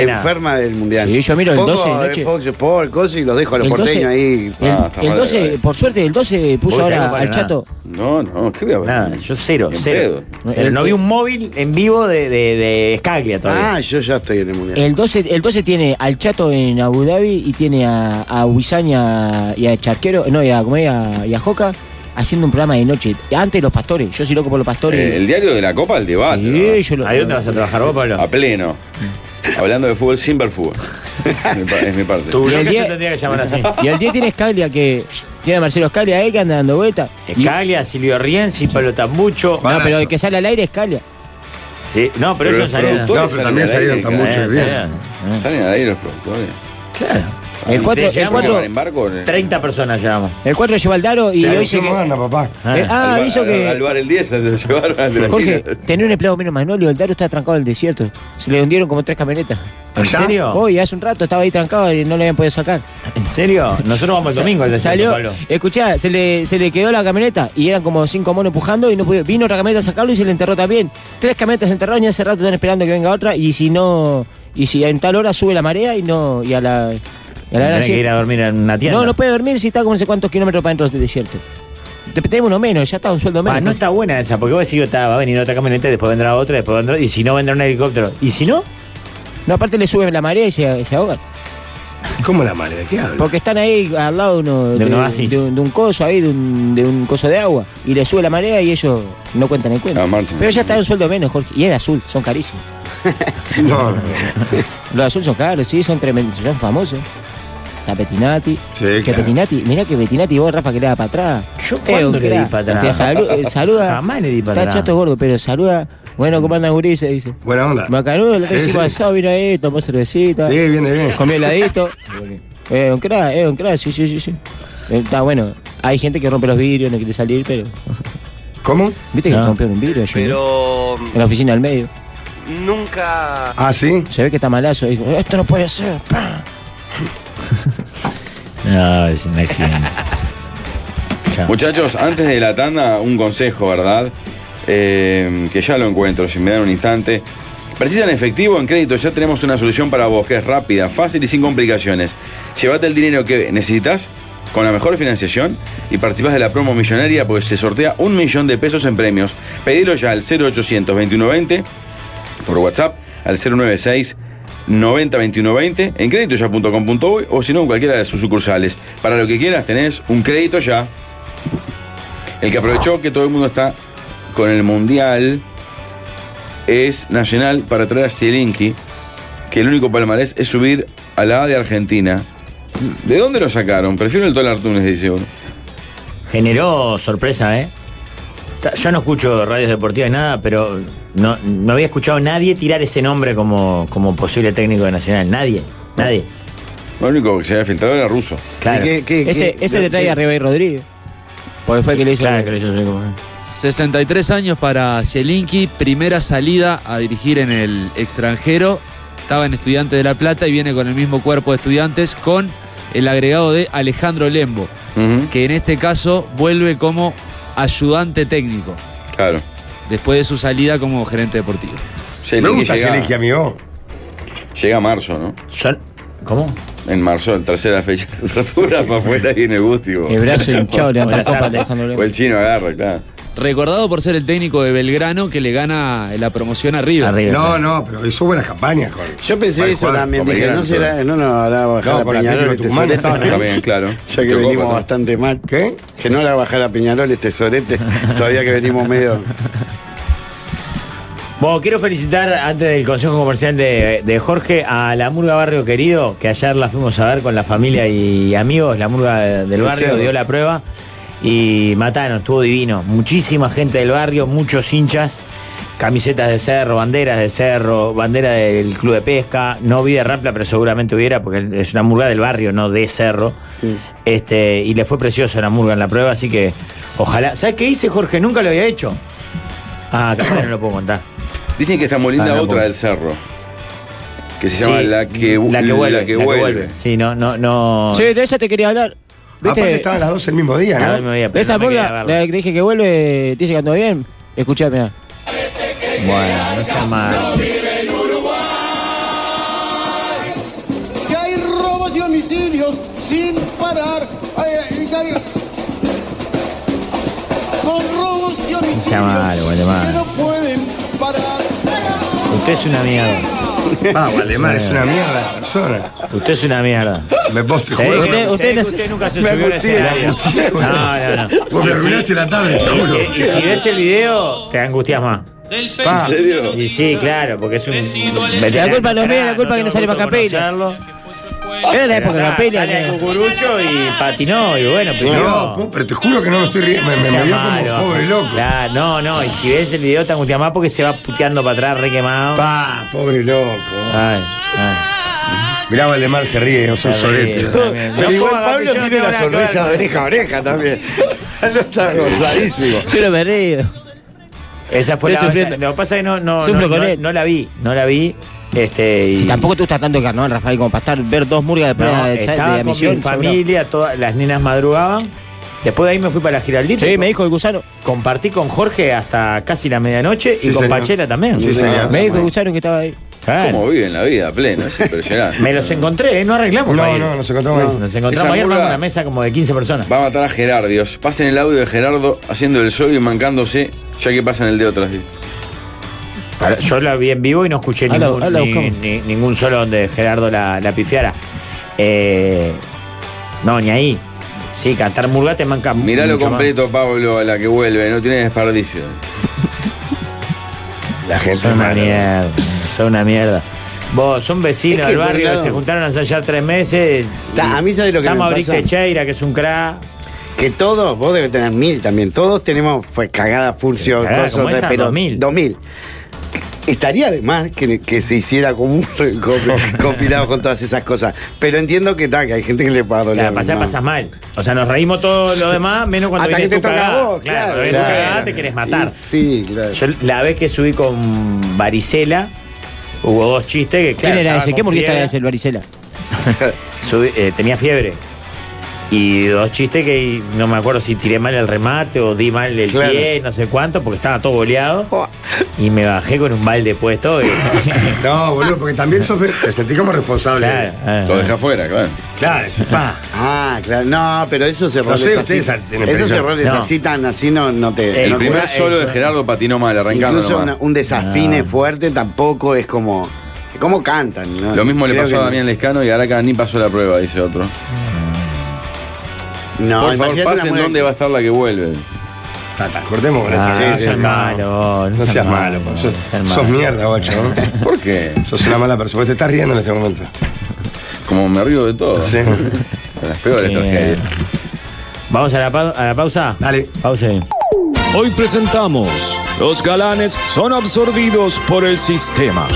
Speaker 7: fiebre
Speaker 6: nada.
Speaker 7: enferma del mundial.
Speaker 6: Sí, yo miro el
Speaker 7: Pongo
Speaker 6: 12 de noche.
Speaker 7: Fox Sport, cosas y los dejo a los
Speaker 6: El 12,
Speaker 7: porteños ahí. Ah,
Speaker 6: el- el 12, por suerte, el 12 puso
Speaker 7: Voy,
Speaker 6: ahora
Speaker 7: no para
Speaker 6: al
Speaker 7: nada.
Speaker 6: chato.
Speaker 5: No, no, ¿qué voy a ver?
Speaker 6: Nada, yo cero,
Speaker 5: Ni en
Speaker 6: cero.
Speaker 5: pedo.
Speaker 6: Pero no vi un móvil en vivo de, de, de Scaglia todavía.
Speaker 7: Ah, yo ya estoy en el mundial.
Speaker 11: El 12, el 12 tiene al Chato en Abu Dhabi y tiene a, a Huizán y a, y a Charquero, no, y a, ¿cómo es? a, y a Joca haciendo un programa de noche. Antes los pastores, yo soy loco por los pastores.
Speaker 5: Eh, el diario de la Copa, el debate. ¿no?
Speaker 6: ¿Ahí dónde vas a trabajar vos, Pablo?
Speaker 5: A pleno. Hablando de fútbol sin ver fútbol. es, mi, pa- es mi parte.
Speaker 6: Tu bloque
Speaker 11: el día-
Speaker 6: se tendría que llamar así.
Speaker 11: Y al 10 tiene Scaglia que. Tiene a Marcelo Scaglia ahí que anda dando vueltas.
Speaker 6: Escalia, Silvio Rienzi, Pablo Tambucho.
Speaker 11: No, pero el que sale al aire es Scaglia.
Speaker 6: Sí, no, pero,
Speaker 5: Pero
Speaker 6: ellos
Speaker 5: los
Speaker 6: salieron.
Speaker 5: productores No, pero también salieron salieron al aire, Tambucho y claro, Rienzi.
Speaker 6: Ah.
Speaker 5: Salen al aire los productores.
Speaker 6: Claro.
Speaker 5: El
Speaker 6: El
Speaker 5: cuatro-
Speaker 6: 4,
Speaker 5: el cuatro- eh.
Speaker 6: 30 personas llevamos.
Speaker 11: El 4 lleva al Daro y hoy se.
Speaker 8: papá.
Speaker 6: Ah.
Speaker 11: Eh, ah,
Speaker 5: al,
Speaker 11: aviso
Speaker 5: al-
Speaker 11: que-
Speaker 5: Al bar el 10 se lo llevaron antes de la
Speaker 11: Jorge,
Speaker 5: liga.
Speaker 11: tener un empleado menos Manolio, el Daro está trancado en el desierto. Se le hundieron como tres camionetas.
Speaker 6: ¿En serio?
Speaker 11: Hoy, hace un rato estaba ahí trancado y no le habían podido sacar.
Speaker 6: ¿En serio? Nosotros vamos el
Speaker 11: Sa-
Speaker 6: domingo al desierto,
Speaker 11: salió,
Speaker 6: Pablo.
Speaker 11: Escuchá, se le, se le quedó la camioneta y eran como cinco monos empujando y no pudo. Vino otra camioneta a sacarlo y se le enterró también. Tres camionetas se enterraron y hace rato están esperando que venga otra y si no. Y si en tal hora sube la marea y no. Y a la. y a la hora
Speaker 6: Tenés que
Speaker 11: siete-
Speaker 6: ir a dormir en una tienda.
Speaker 11: no, no puede dormir si está como no sé cuántos kilómetros para dentro del desierto. Te- Tenemos uno menos, ya está un sueldo menos.
Speaker 6: Ah, no está buena esa, porque vos decís, está, va a venir otra camioneta, después vendrá otra, después vendrá, y si no vendrá un helicóptero. ¿Y si no?
Speaker 11: No, aparte le sube la marea y se, se ahogan.
Speaker 8: ¿Cómo la marea? ¿Qué habla?
Speaker 11: Porque están ahí al lado de, uno,
Speaker 6: De un oasis.
Speaker 11: de un- de un coso ahí, de un, de un coso de agua. Y le sube la marea y ellos no cuentan el cuento.
Speaker 5: Ah, Martín.
Speaker 11: Pero ya está un sueldo menos, Jorge. Y es de azul, son carísimos.
Speaker 8: No, no.
Speaker 11: Los azul son caros, sí, son tremendos, son famosos. Está Petinati.
Speaker 8: Sí,
Speaker 11: que
Speaker 8: claro.
Speaker 11: Petinati, mirá que Petinati vos, Rafa, que le da para atrás.
Speaker 6: Yo
Speaker 11: Eh,
Speaker 6: cuándo
Speaker 11: un
Speaker 6: le di
Speaker 11: crack.
Speaker 6: para atrás.
Speaker 11: Te salu- eh, saluda.
Speaker 6: Jamás le di para
Speaker 11: Está
Speaker 6: atrás.
Speaker 11: chato gordo, pero saluda. Bueno, ¿cómo andan gurises? Dice.
Speaker 8: Buena onda.
Speaker 11: Macanudo, el otro
Speaker 8: Sí,
Speaker 11: día
Speaker 8: sí.
Speaker 11: hicimos asado, vino ahí, tomó cervecita.
Speaker 8: Sí, viene bien.
Speaker 11: Comió heladito. Eh, un crack, eh, un crack, sí, sí, sí, sí. Eh, Está bueno. Hay gente que rompe los vidrios, no quiere salir, pero.
Speaker 8: ¿Cómo?
Speaker 11: ¿Viste que
Speaker 8: Ah.
Speaker 11: rompieron un vidrio? yo,
Speaker 16: Pero
Speaker 11: En la oficina al medio.
Speaker 16: nunca.
Speaker 8: Ah, sí.
Speaker 11: Se ve que está malazo. Dijo, esto no puede ser. pa".
Speaker 6: No, es un accidente.
Speaker 5: Muchachos, antes de la tanda, un consejo, ¿verdad? Eh, que ya lo encuentro, si me dan un instante. ¿Precisan efectivo en crédito? Ya tenemos una solución para vos, que es rápida, fácil y sin complicaciones. Llévate el dinero que necesitas con la mejor financiación y participás de la promo millonaria porque se sortea un millón de pesos en premios. Pedilo ya al 0800 2120 por WhatsApp al 096 90 21 20 en créditoya.com.uy o si no en cualquiera de sus sucursales. Para lo que quieras tenés un crédito ya. El que aprovechó que todo el mundo está con el Mundial es Nacional para traer a Zielinski, que el único palmarés es subir a la A de Argentina. ¿De dónde lo sacaron? Prefiero el dólar Túnez, dice uno.
Speaker 6: Generó sorpresa, ¿eh? Ta- Yo no escucho radios deportivas ni nada, pero no, no había escuchado a nadie tirar ese nombre como, como posible técnico de Nacional. Nadie, nadie.
Speaker 5: Lo único que se había filtrado era ruso.
Speaker 6: Claro.
Speaker 11: ese ese le trae a Ribey Rodríguez. Porque fue el que le hizo.
Speaker 6: Claro, que le hizo
Speaker 17: 63 años para Zielinski, primera salida a dirigir en el extranjero. Estaba en Estudiantes de La Plata y viene con el mismo cuerpo de estudiantes con el agregado de Alejandro Lembo, que en este caso vuelve como ayudante técnico.
Speaker 5: Claro.
Speaker 17: Después de su salida como gerente deportivo.
Speaker 8: Me gusta Zelensky, amigo.
Speaker 5: Llega marzo, ¿no?
Speaker 6: ¿Cómo?
Speaker 5: En marzo, la tercera fecha. Ratura para afuera y en el gusti, vos.
Speaker 11: El brazo hinchado, levanta copa, Alejandro Lembo.
Speaker 5: O el chino agarra, claro.
Speaker 17: Recordado por ser el técnico de Belgrano que le gana la promoción a River.
Speaker 8: No, no, pero hizo buenas campañas con.
Speaker 7: Yo pensé eso también, dije, no será, no nos hará bajar
Speaker 8: No,
Speaker 7: a
Speaker 8: con
Speaker 7: Peñarol
Speaker 8: Atlético
Speaker 7: este
Speaker 8: Tucumán
Speaker 7: sorete.
Speaker 8: estaban, ¿no? Está bien,
Speaker 5: claro.
Speaker 7: Ya que
Speaker 8: Tocó,
Speaker 7: venimos
Speaker 8: ¿no?
Speaker 7: bastante mal.
Speaker 8: ¿Qué?
Speaker 7: Que no hará bajar a Peñarol este sorete, todavía que venimos medio...
Speaker 6: Bueno, quiero felicitar antes del consejo comercial de, de Jorge a la Murga Barrio Querido, que ayer la fuimos a ver con la familia y amigos. La Murga del
Speaker 11: El
Speaker 6: Barrio
Speaker 11: cerro.
Speaker 6: dio la prueba y mataron, estuvo divino. Muchísima gente del barrio, muchos hinchas, camisetas de cerro, banderas de cerro, bandera del club de pesca. No vi de rampla, pero seguramente hubiera, porque es una murga del barrio, no de cerro. Este, y le fue preciosa la murga en la prueba, así que ojalá. ¿Sabes qué hice, Jorge? Nunca lo había hecho. Ah, capaz que no lo puedo contar.
Speaker 5: Dicen que está muy linda
Speaker 6: Ah, no,
Speaker 5: otra
Speaker 6: porque-
Speaker 5: del cerro. Que se llama
Speaker 6: Sí,
Speaker 5: La que,
Speaker 6: la que vuelve.
Speaker 5: La que vuelve.
Speaker 6: Sí, no, no, no.
Speaker 11: Sí, de esa te quería hablar. ¿Viste?
Speaker 8: Aparte estaban las dos el mismo día,
Speaker 6: Las
Speaker 8: ¿no?
Speaker 6: dos el mismo día,
Speaker 11: Esa
Speaker 6: no me
Speaker 11: murga,
Speaker 6: queda
Speaker 11: la que dije que vuelve, dice que andó bien. Escuchá, mirá.
Speaker 6: Bueno, no sea malo.
Speaker 18: que hay robos y homicidios sin parar. eh, y tal- con robos y
Speaker 6: No
Speaker 18: homicidios
Speaker 6: sea malo,
Speaker 18: que no
Speaker 6: Guatemala.
Speaker 18: pueden parar.
Speaker 6: Usted es una mierda.
Speaker 8: Ah, Guatemala, es una mierda de persona.
Speaker 6: Usted es una mierda.
Speaker 8: Me poste,
Speaker 6: Se ve
Speaker 8: juro.
Speaker 6: que usted- usted no- me angustié, me angustié, boludo.
Speaker 8: Vos me
Speaker 6: Y si-
Speaker 8: arruinaste la tarde,
Speaker 6: y
Speaker 8: seguro.
Speaker 6: si- Y si ves el video, te angustias más.
Speaker 8: Pa.
Speaker 6: Y sí, claro, porque es un.
Speaker 11: La culpa no es mía, la culpa que no sale para Campeira. Era la época de Campeira.
Speaker 6: Sale
Speaker 11: que-
Speaker 6: al cucurucho y patinó, y bueno, pues pero.
Speaker 8: No, po, pero te juro que no me estoy riendo. Me, me- me dio como pobre loco.
Speaker 6: Claro, no, no, y si ves el video te angustias más porque se va puteando para atrás, re quemado.
Speaker 8: Pa,
Speaker 7: Ah,
Speaker 8: pobre loco.
Speaker 6: Ay, ay.
Speaker 8: Ah, Mirá, Valdemar se ríe, vos sos
Speaker 6: Se ríe,
Speaker 8: sorete.
Speaker 6: también. No
Speaker 8: este. Pero igual
Speaker 6: puedo,
Speaker 8: Pablo
Speaker 6: yo no
Speaker 8: tiene
Speaker 6: tengo
Speaker 8: la
Speaker 6: nada que ver
Speaker 8: sonrisa
Speaker 6: con
Speaker 8: de
Speaker 6: él.
Speaker 8: oreja a oreja también. No está gozadísimo.
Speaker 11: Yo no me río.
Speaker 6: Esa fue
Speaker 11: Estoy
Speaker 6: la.
Speaker 11: sufriendo.
Speaker 6: Lo que pasa es que no, no,
Speaker 11: Sufro
Speaker 6: no,
Speaker 11: con
Speaker 6: no-
Speaker 11: él.
Speaker 6: no la vi, no la vi. Este, y-
Speaker 11: Si tampoco te gusta tanto el carnaval, Rafael, como para estar, ver dos murgas de
Speaker 6: No,
Speaker 11: playa de, de,
Speaker 6: estaba
Speaker 11: de
Speaker 6: con
Speaker 11: misión.
Speaker 6: mi familia, todas las nenas madrugaban. Después de ahí me fui para la Giraldita.
Speaker 11: Sí,
Speaker 6: y
Speaker 11: me dijo el gusano.
Speaker 6: Compartí con Jorge hasta casi la medianoche
Speaker 8: Sí,
Speaker 6: y con
Speaker 8: señor.
Speaker 6: Pachela también.
Speaker 8: Sí, señor.
Speaker 11: Me dijo el gusano que estaba ahí.
Speaker 6: Claro.
Speaker 5: ¿Cómo viven la vida plena? Es impresionante.
Speaker 6: Me los encontré, ¿eh? no arreglamos.
Speaker 5: No,
Speaker 6: para ir.
Speaker 5: no,
Speaker 8: nos encontramos ahí.
Speaker 6: Nos encontramos ayer,
Speaker 5: Esa
Speaker 6: vamos a
Speaker 5: murga-
Speaker 6: una mesa como de 15 personas.
Speaker 5: Va a matar a Gerardios. Pasen el audio de Gerardo haciendo el show y mancándose, ya que pasan el de otras.
Speaker 6: Ahora, Yo la vi en vivo y no escuché
Speaker 5: Ah, la-
Speaker 6: ningún,
Speaker 5: ah, la
Speaker 6: ni-
Speaker 5: buscamos.
Speaker 6: ni- ningún solo donde Gerardo la, la pifiara. Eh, no, ni ahí. Sí, cantar murga te manca
Speaker 5: Miralo
Speaker 6: Mm, mucho más.
Speaker 5: completo, Pablo, a la que vuelve, no tiene desperdicio.
Speaker 6: La gente son una mierda, son una mierda. Vos, son vecinos
Speaker 7: Es que,
Speaker 6: del
Speaker 7: por
Speaker 6: barrio
Speaker 7: un
Speaker 6: que
Speaker 7: lado-
Speaker 6: se juntaron a ensayar tres meses.
Speaker 7: Ta, a mí sabes lo que me
Speaker 6: Estamos
Speaker 7: pasa.
Speaker 6: Cheira, que es un cra.
Speaker 7: Que todos, vos debes tener mil también. Todos tenemos fue cagada, furcio,
Speaker 6: Cagada como
Speaker 7: cosas de
Speaker 6: esa,
Speaker 7: pero.
Speaker 6: 2000.
Speaker 7: 2000. Estaría de más que, que se hiciera como un re- co- compilado con todas esas cosas. Pero entiendo que, ta, que hay gente que le va a doler.
Speaker 6: Claro, pasás,
Speaker 7: más.
Speaker 6: pasás mal. O sea, nos reímos todo lo demás, menos cuando
Speaker 7: Hasta
Speaker 6: viene
Speaker 7: que te
Speaker 6: tu
Speaker 7: toca a
Speaker 6: cagada.
Speaker 7: vos, claro,
Speaker 6: cuando viene tu
Speaker 7: claro.
Speaker 6: cagada te querés matar.
Speaker 7: Y sí, claro.
Speaker 6: Yo la vez que subí con Varicela, hubo dos chistes que
Speaker 11: ¿Quién
Speaker 6: claro,
Speaker 11: era
Speaker 6: estaba
Speaker 11: ese?
Speaker 6: con
Speaker 11: ¿Qué murguita
Speaker 6: fiebre.
Speaker 11: era ese, el varicela?
Speaker 6: Subí- eh, tenía fiebre. Y dos chistes que no me acuerdo si tiré mal el remate o di mal el
Speaker 7: Claro.
Speaker 6: pie, no sé cuánto, porque estaba todo boleado. Y me bajé con un balde puesto. y-
Speaker 8: No, boludo, porque también sos, te sentís como responsable.
Speaker 6: Claro.
Speaker 5: Lo deja fuera, claro.
Speaker 8: Claro, es pa.
Speaker 7: Ah, claro. No, pero esos errores
Speaker 8: sé,
Speaker 7: así.
Speaker 8: ustedes tienen
Speaker 7: Esos
Speaker 8: presión.
Speaker 7: errores
Speaker 8: No.
Speaker 7: así tan así no, no
Speaker 6: Eh,
Speaker 7: te.
Speaker 5: El
Speaker 7: no te-
Speaker 5: primer solo de Gerardo patinó mal, arrancando
Speaker 7: Incluso
Speaker 5: nomás.
Speaker 7: una- un
Speaker 6: Ah.
Speaker 7: desafine fuerte tampoco es como. ¿Cómo cantan? no?
Speaker 8: Ah,
Speaker 5: Lo mismo le
Speaker 7: Creo
Speaker 5: pasó
Speaker 7: que
Speaker 5: a
Speaker 7: no.
Speaker 5: Damián Lescano y Araca ni pasó la prueba, dice otro.
Speaker 7: No,
Speaker 5: Por favor,
Speaker 7: imagínate una
Speaker 5: pasen
Speaker 7: mujer-
Speaker 5: dónde va a estar la que vuelve.
Speaker 8: Cortemos con
Speaker 6: Ah,
Speaker 8: esto.
Speaker 6: no seas malo,
Speaker 8: No seas malo, po. sos, sos mierda, guacho. ¿no?
Speaker 5: ¿Por qué?
Speaker 8: Sos una mala persona. Vos Te estás riendo en este momento.
Speaker 5: Como me río de todo.
Speaker 8: Sí.
Speaker 5: De Las peores
Speaker 6: Qué
Speaker 5: tragedias.
Speaker 6: Vamos a la, pau- a la pausa.
Speaker 8: Dale.
Speaker 6: Pausa.
Speaker 19: Hoy presentamos, los galanes son absorbidos por el sistema.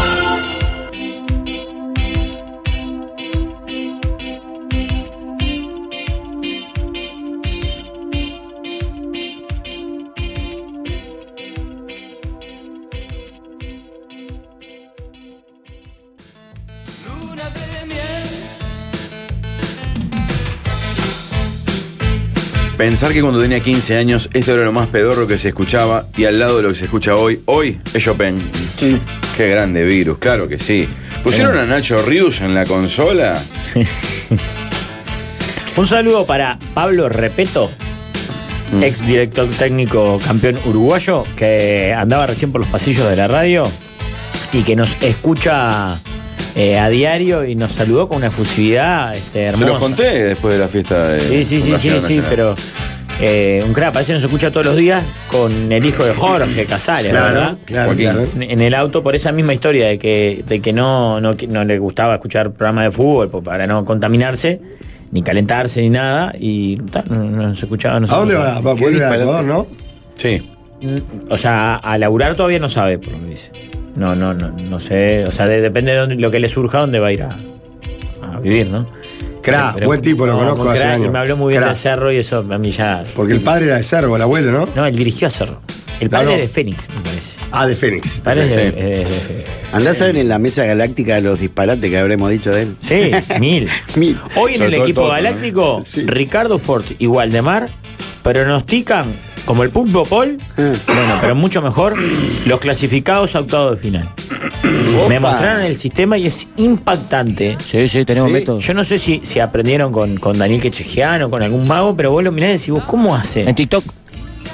Speaker 5: Pensar que cuando tenía 15 años esto era lo más pedorro que se escuchaba y al lado de lo que se escucha hoy, hoy es Chopin. Qué grande virus, claro que sí. ¿Pusieron a Nacho Rius en la consola?
Speaker 6: Un saludo para Pablo Repeto, ex director técnico campeón uruguayo, que andaba recién por los pasillos de la radio y que nos escucha eh, a diario y nos saludó con una efusividad este,
Speaker 5: Se
Speaker 6: hermosa.
Speaker 5: los conté después de la fiesta de.
Speaker 6: Sí, sí, sí, sí,
Speaker 5: Fundación
Speaker 6: sí,
Speaker 5: Nacional.
Speaker 6: pero eh, un crap, parece que nos escucha todos los días con el hijo de Jorge Casales,
Speaker 8: Claro,
Speaker 6: ¿verdad?
Speaker 8: claro,
Speaker 6: Joaquín.
Speaker 8: claro.
Speaker 6: En el auto por esa misma historia de que, de que no, no, que no le gustaba escuchar programas de fútbol pues, para no contaminarse, ni calentarse, ni nada, y ta, no, no se escuchaba. No se
Speaker 8: ¿A dónde
Speaker 6: escuchaba.
Speaker 8: va? ¿Va a volver al Ecuador, no?
Speaker 5: Sí.
Speaker 6: O sea, a laburar todavía no sabe, por lo que dice. No, no, no, no sé. O sea, de- depende de dónde- lo que le surja, dónde va a ir a, a vivir, ¿no?
Speaker 8: Cra,
Speaker 6: Pero-
Speaker 8: buen tipo, lo
Speaker 6: no,
Speaker 8: conozco
Speaker 6: un
Speaker 8: hace
Speaker 6: crack, y
Speaker 8: años.
Speaker 6: Me habló muy bien
Speaker 8: Crack.
Speaker 6: de Cerro y eso a mí ya.
Speaker 8: Porque el padre era de Cervo, el abuelo, ¿no?
Speaker 6: No, él dirigió a Cerro. El padre de Fénix, me parece.
Speaker 8: Ah, de Fénix.
Speaker 6: Padre
Speaker 8: Sí.
Speaker 6: de- eh, eh,
Speaker 7: Andá a saber en la mesa galáctica los disparates que habremos dicho de él.
Speaker 6: Sí, mil.
Speaker 7: mil.
Speaker 6: Hoy en el equipo galáctico, Ricardo Fort y Waldemar pronostican como el Pulpo Paul,
Speaker 7: Ah.
Speaker 6: bueno, pero mucho mejor, los clasificados a octavos de final. Me mostraron el sistema y es impactante.
Speaker 11: Sí, sí, tenemos
Speaker 6: Sí.
Speaker 11: método.
Speaker 6: Yo no sé si, si aprendieron con, con Daniel Quechejian o con algún mago, pero vos lo mirás y decís, vos, ¿cómo hace? En
Speaker 11: TikTok.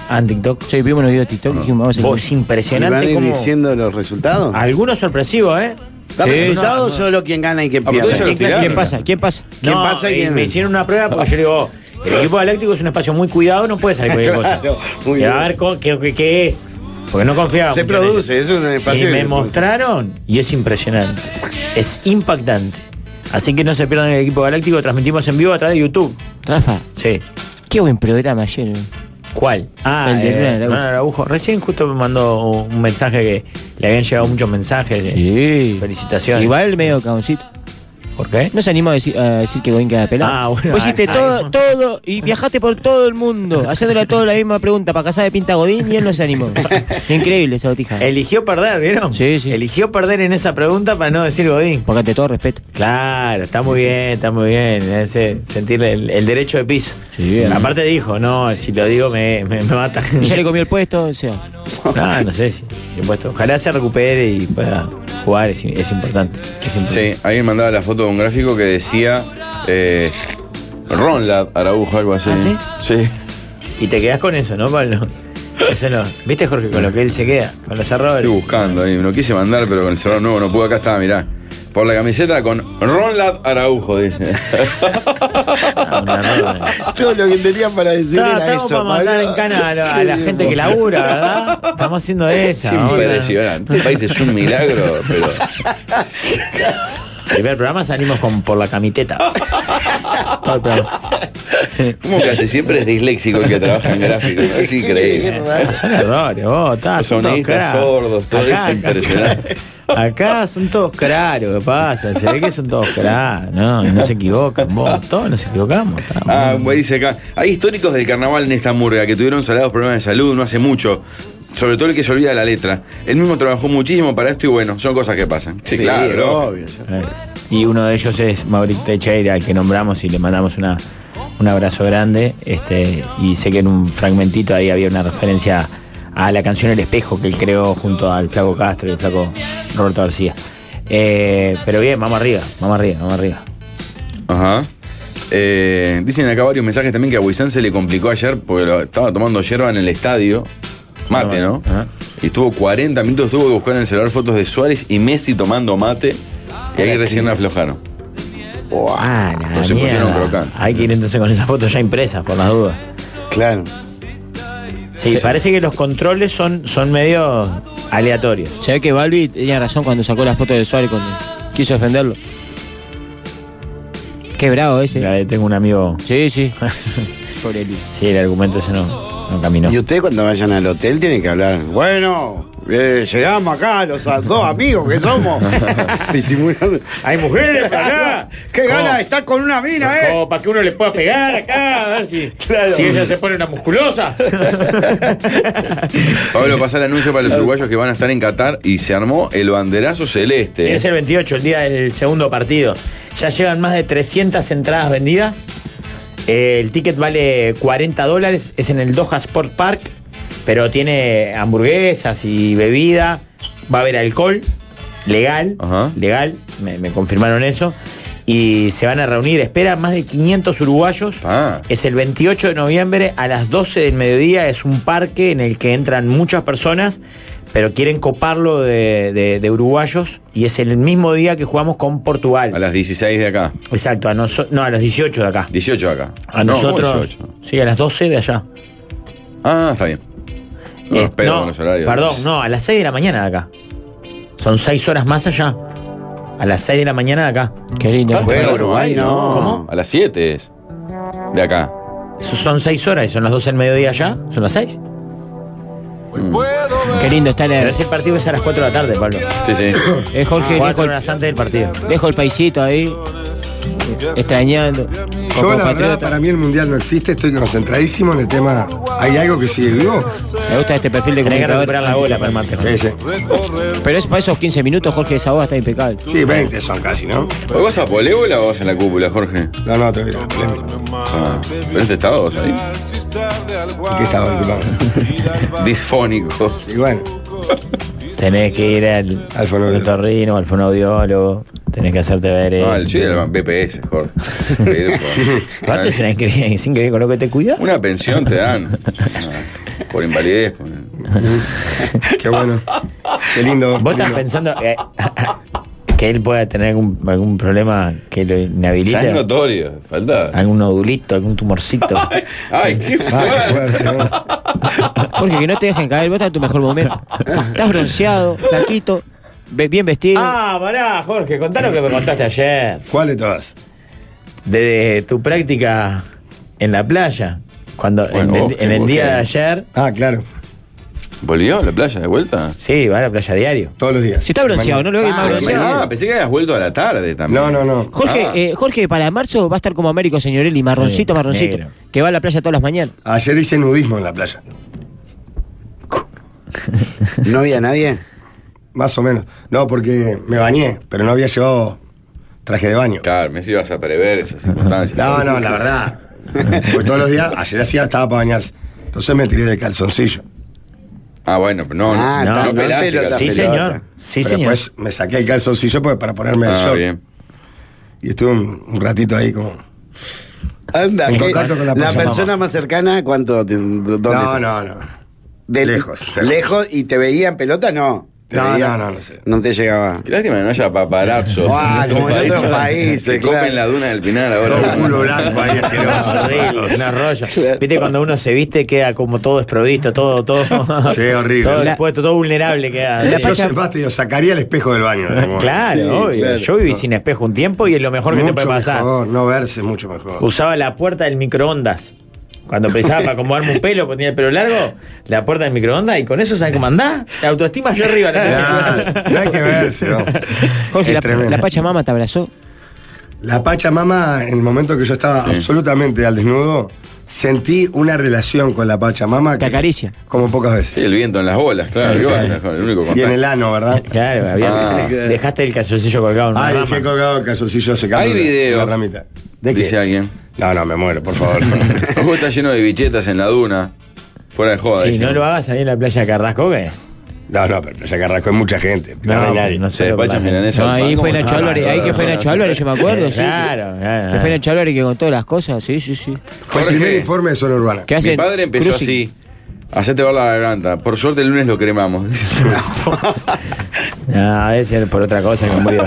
Speaker 6: Ah, en TikTok.
Speaker 11: Sí, vimos los videos de TikTok y dijimos, vamos a hacer-
Speaker 6: Vos, es impresionante
Speaker 7: ¿Y van a ir
Speaker 6: cómo-
Speaker 7: Ah. diciendo los resultados?
Speaker 6: Algunos sorpresivos, ¿eh?
Speaker 7: ¿Dame
Speaker 6: Sí.
Speaker 7: resultados solo quien gana
Speaker 5: Ah,
Speaker 7: y quien pierde?
Speaker 11: ¿Quién pasa?
Speaker 7: ¿Quién
Speaker 6: No,
Speaker 7: pasa y
Speaker 6: eh,
Speaker 7: quién-
Speaker 6: Me hicieron una prueba porque yo le digo, el equipo galáctico es un espacio muy cuidado, no puede salir cualquier
Speaker 7: Claro,
Speaker 6: cosa.
Speaker 7: muy
Speaker 6: Y a
Speaker 7: bien.
Speaker 6: ver co- qué, qué- qué es. Porque no confiaba.
Speaker 7: Se
Speaker 6: mucho en
Speaker 7: produce,
Speaker 6: ellos.
Speaker 7: es un espacio
Speaker 6: Y
Speaker 7: que
Speaker 6: me
Speaker 7: se produce.
Speaker 6: mostraron y es impresionante. Es impactante. Así que no se pierdan el equipo galáctico, transmitimos en vivo a través de YouTube.
Speaker 11: Rafa.
Speaker 6: Sí.
Speaker 11: Qué buen programa ayer. eh.
Speaker 6: ¿Cuál? Ah,
Speaker 11: El de
Speaker 6: eh,
Speaker 11: Hernán Araujo.
Speaker 6: Hernán Araujo. Recién justo me mandó un mensaje que le habían llegado muchos mensajes. de Felicitaciones.
Speaker 11: Igual medio cagoncito.
Speaker 6: ¿Por qué?
Speaker 11: No se animó a decir, a decir que Goín queda pelado.
Speaker 6: Ah, bueno,
Speaker 11: Vos hiciste
Speaker 6: ah,
Speaker 11: todo, todo y viajaste por todo el mundo, haciéndole a todos la misma pregunta para casar de pinta Godín y él no se animó. Increíble esa botija.
Speaker 6: Eligió perder, ¿vieron? Sí, sí. Eligió perder en esa pregunta para no decir Godín.
Speaker 11: Porque ante todo respeto.
Speaker 6: Claro, está muy bien, está muy bien. Ese, sentir el, el derecho de piso. Aparte dijo, no, si lo digo me, me, me mata.
Speaker 11: Y ya le comió el puesto, o sea.
Speaker 6: no, no sé si, si puesto. Ojalá se recupere y pueda jugar, es, es importante. es importante.
Speaker 5: Sí, alguien mandaba la foto de un gráfico que decía eh, Ron Lab, Araujo, algo así.
Speaker 6: ¿Ah,
Speaker 5: sí?
Speaker 6: Y te quedás con eso, ¿no, Pablo? Eso no. ¿Viste, Jorge, con lo que él se queda? Con los errores.
Speaker 5: Estoy buscando ahí, me lo quise mandar, pero con el cerrado nuevo no pude. Acá estaba, mirá. Por la camiseta con Ron Lab Araujo, dice.
Speaker 7: Yo lo que tenía para decir
Speaker 6: No,
Speaker 7: era
Speaker 6: estamos
Speaker 7: eso.
Speaker 6: para mandar
Speaker 7: Pablo.
Speaker 6: en cana a la, a la
Speaker 7: Qué
Speaker 6: gente
Speaker 7: bien.
Speaker 6: que labura, ¿verdad? Estamos haciendo esa.
Speaker 5: Es impresionante. Este país es un milagro, pero.
Speaker 6: Primer programa salimos con, por la camiseta. Todo el programa.
Speaker 5: ¿Cómo que hace? Siempre es disléxico el que trabaja en gráficos. Es increíble.
Speaker 6: Ah, Son errores, vos, está, son todos
Speaker 5: Sonistas,
Speaker 6: crack.
Speaker 5: sordos, todo
Speaker 6: Acá,
Speaker 5: es impresionante.
Speaker 6: Acá son todos claros, ¿qué pasa? Se ve que son todos claros, no, no se equivocan, vos, todos nos equivocamos. está.
Speaker 5: Ah, bueno, dice acá. Hay históricos del carnaval en esta murga que tuvieron salados problemas de salud no hace mucho. Sobre todo el que se olvida la letra. Él mismo trabajó muchísimo para esto y bueno, son cosas que pasan. Sí, claro.
Speaker 7: obvio.
Speaker 6: Eh, Y uno de ellos es Mauricio Teixeira, al que nombramos y le mandamos una, un abrazo grande. Este, y sé que en un fragmentito ahí había una referencia a la canción El Espejo que él creó junto al Flaco Castro y el Flaco Roberto García. Eh, pero bien, vamos arriba, vamos arriba, vamos arriba.
Speaker 5: Ajá. Eh, dicen acá varios mensajes también que a Huizán se le complicó ayer porque lo- estaba tomando yerba en el estadio. Mate, ¿no? Y estuvo 40 minutos, tuvo que buscar en el celular fotos de Suárez y Messi tomando mate. Y ahí recién aflojaron.
Speaker 6: Ah, la
Speaker 5: No se pusieron
Speaker 6: mierda.
Speaker 5: crocante.
Speaker 6: Hay que ir entonces con esa foto ya impresa, por las dudas.
Speaker 7: Claro.
Speaker 6: Sí, parece que los controles son, son medio aleatorios.
Speaker 11: Se ve que Balbi tenía razón cuando sacó la foto de Suárez cuando quiso defenderlo. Qué bravo ese.
Speaker 6: Ya, eh, Tengo un amigo.
Speaker 11: Sí, sí.
Speaker 6: Sobre Sí, el argumento ese no, no caminó.
Speaker 7: Y ustedes cuando vayan al hotel tienen que hablar. Bueno, eh, llegamos acá, los dos amigos que somos. Disimulando.
Speaker 6: Hay mujeres acá.
Speaker 8: Oh.
Speaker 7: Qué
Speaker 6: ¿Cómo?
Speaker 7: ganas de estar con una mina, eh.
Speaker 6: Como para que uno le pueda pegar acá, a ver si,
Speaker 7: Claro.
Speaker 6: si ella se pone una musculosa.
Speaker 5: Pablo, pasa el anuncio para los uruguayos que van a estar en Qatar y se armó el banderazo celeste. ¿eh?
Speaker 6: Sí, es el 28, el día del segundo partido. Ya llevan más de 300 entradas vendidas. Eh, el ticket vale 40 dólares. Es en el Doha Sport Park. Pero tiene hamburguesas y bebida. Va a haber alcohol. Legal. Legal. Me, me confirmaron eso. Y se van a reunir. Espera más de 500 uruguayos. Es el 28 de noviembre a las 12 del mediodía. Es un parque en el que entran muchas personas pero quieren coparlo de, de- de uruguayos y es el mismo día que jugamos con Portugal.
Speaker 5: A las 16 de acá.
Speaker 6: Exacto, a noso- no, a las 18 de acá.
Speaker 5: 18 acá.
Speaker 6: A
Speaker 5: No, ¿cómo
Speaker 6: nosotros.
Speaker 5: 18?
Speaker 6: Sí, a las 12 de allá.
Speaker 5: Ah, está bien. No nos pedo con los horarios.
Speaker 6: Perdón, no, a las 6 de la mañana de acá. Son 6 horas más allá. A las 6 de la mañana de acá.
Speaker 11: Qué lindo.
Speaker 5: Juega
Speaker 6: Uruguay, no.
Speaker 5: ¿Cómo? A las 7 es. De acá.
Speaker 6: Eso son 6 horas y son las 12 del mediodía allá. Son las 6.
Speaker 11: Qué lindo está la.
Speaker 6: Pero ese partido es a las 4 de la tarde, Pablo.
Speaker 5: Sí, sí.
Speaker 11: Es Jorge
Speaker 6: Ah,
Speaker 11: dejo,
Speaker 6: cuatro
Speaker 11: el-
Speaker 6: horas antes del partido.
Speaker 11: dejo el paisito ahí. eh, Extrañando.
Speaker 8: Yo, la verdad,
Speaker 11: compatriota.
Speaker 8: para mí el mundial no existe, estoy concentradísimo en el tema. ¿Hay algo que sigue vivo?
Speaker 11: Me gusta este perfil de
Speaker 8: Tenés que
Speaker 11: comunicador.
Speaker 8: recuperar la bola para el martes, Jorge. Sí,
Speaker 11: Pero es para esos 15 minutos, Jorge de Saboa está impecable.
Speaker 8: Sí, 20 son casi, ¿no?
Speaker 5: ¿Hoy vas a polévola o vas a la cúpula, Jorge?
Speaker 8: No, no, te voy a ir a la polémica.
Speaker 5: Ah, pero este está vos ahí.
Speaker 8: ¿Y qué estaba vinculado?
Speaker 5: Disfónico.
Speaker 8: Y bueno.
Speaker 6: Tenés que ir al, al fonoaudiólogo, al fonoaudiólogo, tenés que hacerte ver eso.
Speaker 5: No, el chido era BPS, Jorge. Pedir por-
Speaker 6: Aparte es una increíble, es increíble con lo que te cuida.
Speaker 5: Una pensión te dan. Por invalidez. por-
Speaker 8: Qué bueno. Qué lindo.
Speaker 6: Vos estás pensando eh, que él pueda tener algún, algún problema que lo
Speaker 5: Ya
Speaker 6: inhabilite.
Speaker 5: es notorio. Falta.
Speaker 6: Algún nodulito, algún tumorcito. Ah,
Speaker 5: Ay, qué
Speaker 11: Jorge, que no te dejen caer, vos estás en tu mejor momento. Estás bronceado, flaquito, ve- bien vestido.
Speaker 6: Ah, pará, Jorge, contá lo que me contaste ayer.
Speaker 8: ¿Cuál de todas?
Speaker 6: De tu práctica en la playa. Cuando
Speaker 5: Bueno,
Speaker 6: en,
Speaker 5: vos,
Speaker 6: en el
Speaker 5: vos
Speaker 6: día
Speaker 5: qué.
Speaker 6: de ayer.
Speaker 8: Ah, claro.
Speaker 5: ¿Volvió a la playa de vuelta?
Speaker 6: Sí, va a la playa diario.
Speaker 8: Todos los días.
Speaker 11: Si está bronceado, no lo veas más bronceado.
Speaker 5: Ah, pensé que habías vuelto a la tarde también.
Speaker 8: No, no, no. Ah.
Speaker 11: Jorge, eh, Jorge, para marzo va a estar como Américo Señorelli, marroncito,
Speaker 8: Sí,
Speaker 11: marroncito,
Speaker 8: negro.
Speaker 11: que va a la playa todas las mañanas.
Speaker 8: Ayer hice nudismo en la playa.
Speaker 7: ¿No había nadie?
Speaker 8: Más o menos. No, porque me bañé, pero no había llevado traje de baño.
Speaker 5: Claro, me si ibas a prever esas circunstancias.
Speaker 8: No, no, la verdad. Porque todos los días, ayer hacía, estaba para bañarse. Entonces me tiré de calzoncillo.
Speaker 5: Ah, bueno, pero no.
Speaker 8: Ah,
Speaker 5: no,
Speaker 8: está,
Speaker 5: no
Speaker 8: no
Speaker 5: pelaste,
Speaker 8: pelota,
Speaker 5: Gabriel.
Speaker 8: pelota. Pero después me saqué el calzoncillo pues, para ponerme el
Speaker 5: Ah,
Speaker 8: short.
Speaker 5: bien.
Speaker 8: Y estuve un, un ratito ahí como.
Speaker 7: Anda,
Speaker 8: En
Speaker 7: que
Speaker 8: contacto con
Speaker 7: la,
Speaker 8: la Pachamama.
Speaker 7: persona más cercana, ¿cuánto? te- ¿Dónde
Speaker 8: No,
Speaker 7: está?
Speaker 8: no, no.
Speaker 7: De-
Speaker 8: Lejos,
Speaker 7: lejos.
Speaker 8: lejos.
Speaker 7: ¿Y te veía en pelota? No. ¿Te
Speaker 8: No,
Speaker 7: veía?
Speaker 8: no, no, no sé.
Speaker 7: No te llegaba.
Speaker 5: Qué lástima que no haya paparazos.
Speaker 7: Ah, como en otros
Speaker 5: Que
Speaker 7: países, claro.
Speaker 5: comen la duna del Pinar ahora.
Speaker 8: Todo culo blanco ahí, asqueroso.
Speaker 6: Horrible, un arroyo. Viste cuando uno se viste queda como todo desprovisto, todo, todo.
Speaker 8: Sí, horrible.
Speaker 6: Todo
Speaker 8: La-
Speaker 6: expuesto, todo vulnerable
Speaker 5: Ah,
Speaker 6: queda.
Speaker 8: yo sepaste, yo sacaría el espejo del baño. digamos.
Speaker 6: Claro,
Speaker 8: Sí,
Speaker 6: obvio.
Speaker 8: claro.
Speaker 6: Yo viví sin espejo un tiempo y es lo mejor que
Speaker 8: mucho
Speaker 6: te puede pasar.
Speaker 8: Mejor, no verse mucho mejor.
Speaker 6: Usaba la puerta del microondas. Cuando pensaba para acomodarme un pelo, ponía el pelo largo, la puerta del microondas y con eso, ¿sabes cómo andás? La autoestima yo arriba.
Speaker 8: Claro, no hay que verse, ¿no?
Speaker 11: Jorge,
Speaker 8: Es
Speaker 11: la,
Speaker 8: tremendo.
Speaker 11: la Pachamama te abrazó.
Speaker 8: La Pachamama, en el momento que yo estaba absolutamente al desnudo, sentí una relación con la Pachamama. Te
Speaker 11: acaricia.
Speaker 8: Como pocas veces.
Speaker 5: Sí, el viento en las bolas, claro.
Speaker 8: Sí,
Speaker 5: ¿qué
Speaker 8: claro.
Speaker 5: vas a hacer? el único
Speaker 8: Y en
Speaker 5: contacto.
Speaker 8: el ano, ¿verdad?
Speaker 6: Claro, había-
Speaker 5: Ah.
Speaker 6: dejaste el calzoncillo colgado en una
Speaker 8: Ay,
Speaker 6: rama.
Speaker 8: dejé colgado el calzoncillo secando.
Speaker 5: Hay
Speaker 8: la-
Speaker 5: videos.
Speaker 8: la ramita. ¿De qué?
Speaker 5: Dice alguien.
Speaker 8: No, no, me muero, por favor.
Speaker 5: Ojo, está lleno de bichetas en la duna. Fuera de joda.
Speaker 6: Si
Speaker 5: dice.
Speaker 6: no lo hagas ahí en la playa de Carrasco, ¿qué?
Speaker 8: No, no, pero se Carrasco hay mucha gente. No,
Speaker 6: No,
Speaker 8: hay nadie.
Speaker 6: no
Speaker 5: Se despacha milanesa.
Speaker 11: No, ahí
Speaker 5: ¿Cómo
Speaker 11: fue
Speaker 5: está?
Speaker 11: Nacho Álvarez, ahí que fue Nacho Álvarez, yo me acuerdo, sí.
Speaker 6: Eh, Claro, claro.
Speaker 11: Que fue Nacho Álvarez que contó las cosas, sí, sí, sí.
Speaker 8: Fue el primer informe de zona urbana.
Speaker 11: ¿Qué hacen?
Speaker 5: Mi padre empezó
Speaker 11: Cruising.
Speaker 5: así. Hacete ver la garganta. Por suerte el lunes lo cremamos.
Speaker 6: No, debe ser por otra cosa que murió.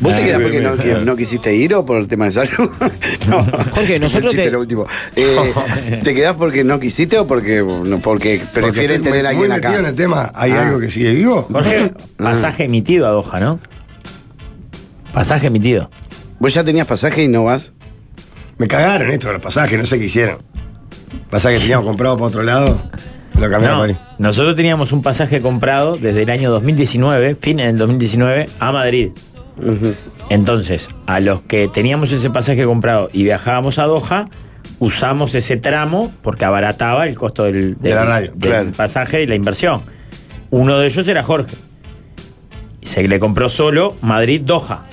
Speaker 7: ¿Vos te
Speaker 6: Ah,
Speaker 7: quedás porque
Speaker 6: bien,
Speaker 7: no,
Speaker 6: bien.
Speaker 7: que- no quisiste ir o por el tema de salud? no.
Speaker 11: Jorge, nosotros
Speaker 7: Chiste
Speaker 11: te-
Speaker 7: lo último. Eh, ¿Te quedás porque no quisiste o porque, no, porque
Speaker 8: Porque
Speaker 7: prefieren
Speaker 8: estoy
Speaker 7: tener a
Speaker 8: muy-
Speaker 7: alguien
Speaker 8: muy
Speaker 7: acá?
Speaker 8: metido en el tema. ¿Hay
Speaker 7: Ah.
Speaker 8: algo que sigue vivo?
Speaker 6: Jorge, pasaje emitido a Doha, ¿no? Pasaje emitido.
Speaker 7: ¿Vos ya tenías pasaje y no vas?
Speaker 8: Me cagaron esto de los pasajes, no sé qué hicieron. Pasaje que teníamos comprado para otro lado, lo
Speaker 6: No,
Speaker 8: cambiaron para ahí.
Speaker 6: nosotros teníamos un pasaje comprado desde el año 2019, fin del 2019, a Madrid. Entonces, a los que teníamos ese pasaje comprado y viajábamos a Doha, usamos ese tramo porque abarataba el costo del,
Speaker 8: De
Speaker 6: del-
Speaker 8: la radio,
Speaker 6: del
Speaker 8: claro.
Speaker 6: pasaje y la inversión. Uno de ellos era Jorge. Y se le compró solo Madrid-Doha.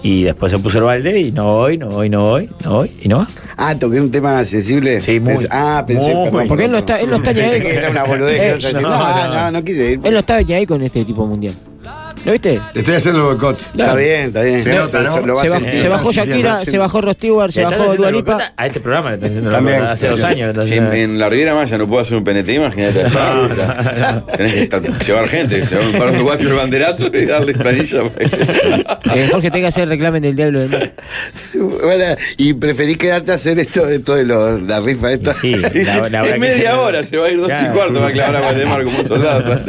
Speaker 6: Y después se puso el balde y no voy, no voy, no voy, no voy y no va.
Speaker 7: Ah, toqué un tema sensible.
Speaker 6: Sí, muy.
Speaker 7: Pens- ah, pensé,
Speaker 6: Muy.
Speaker 7: perdón,
Speaker 11: Porque él no
Speaker 7: perdón,
Speaker 11: está, él no está ni ahí.
Speaker 7: perdón.
Speaker 11: Eh,
Speaker 7: Pensé que era una boludez. que ibas a decir,
Speaker 6: No,
Speaker 7: no,
Speaker 6: no,
Speaker 7: no,
Speaker 6: no.
Speaker 7: no, quise ir.
Speaker 11: Él no está ni ahí con este tipo mundial. ¿Lo viste?
Speaker 8: Te estoy haciendo el boicot.
Speaker 7: Está bien, está bien.
Speaker 8: Se nota, ¿no?
Speaker 7: Lo va a
Speaker 11: Se, baj-
Speaker 7: sentir.
Speaker 11: se bajó
Speaker 8: Lo
Speaker 11: Shakira,
Speaker 8: hace-
Speaker 11: se bajó Rostewart, se
Speaker 6: Le estás
Speaker 11: bajó
Speaker 6: haciendo
Speaker 11: Dua
Speaker 6: la
Speaker 11: Lipa.
Speaker 6: boicota A este programa le estás haciendo la
Speaker 8: También.
Speaker 6: boicota hace dos años. le estás
Speaker 5: Si en,
Speaker 6: haciendo-
Speaker 5: en la Riviera Maya no puedo hacer un penetrima, imagínate. Tenés que estar- llevar gente, llevar un par de guapios banderazos y darle planilla. pues.
Speaker 11: Eh, Jorge, tenga que hacer el reclamen del diablo del mar.
Speaker 7: Bueno, y preferís quedarte a hacer esto, esto de lo- la rifa esta.
Speaker 6: Sí, la, la
Speaker 5: en
Speaker 6: verdad que
Speaker 5: media
Speaker 6: se-
Speaker 5: hora se va a ir dos
Speaker 6: Claro.
Speaker 5: y cuarto, va a clavar a Valdemar como un soldado.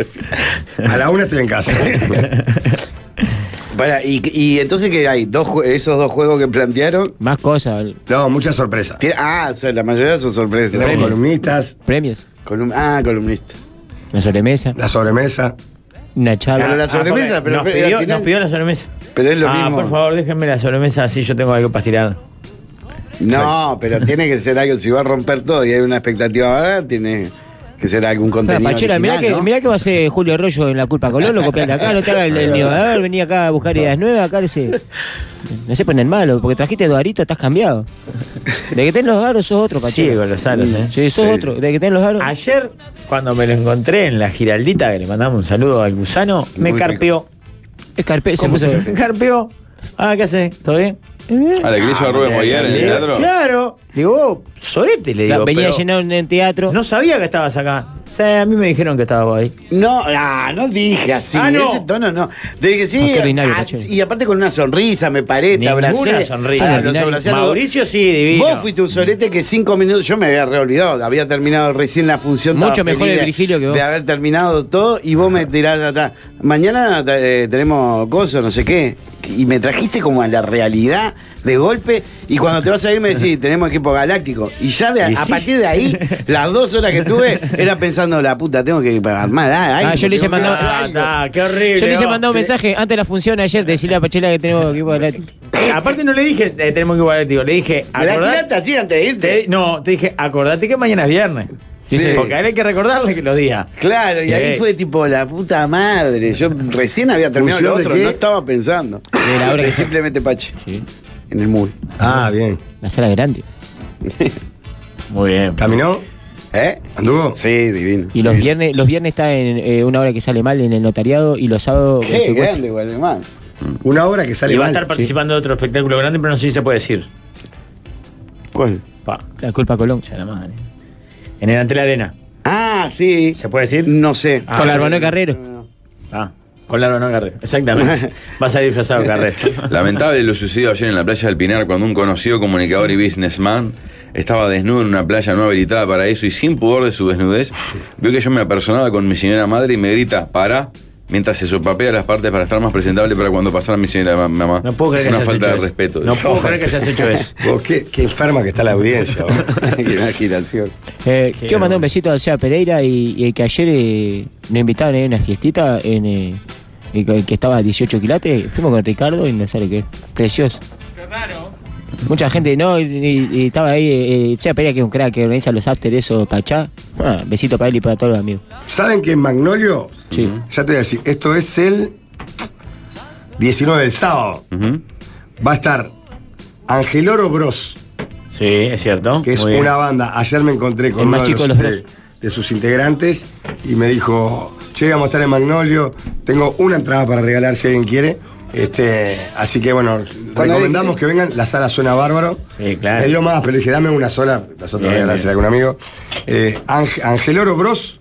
Speaker 8: A la una estoy en casa.
Speaker 7: Pará, y, y entonces que hay dos jue- esos dos juegos que plantearon.
Speaker 11: Más cosas,
Speaker 8: No, mucha sorpresa.
Speaker 7: Tiene- ah, o sea, la mayoría son sorpresas.
Speaker 8: Tenemos columnistas,
Speaker 11: premios,
Speaker 7: Colum- ah, columnista.
Speaker 11: una sobremesa,
Speaker 8: la sobremesa.
Speaker 11: una charla.
Speaker 7: Pero la sobremesa,
Speaker 6: Ah, porque
Speaker 7: pero
Speaker 6: nos
Speaker 7: al
Speaker 6: pidió,
Speaker 7: final-
Speaker 6: nos pidió la sobremesa.
Speaker 7: Pero es lo
Speaker 6: ah,
Speaker 7: mismo.
Speaker 6: por favor, déjenme la sobremesa así yo tengo algo para tirar.
Speaker 7: No, pero tiene que ser algo. Si va a romper todo y hay una expectativa ahora, tiene. que será algún contenido.
Speaker 11: Pachera, Ah, mirá, que,
Speaker 7: original, ¿no?
Speaker 11: mirá que va a ser Julio Rollo en la culpa Colón, lo copian de acá, no está el, el innovador, venía acá a buscar ideas nuevas, acá ese. No se ponen malo, porque trajiste dos aritos, estás cambiado. De que tenés los aros sos otro, Pachera.
Speaker 6: Ciego los aros, ¿eh?
Speaker 11: Sí, sos
Speaker 6: Sí.
Speaker 11: otro. De que tenés los aros.
Speaker 6: Ayer, cuando me lo encontré en la Giraldita, que le mandamos un saludo al gusano, me
Speaker 11: Muy
Speaker 6: carpeó.
Speaker 11: Escarpe, se puso.
Speaker 6: Carpeó. Ah, ¿qué hace? ¿Todo bien?
Speaker 5: A la iglesia de Rubén Moyer en el
Speaker 6: Le digo,
Speaker 5: teatro.
Speaker 6: Ah, Claro. Digo, oh, sorete, le digo.
Speaker 11: Venía
Speaker 6: pero
Speaker 11: a llenar un teatro.
Speaker 6: No sabía que estabas acá. O sea, a mí me dijeron que estabas vos ahí.
Speaker 7: No, ah, no dije así.
Speaker 6: Ah, no.
Speaker 7: Ese tono no. De que
Speaker 6: Ah,
Speaker 7: sí.
Speaker 6: qué ordinario,
Speaker 7: ah,
Speaker 6: Pache.
Speaker 7: y aparte con una sonrisa, me paré, te
Speaker 6: Ninguna
Speaker 7: abracé.
Speaker 6: sonrisa.
Speaker 7: Ah,
Speaker 6: Sí,
Speaker 7: los
Speaker 6: ordinario.
Speaker 7: abracé a los dos.
Speaker 6: Mauricio sí, divino.
Speaker 7: Vos fuiste un sorete que cinco minutos. Yo me había reolvidado. Había terminado recién la función.
Speaker 11: Mucho
Speaker 7: estaba
Speaker 11: mejor
Speaker 7: feliz
Speaker 11: el
Speaker 7: de-
Speaker 11: Virgilio que vos.
Speaker 7: De haber terminado todo y vos me tirás atrás. Mañana eh, tenemos coso, no sé qué. Y me trajiste como a la realidad de golpe. Y cuando te vas a ir me decís, tenemos equipo galáctico. Y ya de-
Speaker 11: Y
Speaker 7: a
Speaker 11: sí.
Speaker 7: partir de ahí, las dos horas que tuve, era pensando, la puta, tengo que armar. Ah,
Speaker 11: Ah, yo le hice mandar-
Speaker 6: Ah, qué horrible.
Speaker 11: Yo le hice
Speaker 6: vos.
Speaker 11: mandar un mensaje antes de la función ayer, decirle a Pachela que tenemos equipo de
Speaker 6: Aparte no le dije, eh, tenemos que jugar digo, le dije,
Speaker 11: Me la tiraste
Speaker 7: así antes de
Speaker 6: irte. no, te dije, acordate que mañana es viernes.
Speaker 7: Sí.
Speaker 6: Porque a él hay que recordarle que Eh, los días.
Speaker 7: Claro, y ahí
Speaker 6: Sí.
Speaker 7: fue tipo, la puta madre. Yo recién había terminado lo
Speaker 6: ¿Función de
Speaker 7: otro,
Speaker 6: qué?
Speaker 7: no estaba pensando.
Speaker 11: la obra
Speaker 7: De
Speaker 11: que-
Speaker 7: simplemente Pache. En el muro.
Speaker 8: Ah, bien.
Speaker 11: La sala grande.
Speaker 6: Muy bien.
Speaker 8: ¿Caminó?
Speaker 7: ¿Eh?
Speaker 8: ¿Anduvo?
Speaker 7: Sí, divino.
Speaker 11: Y los viernes, los viernes está en eh, una hora que sale mal en el notariado y los sábados. con
Speaker 7: Qué
Speaker 11: secuestro.
Speaker 7: grande, Gualemán.
Speaker 8: Una obra que
Speaker 6: y va a estar participando de otro espectáculo grande, pero no sé si se puede decir.
Speaker 7: ¿Cuál?
Speaker 11: La culpa Colón.
Speaker 6: Ya la madre. En el Ante la Arena.
Speaker 7: Ah, sí.
Speaker 6: ¿Se puede decir?
Speaker 7: No sé.
Speaker 11: Con la hermana de Carrero.
Speaker 6: Ah, con la no Carrero. Exactamente. Vas a ir disfrazado Carrero.
Speaker 5: Lamentable lo sucedido ayer en la playa del Pinar cuando un conocido comunicador y businessman estaba desnudo en una playa no habilitada para eso y sin pudor de su desnudez, vio que yo me apersonaba con mi señora madre y me grita, para, mientras se sopapea las partes para estar más presentable para cuando pasara mi señora ma- mamá. No
Speaker 6: puedo creer que
Speaker 5: Una
Speaker 6: hayas
Speaker 5: falta
Speaker 6: hecho
Speaker 5: de
Speaker 6: eso.
Speaker 5: respeto.
Speaker 6: No puedo creer que hayas hecho eso.
Speaker 8: Vos, qué, qué enferma que está la audiencia. vos.
Speaker 7: Qué imaginación.
Speaker 11: Eh,
Speaker 8: Qué
Speaker 11: quiero mandar un besito al Seba Pereira y, y que ayer eh, nos invitaron eh, a una fiestita en, eh, y que que estaba a 18 quilates. Fuimos con Ricardo y no sabe qué. Precioso. Mucha gente, no, y, y- y estaba ahí. eh, el Seba Pereira, que es un crack que organiza los after, eso, Pachá. Ah, besito para él y para todos los amigos.
Speaker 8: ¿Saben que en Magnolio? Sí. Ya te voy a decir, esto es el 19 del sábado. Va a estar Angeloro Bros.
Speaker 6: Sí, es cierto.
Speaker 8: Que es
Speaker 6: Muy bien.
Speaker 8: una banda. Ayer me encontré con
Speaker 6: El más
Speaker 8: uno
Speaker 6: chico
Speaker 8: de,
Speaker 6: de
Speaker 8: los,
Speaker 6: los
Speaker 8: de- de sus integrantes y me dijo, che, vamos a estar en Magnolio, tengo una entrada para regalar si alguien quiere. Este, así que bueno, recomendamos que vengan, la sala suena bárbaro.
Speaker 6: Sí, claro.
Speaker 8: Me dio más, pero dije, dame una sola, las otras
Speaker 6: Bien,
Speaker 8: voy a gracias a algún amigo. Eh, Ang- Angeloro Bros.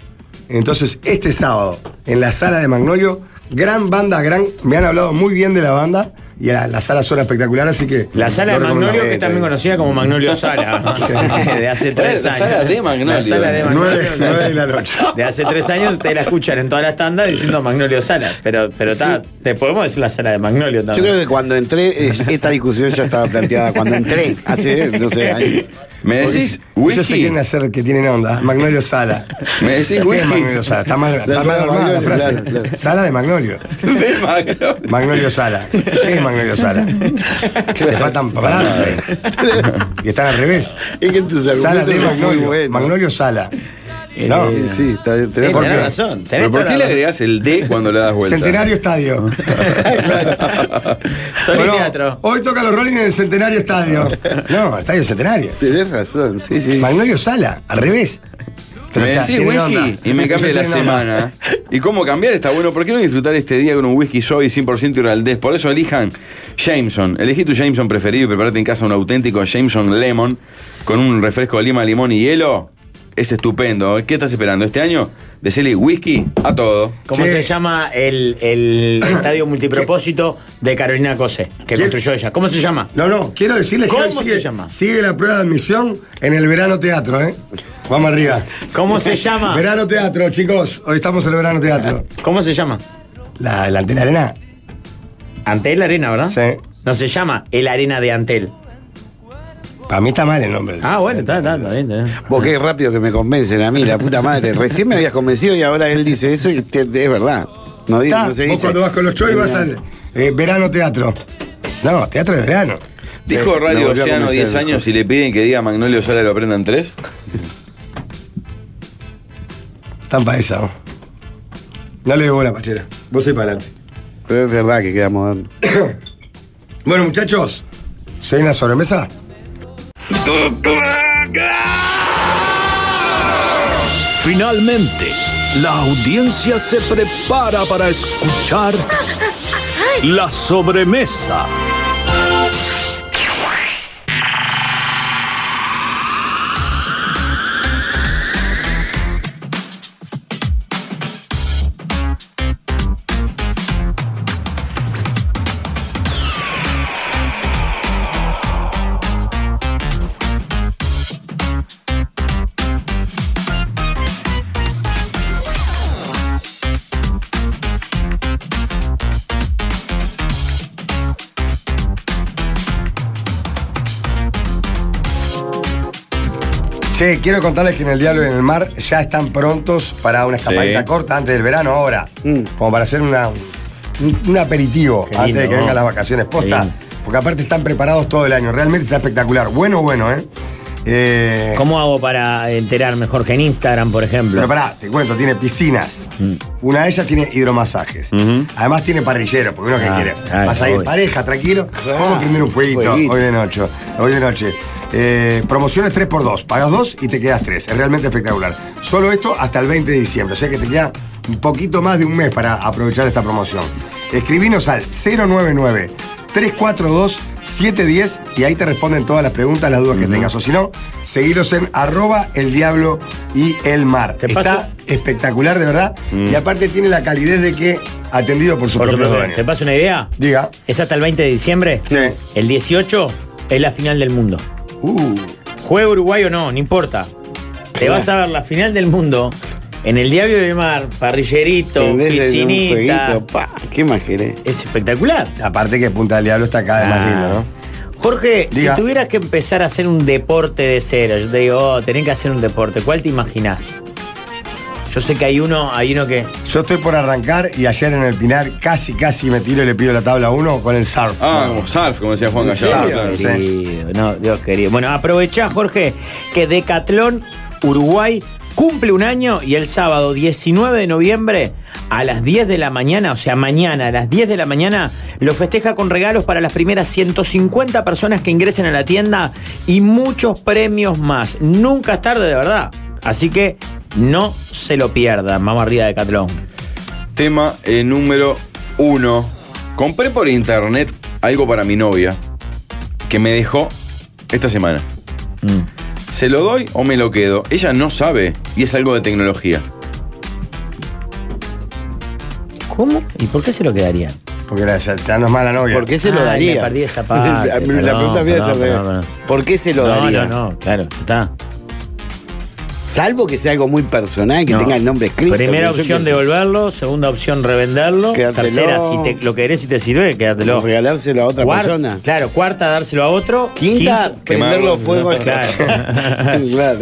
Speaker 8: Entonces, este sábado, en la sala de Magnolio, gran banda, gran. Me han hablado muy bien de la banda y la, la sala suena espectacular, así que.
Speaker 6: La sala
Speaker 8: lo
Speaker 6: de Magnolio,
Speaker 8: recomendamos.
Speaker 6: que es también conocida como Magnolio Sala, de hace tres
Speaker 5: La
Speaker 6: años.
Speaker 5: sala de Magnolio.
Speaker 6: La sala de
Speaker 8: Nueve- nueve de la noche.
Speaker 6: De hace tres años ustedes la escuchan en todas las tandas diciendo Magnolio Sala. Pero, pero ta, te podemos decir la sala de Magnolio
Speaker 7: Yo
Speaker 6: también.
Speaker 7: creo que cuando entré, es- esta discusión ya estaba planteada. Cuando entré, hace, no sé, años.
Speaker 5: ¿Me
Speaker 8: decís
Speaker 5: whisky?
Speaker 8: Ellos se quieren hacer que tienen onda. Magnolio Sala.
Speaker 5: ¿Me decís
Speaker 8: ¿Qué es
Speaker 5: whisky?
Speaker 8: Magnolio Sala? Está mal, está
Speaker 5: La
Speaker 8: mal
Speaker 5: sala de
Speaker 8: armada la
Speaker 5: Magnolio,
Speaker 8: frase.
Speaker 5: claro, claro.
Speaker 8: Sala de Magnolio. Magnolio Sala. ¿Qué es Magnolio Sala? Te faltan palabras ahí. Y están al revés.
Speaker 7: Es que tus
Speaker 8: Sala
Speaker 7: argumentos son
Speaker 8: de
Speaker 7: muy
Speaker 8: Magnolio.
Speaker 7: buenos.
Speaker 8: Magnolio Sala.
Speaker 7: Eh,
Speaker 8: No.
Speaker 7: sí, está bien,
Speaker 8: Sí,
Speaker 7: tenés
Speaker 8: tenés
Speaker 7: razón.
Speaker 8: razón, tenés
Speaker 5: ¿Pero por
Speaker 8: toda
Speaker 5: qué
Speaker 8: la
Speaker 5: le
Speaker 8: razón.
Speaker 5: agregás el D cuando le das vuelta?
Speaker 8: Centenario Estadio. Bueno, Hoy toca los Rolling en el Centenario Estadio. No, Estadio Centenario.
Speaker 7: Tenés razón, sí, sí.
Speaker 8: Magnolio Sala, al revés. Pero
Speaker 5: me
Speaker 8: ya,
Speaker 5: decís
Speaker 8: tiene
Speaker 5: whisky
Speaker 8: onda.
Speaker 5: y me cambia la
Speaker 8: Ya tiene onda.
Speaker 5: semana. ¿Y cómo cambiar está bueno? ¿Por qué no disfrutar este día con un whisky soy 100% irlandés? Por eso elijan Jameson. Elegí tu Jameson preferido y prepárate en casa un auténtico Jameson Lemon con un refresco de lima, limón y hielo. Es estupendo. ¿Qué estás esperando? Este año, decirle whisky a todo.
Speaker 6: ¿Cómo se llama el, el estadio multipropósito de Carolina Cose, que construyó ella? ¿Cómo se llama?
Speaker 8: No, no, quiero decirles
Speaker 6: ¿Cómo
Speaker 8: que hoy
Speaker 6: se
Speaker 8: sigue,
Speaker 6: llama?
Speaker 8: sigue la prueba de admisión en el Verano Teatro, ¿eh? Vamos arriba.
Speaker 6: ¿Cómo se llama?
Speaker 8: Verano Teatro, chicos. Hoy estamos en el Verano Teatro.
Speaker 5: Ah,
Speaker 6: ¿Cómo se llama?
Speaker 8: La, la Antena Arena.
Speaker 6: Antel Arena, ¿verdad? Sí. No se llama el Arena de Antel.
Speaker 8: Para mí está mal el nombre.
Speaker 6: Ah, bueno, está, está, está bien. está bien.
Speaker 7: Vos qué rápido que me convencen a mí, la puta madre. Recién me habías convencido y ahora él dice eso y te- te- es verdad. No, dice,
Speaker 8: Está,
Speaker 7: no se
Speaker 8: vos
Speaker 7: dice.
Speaker 8: cuando vas con los choy vas al eh, Verano Teatro. No, Teatro de Verano.
Speaker 5: Dijo
Speaker 8: Sí, me
Speaker 5: Radio
Speaker 8: volvió a
Speaker 5: Oceano
Speaker 8: convencer.
Speaker 5: 10 años y le piden que diga Magnolio Sala lo aprendan tres.
Speaker 8: Están para esa, ¿no? No le digo la pachera. Vos sois para adelante.
Speaker 7: Pero es verdad que queda moderno.
Speaker 8: bueno, muchachos. ¿Se viene la sobremesa?
Speaker 19: Finalmente, la audiencia se prepara para escuchar la sobremesa.
Speaker 8: Che, quiero contarles que en el Diablo y en el Mar ya están prontos para una escapadita
Speaker 5: Sí.
Speaker 8: corta antes del verano ahora.
Speaker 7: Mm.
Speaker 8: Como para hacer una, un, un aperitivo
Speaker 5: Qué
Speaker 8: antes
Speaker 5: lindo,
Speaker 8: de que
Speaker 5: ¿no?
Speaker 8: vengan las vacaciones posta.
Speaker 5: lindo.
Speaker 8: Porque aparte están preparados todo el año. Realmente está espectacular. Bueno, bueno, ¿eh? Eh,
Speaker 6: ¿Cómo hago para enterarme, Jorge, en Instagram, por ejemplo?
Speaker 8: Pero pará, te cuento, tiene piscinas. Una de ellas tiene hidromasajes. Además tiene parrillero, porque uno que
Speaker 5: Ah,
Speaker 8: quiere.
Speaker 5: ah,
Speaker 8: Vas a ir
Speaker 5: obvio.
Speaker 8: pareja, tranquilo. Vamos a prender un fueguito
Speaker 5: fueguito.
Speaker 8: hoy de noche. Hoy de noche. Eh, promociones 3x2. Pagas 2 y te quedas 3. Es realmente espectacular. Solo esto hasta el 20 de diciembre. O sea que te queda un poquito más de un mes para aprovechar esta promoción. Escribinos al 099 342 710 y ahí te responden todas las preguntas, las dudas que tengas. O si no, seguiros en arroba el diablo y el mar. Está
Speaker 6: paso- Mm.
Speaker 8: espectacular, de verdad. Y aparte tiene la calidez de que atendido por su
Speaker 6: Por
Speaker 8: propio
Speaker 6: supuesto.
Speaker 8: dueño.
Speaker 6: ¿Te paso una idea?
Speaker 8: Diga.
Speaker 6: Es hasta el 20 de diciembre.
Speaker 8: Sí.
Speaker 6: El 18 es la final del mundo. Juega Uruguay o no, no importa. Te
Speaker 11: Claro.
Speaker 6: vas a ver la final del mundo en el Diablo del Mar, parrillerito,
Speaker 7: Prenderle un
Speaker 6: piscinita.
Speaker 7: fueguito, pa, ¿Qué más querés?
Speaker 6: Es espectacular.
Speaker 8: Aparte que Punta del Diablo está cada vez más
Speaker 6: Ah.
Speaker 8: lindo, ¿no?
Speaker 6: Jorge,
Speaker 8: Diga.
Speaker 6: si tuvieras que empezar a hacer un deporte de cero, yo te digo, oh, tenés que hacer un deporte, ¿cuál te imaginás? Yo sé que hay uno, hay uno que.
Speaker 8: Yo estoy por arrancar y ayer en el Pinar casi, casi me tiro y le pido la tabla a uno con el surf.
Speaker 5: Ah, como surf, como decía Juan
Speaker 8: ¿En
Speaker 5: Gallardo.
Speaker 8: serio?
Speaker 5: claro, sí.
Speaker 6: Querido, No, Dios querido. Bueno, aprovechá, Jorge, que Decatlón Uruguay cumple un año y el sábado 19 de noviembre a las 10 de la mañana, o sea, mañana a las 10 de la mañana, lo festeja con regalos para las primeras 150 personas que ingresen a la tienda y muchos premios más. Nunca es tarde, de verdad. Así que no se lo pierdan. Vamos arriba de Decatlón.
Speaker 5: Tema eh, número uno. Compré por internet algo para mi novia que me dejó esta semana. ¿Se lo doy o me lo quedo? Ella no sabe y es algo de tecnología.
Speaker 6: ¿Cómo? ¿Y por qué se lo quedaría?
Speaker 8: Porque la- ya, ya no es mala novia.
Speaker 7: ¿Por qué se lo
Speaker 6: Ay,
Speaker 7: daría?
Speaker 6: me perdí esa parte,
Speaker 7: la
Speaker 6: perdón,
Speaker 7: pregunta mía es
Speaker 6: perdón,
Speaker 7: al revés.
Speaker 6: perdón,
Speaker 7: ¿Por qué se lo
Speaker 6: No,
Speaker 7: daría?
Speaker 6: no, no, claro, está.
Speaker 7: Salvo que sea algo muy personal, que
Speaker 6: No.
Speaker 7: tenga el nombre escrito.
Speaker 6: Primera
Speaker 7: pero yo
Speaker 6: opción
Speaker 7: qué sé.
Speaker 6: devolverlo, segunda opción revenderlo,
Speaker 7: Quédatelo.
Speaker 6: tercera si te, lo querés y te sirve, quédatelo.
Speaker 7: Regalárselo a otra
Speaker 6: Cuar-
Speaker 7: persona.
Speaker 6: Claro, cuarta dárselo a otro.
Speaker 7: Quinta, prenderlo a fuego al-
Speaker 6: Claro.
Speaker 7: claro.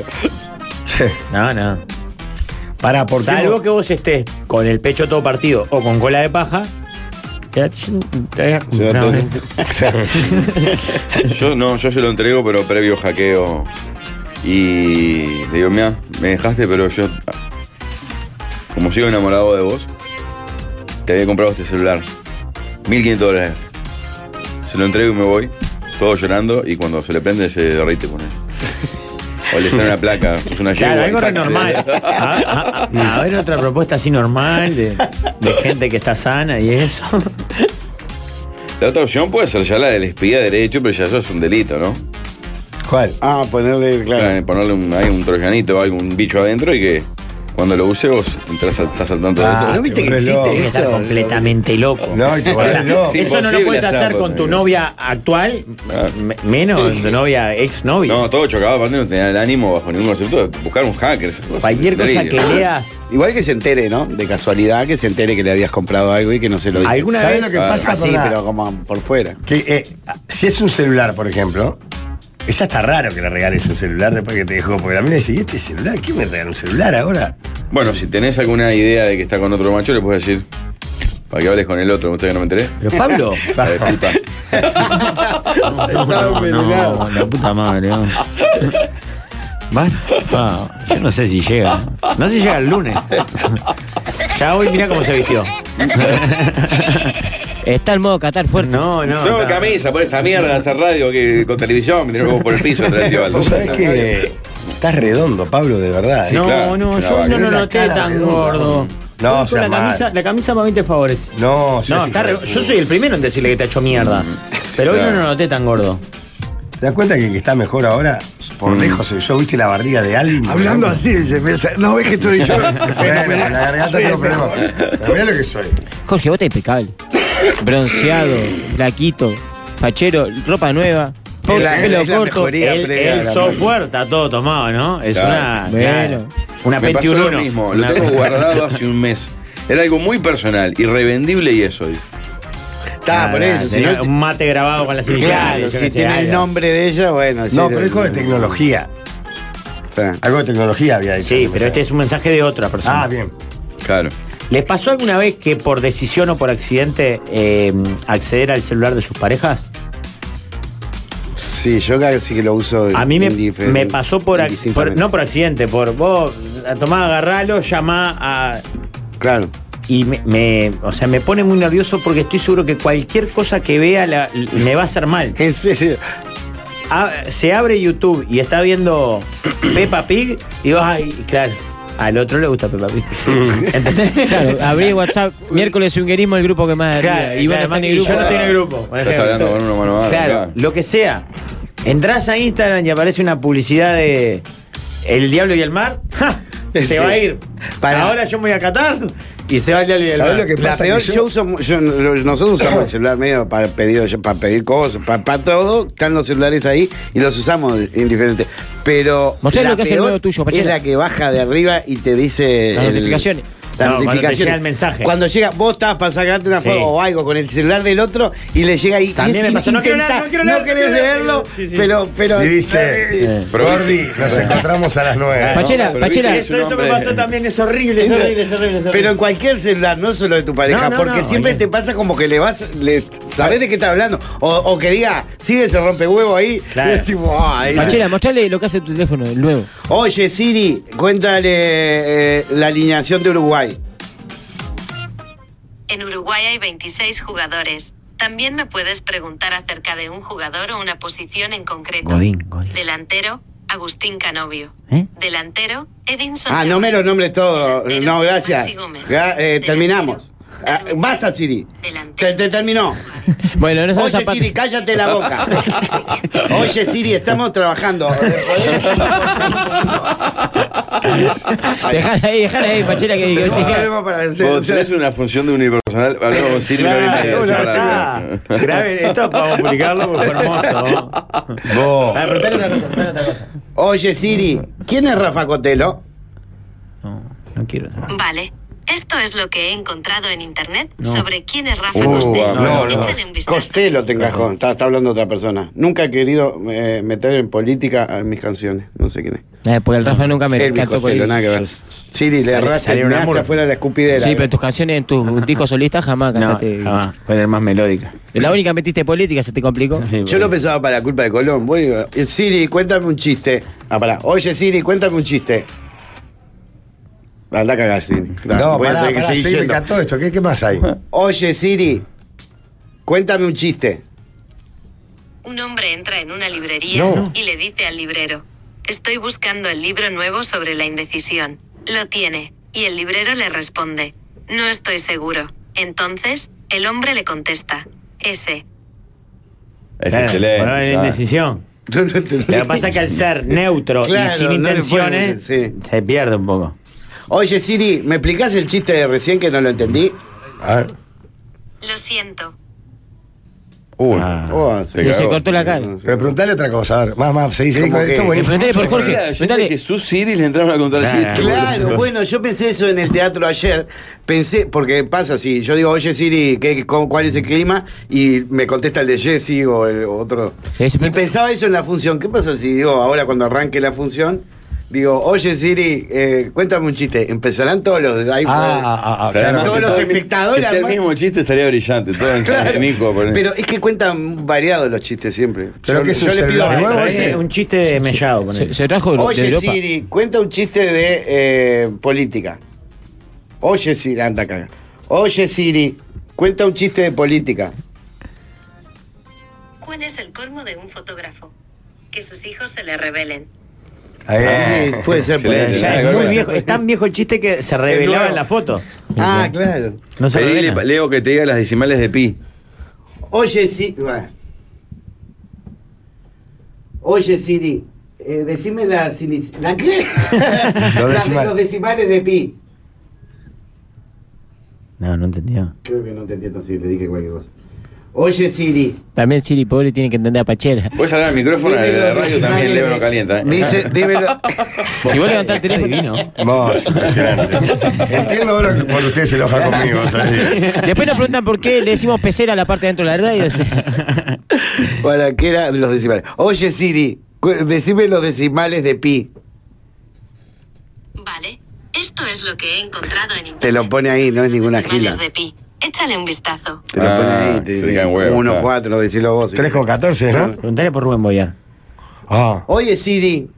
Speaker 6: No, no.
Speaker 8: Para, ¿por qué
Speaker 6: Salvo
Speaker 8: vos-
Speaker 6: que vos estés con el pecho todo partido o con cola de paja. te- te- no,
Speaker 5: todo-
Speaker 6: eh.
Speaker 5: Yo no, yo se lo entrego, pero previo hackeo. Y le digo, mira, me dejaste, pero yo. Como sigo enamorado de vos, te había comprado este celular. 1500 dólares. Se lo entrego y me voy, todo llorando, y cuando se le prende se derrite con él. O le sale una placa, es una
Speaker 6: Claro,
Speaker 5: yegua,
Speaker 6: algo re
Speaker 5: taxi.
Speaker 6: normal. A, a- a ver otra propuesta así normal de, de gente que está sana y eso.
Speaker 5: La otra opción puede ser ya la del espía derecho, pero ya eso es un delito, ¿no?
Speaker 8: ¿Cuál?
Speaker 7: Ah, ponerle, claro.
Speaker 5: Claro, ponerle un, ahí un troyanito o algún bicho adentro y que cuando lo use vos entras al- estás al tanto de
Speaker 8: Ah,
Speaker 5: todo.
Speaker 6: Está completamente loco.
Speaker 5: No, y te
Speaker 6: O
Speaker 5: volvés
Speaker 6: sea, eso
Speaker 5: loco.
Speaker 6: no lo
Speaker 5: Imposible
Speaker 6: puedes hacer
Speaker 5: hacerlo,
Speaker 6: con tu
Speaker 5: eh.
Speaker 6: novia actual, me- menos tu novia, ex novia.
Speaker 5: No, todo chocado, aparte no tenía el ánimo bajo ningún concepto de buscar un hacker. esas cosas. Delirio.
Speaker 7: Igual que se entere, ¿no? De casualidad que se entere que le habías comprado algo y que no se lo diste.
Speaker 8: ¿Alguna ¿Sabes vez- lo que pasa,
Speaker 7: Así,
Speaker 8: Fernan?
Speaker 7: pero como por fuera.
Speaker 8: Que, eh, si es un celular, por ejemplo, es hasta raro que le regales un celular después que te dejó. Porque a mí me dice, ¿y este celular? ¿Quién me regala un celular ahora?
Speaker 5: Bueno, si tenés alguna idea de que está con otro macho, le puedes decir. Para que hables con el otro, usted que no me enteré.
Speaker 6: Pero Pablo.
Speaker 5: La de puta.
Speaker 6: No, no, la puta madre. no. Basta. Yo no sé si llega. No sé si llega el lunes. Ya hoy mira cómo se vistió.
Speaker 11: Está el modo Qatar fuerte.
Speaker 6: No, no.
Speaker 5: Tengo camisa por esta mierda de hacer radio que, con televisión, me tiraron como por el piso atrás de Osvaldo.
Speaker 8: ¿Vos sabés que estás redondo, Pablo, de verdad?
Speaker 5: Sí,
Speaker 8: ¿eh?
Speaker 11: no, no, yo no lo noté tan gordo.
Speaker 8: No,
Speaker 11: Yo con
Speaker 8: seas
Speaker 11: la camisa,
Speaker 8: mal.
Speaker 11: la camisa para mí te favorece.
Speaker 8: No,
Speaker 11: no,
Speaker 8: sí,
Speaker 11: está
Speaker 8: sí.
Speaker 11: re- yo soy el primero en decirle que te ha hecho mierda. Pero hoy no
Speaker 8: Claro.
Speaker 11: lo noté tan gordo.
Speaker 8: ¿Te das cuenta que el que está mejor ahora? Por lejos, yo viste la barriga de alguien.
Speaker 20: Hablando así, dice, mira, no ves que estoy yo.
Speaker 8: Bueno, la garganta
Speaker 20: Soy
Speaker 8: tengo
Speaker 20: el mejor.
Speaker 8: problemas. Pero mirá lo que soy.
Speaker 11: Jorge, vos te impecable. Bronceado, flaquito, fachero, ropa nueva.
Speaker 6: Es la-
Speaker 11: pelo
Speaker 6: es la
Speaker 11: corto.
Speaker 6: mejoría
Speaker 11: El-
Speaker 6: previa a
Speaker 11: el
Speaker 6: la
Speaker 11: software.
Speaker 6: Fuerte, está todo tomado, ¿no? Es una.
Speaker 5: Claro.
Speaker 11: Bueno.
Speaker 6: Una
Speaker 5: Me pasó
Speaker 6: 21.
Speaker 5: lo mismo, lo
Speaker 6: Una-
Speaker 5: tengo guardado hace un mes. Era algo muy personal, irrevendible y eso.
Speaker 7: Está,
Speaker 11: Ah,
Speaker 7: por eso, si
Speaker 6: tenía
Speaker 7: no-
Speaker 6: Un mate grabado con las
Speaker 7: Claro,
Speaker 6: iniciales.
Speaker 7: si tiene el nombre de ella, bueno.
Speaker 6: No, pero es
Speaker 8: Algo de tecnología. Algo de tecnología había dicho.
Speaker 6: Sí, pero este es un mensaje de otra persona.
Speaker 8: Ah, bien.
Speaker 5: Claro.
Speaker 6: ¿Les pasó alguna vez que por decisión o por accidente eh, acceder al celular de sus parejas?
Speaker 7: Sí, yo casi que lo uso.
Speaker 6: A mí me,
Speaker 7: indiferente.
Speaker 6: me pasó por, ac- por- no por accidente, por vos tomá, agarralo, llamá a.
Speaker 7: Claro.
Speaker 6: Y me, me- o sea, me pone muy nervioso porque estoy seguro que cualquier cosa que vea la- me va a hacer mal.
Speaker 7: En serio.
Speaker 6: se abre YouTube y está viendo Peppa Pig y vas ay, claro. Al otro le gusta Peppa Pig. ¿Entendés?
Speaker 11: Claro, abrí WhatsApp. Miércoles swingerismo, el grupo que más.
Speaker 6: Claro,
Speaker 11: y bueno,
Speaker 6: además
Speaker 11: está en
Speaker 6: que
Speaker 11: el
Speaker 6: yo no
Speaker 11: grupo.
Speaker 6: estoy en el grupo. por
Speaker 5: Ya está
Speaker 6: ejemplo.
Speaker 5: hablando con uno mano a mano,
Speaker 6: Claro,
Speaker 5: claro.
Speaker 6: lo que sea. Entrás a Instagram y aparece una publicidad de El Diablo y el Mar. ¡Ja! Se
Speaker 7: Sí.
Speaker 6: va a ir.
Speaker 7: Pará.
Speaker 6: Ahora yo me voy a Qatar y se va el Diablo y el Mar.
Speaker 7: ¿Sabés lo que pasa?
Speaker 6: La peor
Speaker 7: yo, uso, mu- yo- lo- nosotros usamos el celular medio para pedir, para pedir cosas, para, para todo. Están los celulares ahí y los usamos indiferente. Pero
Speaker 11: Mostrá
Speaker 7: la
Speaker 11: lo que hace el
Speaker 7: peor
Speaker 11: nuevo tuyo,
Speaker 7: es
Speaker 11: Pachela.
Speaker 7: la que baja de arriba y te dice...
Speaker 11: Las
Speaker 7: el-
Speaker 11: notificaciones.
Speaker 7: Las
Speaker 11: No, cuando te
Speaker 7: notificaciones.
Speaker 11: llega el mensaje.
Speaker 7: Cuando llega, vos estás para sacarte una
Speaker 11: Sí.
Speaker 7: foto o algo con el celular del otro y le llega ahí.
Speaker 6: También
Speaker 7: y
Speaker 6: me pasó, no quiero
Speaker 7: intentás-
Speaker 6: leer, no quiero leer,
Speaker 7: no querés
Speaker 6: no quiero leer.
Speaker 7: leerlo,
Speaker 6: Sí, sí.
Speaker 7: pero... pero
Speaker 8: Y dice,
Speaker 7: eh,
Speaker 8: Gordi, nos encontramos a las nueve.
Speaker 7: Pachela,
Speaker 8: Pero viste,
Speaker 7: Pachela.
Speaker 8: es un
Speaker 6: Eso, eso me
Speaker 8: hombre-
Speaker 6: pasó también, es horrible, es horrible, es horrible. es horrible.
Speaker 7: Pero en cualquier celular, no solo de tu pareja,
Speaker 6: No, no,
Speaker 7: porque
Speaker 6: no,
Speaker 7: siempre te pasa como que le vas, le, sabés de qué está hablando. O, o que diga, sigue ese rompehuevo ahí.
Speaker 11: Claro.
Speaker 7: Es tipo, ay.
Speaker 11: Pachela, mostrale lo que hace tu teléfono, el nuevo.
Speaker 7: Oye, Siri, cuéntale eh, la alineación de Uruguay.
Speaker 21: En Uruguay hay 26 jugadores. También me puedes preguntar acerca de un jugador o una posición en concreto.
Speaker 7: Godín,
Speaker 21: Delantero, Agustín Canovio.
Speaker 7: ¿Eh?
Speaker 21: Delantero, Edinson.
Speaker 7: Ah, no me los nombres todos. No, gracias.
Speaker 21: Maxi Gómez.
Speaker 7: Ya, eh, terminamos. Ah, basta, Siri. Te, te terminó.
Speaker 11: Bueno, no son
Speaker 7: Oye,
Speaker 11: zapatos.
Speaker 7: Siri, cállate la boca. Oye, Siri, estamos trabajando.
Speaker 11: Dejala ahí, dejala ahí, Pachela, que que
Speaker 7: Volvemos para el-
Speaker 5: Vos tenés una función de unipersonal, hablamos con Siri
Speaker 6: Claro,
Speaker 5: una hora y media,
Speaker 6: ya
Speaker 5: separada.
Speaker 6: está. Grabe, esto podemos publicarlo
Speaker 7: Ah,
Speaker 6: porque fue hermoso.
Speaker 8: Vos.
Speaker 6: Para preguntarle una cosa, preguntarle otra cosa.
Speaker 7: Oye, Siri, ¿quién es Rafa Cotelo?
Speaker 6: No quiero saber.
Speaker 21: Vale. Esto es lo que he encontrado en internet
Speaker 7: No.
Speaker 21: sobre quién es Rafa
Speaker 7: Uh,
Speaker 21: Costello.
Speaker 7: no, no.
Speaker 21: Échale un vistazo.
Speaker 7: Costello te encajó, está, está hablando otra persona. Nunca he querido eh, meter en política a mis canciones, no sé quién es.
Speaker 11: Eh, porque el Rafa nunca me
Speaker 7: Elvis
Speaker 11: cantó
Speaker 7: Costello,
Speaker 11: con-
Speaker 7: nada que ver. Siri, le
Speaker 11: Sal-
Speaker 7: erraste
Speaker 11: salieron
Speaker 7: measte
Speaker 11: ambos.
Speaker 7: afuera de la escupidera. eh.
Speaker 11: Sí, pero en tus canciones, en tus discos solistas jamás cantaste.
Speaker 6: Fue la más melódica.
Speaker 11: La única que metiste política, se te complicó.
Speaker 7: Yo lo pensaba para la culpa de Colón. Voy, eh, Siri, cuéntame un chiste. Ah, pará. Oye, Siri, cuéntame un chiste. Anda a cagar, Siri. Da,
Speaker 8: No,
Speaker 7: voy a
Speaker 8: pará,
Speaker 7: tener que
Speaker 8: pará,
Speaker 7: seguir
Speaker 8: sí, me
Speaker 7: yendo.
Speaker 8: encantó esto. ¿Qué, qué más hay?
Speaker 7: Oye, Siri, cuéntame un chiste.
Speaker 21: Un hombre entra en una librería
Speaker 7: No.
Speaker 21: y le dice al librero, estoy buscando el libro nuevo sobre la indecisión. Lo tiene. Y el librero le responde, no estoy seguro. Entonces, el hombre le contesta, ese.
Speaker 5: Es
Speaker 6: Claro,
Speaker 5: excelente.
Speaker 6: bueno, la
Speaker 5: claro.
Speaker 6: indecisión. Lo que pasa es que al ser neutro
Speaker 7: Claro,
Speaker 6: y sin
Speaker 7: no le
Speaker 6: intenciones,
Speaker 7: puede-
Speaker 6: se pierde un poco.
Speaker 7: Oye, Siri, ¿me explicás el chiste de recién que no lo entendí?
Speaker 8: A ver.
Speaker 21: Lo siento.
Speaker 5: Uy.
Speaker 6: Ah.
Speaker 7: Oh,
Speaker 11: Y se cortó la cara.
Speaker 8: Pero preguntale otra cosa, a ver, más, más, seguí, seguí
Speaker 7: Como
Speaker 8: con
Speaker 7: que-
Speaker 8: esto, buenísimo.
Speaker 7: Preguntale por Jorge,
Speaker 5: Mira, yo que sus Siri le entraron a contar chistes.
Speaker 7: Claro, bueno, yo pensé eso en el teatro ayer. Pensé, porque pasa si yo digo, oye Siri, ¿qué, cómo- ¿cuál es el clima? Y me contesta el de Jesse o el otro. Y pensaba eso en la función. ¿Qué pasa si digo ahora cuando arranque la función? Digo, oye Siri, eh, cuéntame un chiste. Empezarán todos los. Ahí fue-
Speaker 5: Ah, Además,
Speaker 7: ah, todos
Speaker 5: que
Speaker 7: los
Speaker 5: todo el mi-
Speaker 7: espectadores.
Speaker 5: que sea el
Speaker 7: armaron-
Speaker 5: mismo chiste estaría brillante. Todo en en Nico, por
Speaker 7: Pero es que cuentan variados los chistes siempre.
Speaker 5: Pero
Speaker 7: Yo-
Speaker 5: que es un
Speaker 7: yo le pido
Speaker 5: celular,
Speaker 7: a-
Speaker 5: ¿no?
Speaker 7: ese-
Speaker 6: un chiste de mellado. con él.
Speaker 7: Oye Siri, cuenta un chiste de eh, política. Oye Siri, anda acá. Oye Siri, cuenta un chiste de política.
Speaker 21: ¿Cuál es el colmo de un fotógrafo? Que sus hijos se le rebelen.
Speaker 7: Ahí, puede ser por ahí.
Speaker 6: Ya es, muy viejo, es tan viejo el chiste que se revelaba
Speaker 7: nuevo.
Speaker 6: en la foto.
Speaker 7: Ah, claro.
Speaker 6: No se
Speaker 5: Pedile,
Speaker 6: ordena.
Speaker 5: Leo, que te diga las decimales de pi.
Speaker 7: Oye Siri, bueno. Oye Siri, eh, decime la, silic- ¿la qué?
Speaker 6: Los
Speaker 7: La-
Speaker 6: decimales.
Speaker 7: los decimales de pi.
Speaker 6: No, no entendió.
Speaker 7: Creo que no te entiendo si le dije cualquier cosa. Oye Siri,
Speaker 11: También Siri Pobre tiene que entender a Pachera.
Speaker 5: Puedes hablar al micrófono de la radio también, Leo no calienta. ¿eh?
Speaker 7: Dice, dímelo.
Speaker 11: Si vos levantás el teléfono. divino.
Speaker 8: Vos, impresionante. Entiendo ahora que cuando ustedes se enojan conmigo. o sea, sí.
Speaker 11: Después nos preguntan por qué le decimos pecera a la parte de dentro de la radio.
Speaker 7: Para qué era los decimales. Oye Siri, cu- decime los decimales de pi.
Speaker 21: Vale, esto es lo que he encontrado en
Speaker 7: Te lo pone ahí, no es ninguna gila.
Speaker 21: Informales de Pi. Échale un vistazo.
Speaker 7: Te lo pone ahí, te dice, uno, cuatro, decilo vos.
Speaker 8: 3 con 14, ¿no?
Speaker 6: Preguntale por Rubén Boyar.
Speaker 8: Ah.
Speaker 7: Oye Siri,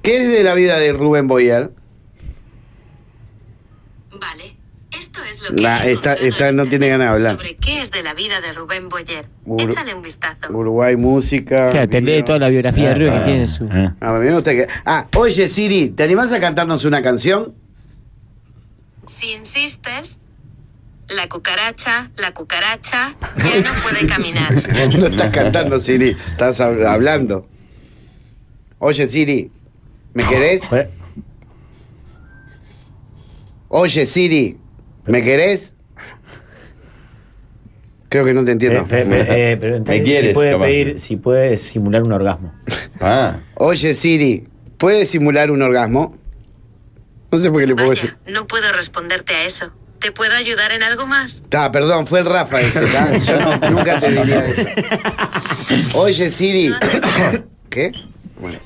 Speaker 7: ¿qué es de la vida de Rubén Boyer?
Speaker 21: Vale, esto es lo que
Speaker 7: La,
Speaker 21: he
Speaker 7: esta,
Speaker 21: encontrado
Speaker 7: esta
Speaker 21: en
Speaker 7: no tiene ganas de hablar.
Speaker 21: sobre qué es de la vida de Rubén Boyer.
Speaker 7: Uru-
Speaker 21: Échale un vistazo.
Speaker 7: Uruguay, música.
Speaker 11: Claro, te lee toda la biografía de Rubén que tiene su-
Speaker 7: Ah, a mí me gusta que. Ah, oye Siri, ¿te animás a cantarnos una canción?
Speaker 21: Si insistes, la cucaracha, la cucaracha, ya no puede caminar.
Speaker 7: no estás cantando, Siri, estás hab- hablando. Oye Siri, ¿me querés? Oye Siri, ¿me querés? Creo que no te entiendo.
Speaker 6: Pe- pe- eh, pero entonces, si puede, pedir, si puede simular un orgasmo.
Speaker 7: Oye Siri, ¿puedes simular un orgasmo? No sé por qué le pongo eso.
Speaker 21: No puedo responderte a eso. ¿Te puedo ayudar en algo más?
Speaker 7: Ta, perdón, fue el Rafa ese, ta. Yo no- nunca te diría eso. Oye, Siri. ¿Qué?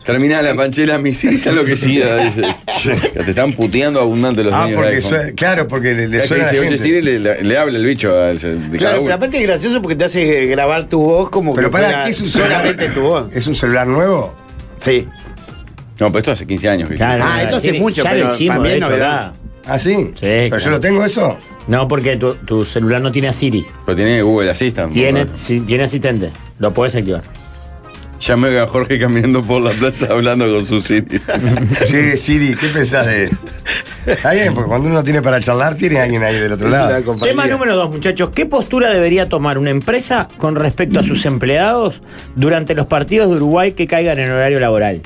Speaker 5: Terminá la panchela, mi Siri está enloquecida. Dice. Ya Te están puteando abundante los
Speaker 8: Ah,
Speaker 5: niños.
Speaker 8: porque suena- claro, porque le, le
Speaker 5: Le
Speaker 8: suena a la
Speaker 5: dice, oye,
Speaker 8: gente.
Speaker 5: Siri, le, le- le habla el bicho al. de cada
Speaker 7: Claro, pero
Speaker 5: uno.
Speaker 7: aparte es gracioso porque te hace eh, grabar tu voz como
Speaker 8: Pero
Speaker 7: que
Speaker 8: pará,
Speaker 7: fuera
Speaker 8: ¿qué es un celular?
Speaker 7: solamente tu voz.
Speaker 8: ¿Es un celular nuevo?
Speaker 7: Sí.
Speaker 5: No, pero esto hace 15 años. que
Speaker 6: Claro, claro,
Speaker 5: hicimos.
Speaker 6: sí, ya lo hicimos, de hecho, acá.
Speaker 8: ¿Ah, sí?
Speaker 6: ¿Pero
Speaker 8: yo lo tengo eso?
Speaker 6: No, porque tu, tu celular no tiene a Siri.
Speaker 5: Pero tiene Google Assistant.
Speaker 6: Tiene,
Speaker 5: ¿no?
Speaker 6: si- tiene asistente. Lo podés activar.
Speaker 5: Ya me veo a Jorge caminando por la plaza hablando con su Siri.
Speaker 8: Che, Siri, ¿qué pensás de.? Está bien, porque cuando uno no tiene para charlar, tiene alguien ahí del
Speaker 6: Este
Speaker 8: otro lado.
Speaker 6: Tema número dos, muchachos. ¿Qué postura debería tomar una empresa con respecto a sus empleados durante los partidos de Uruguay que caigan en horario laboral?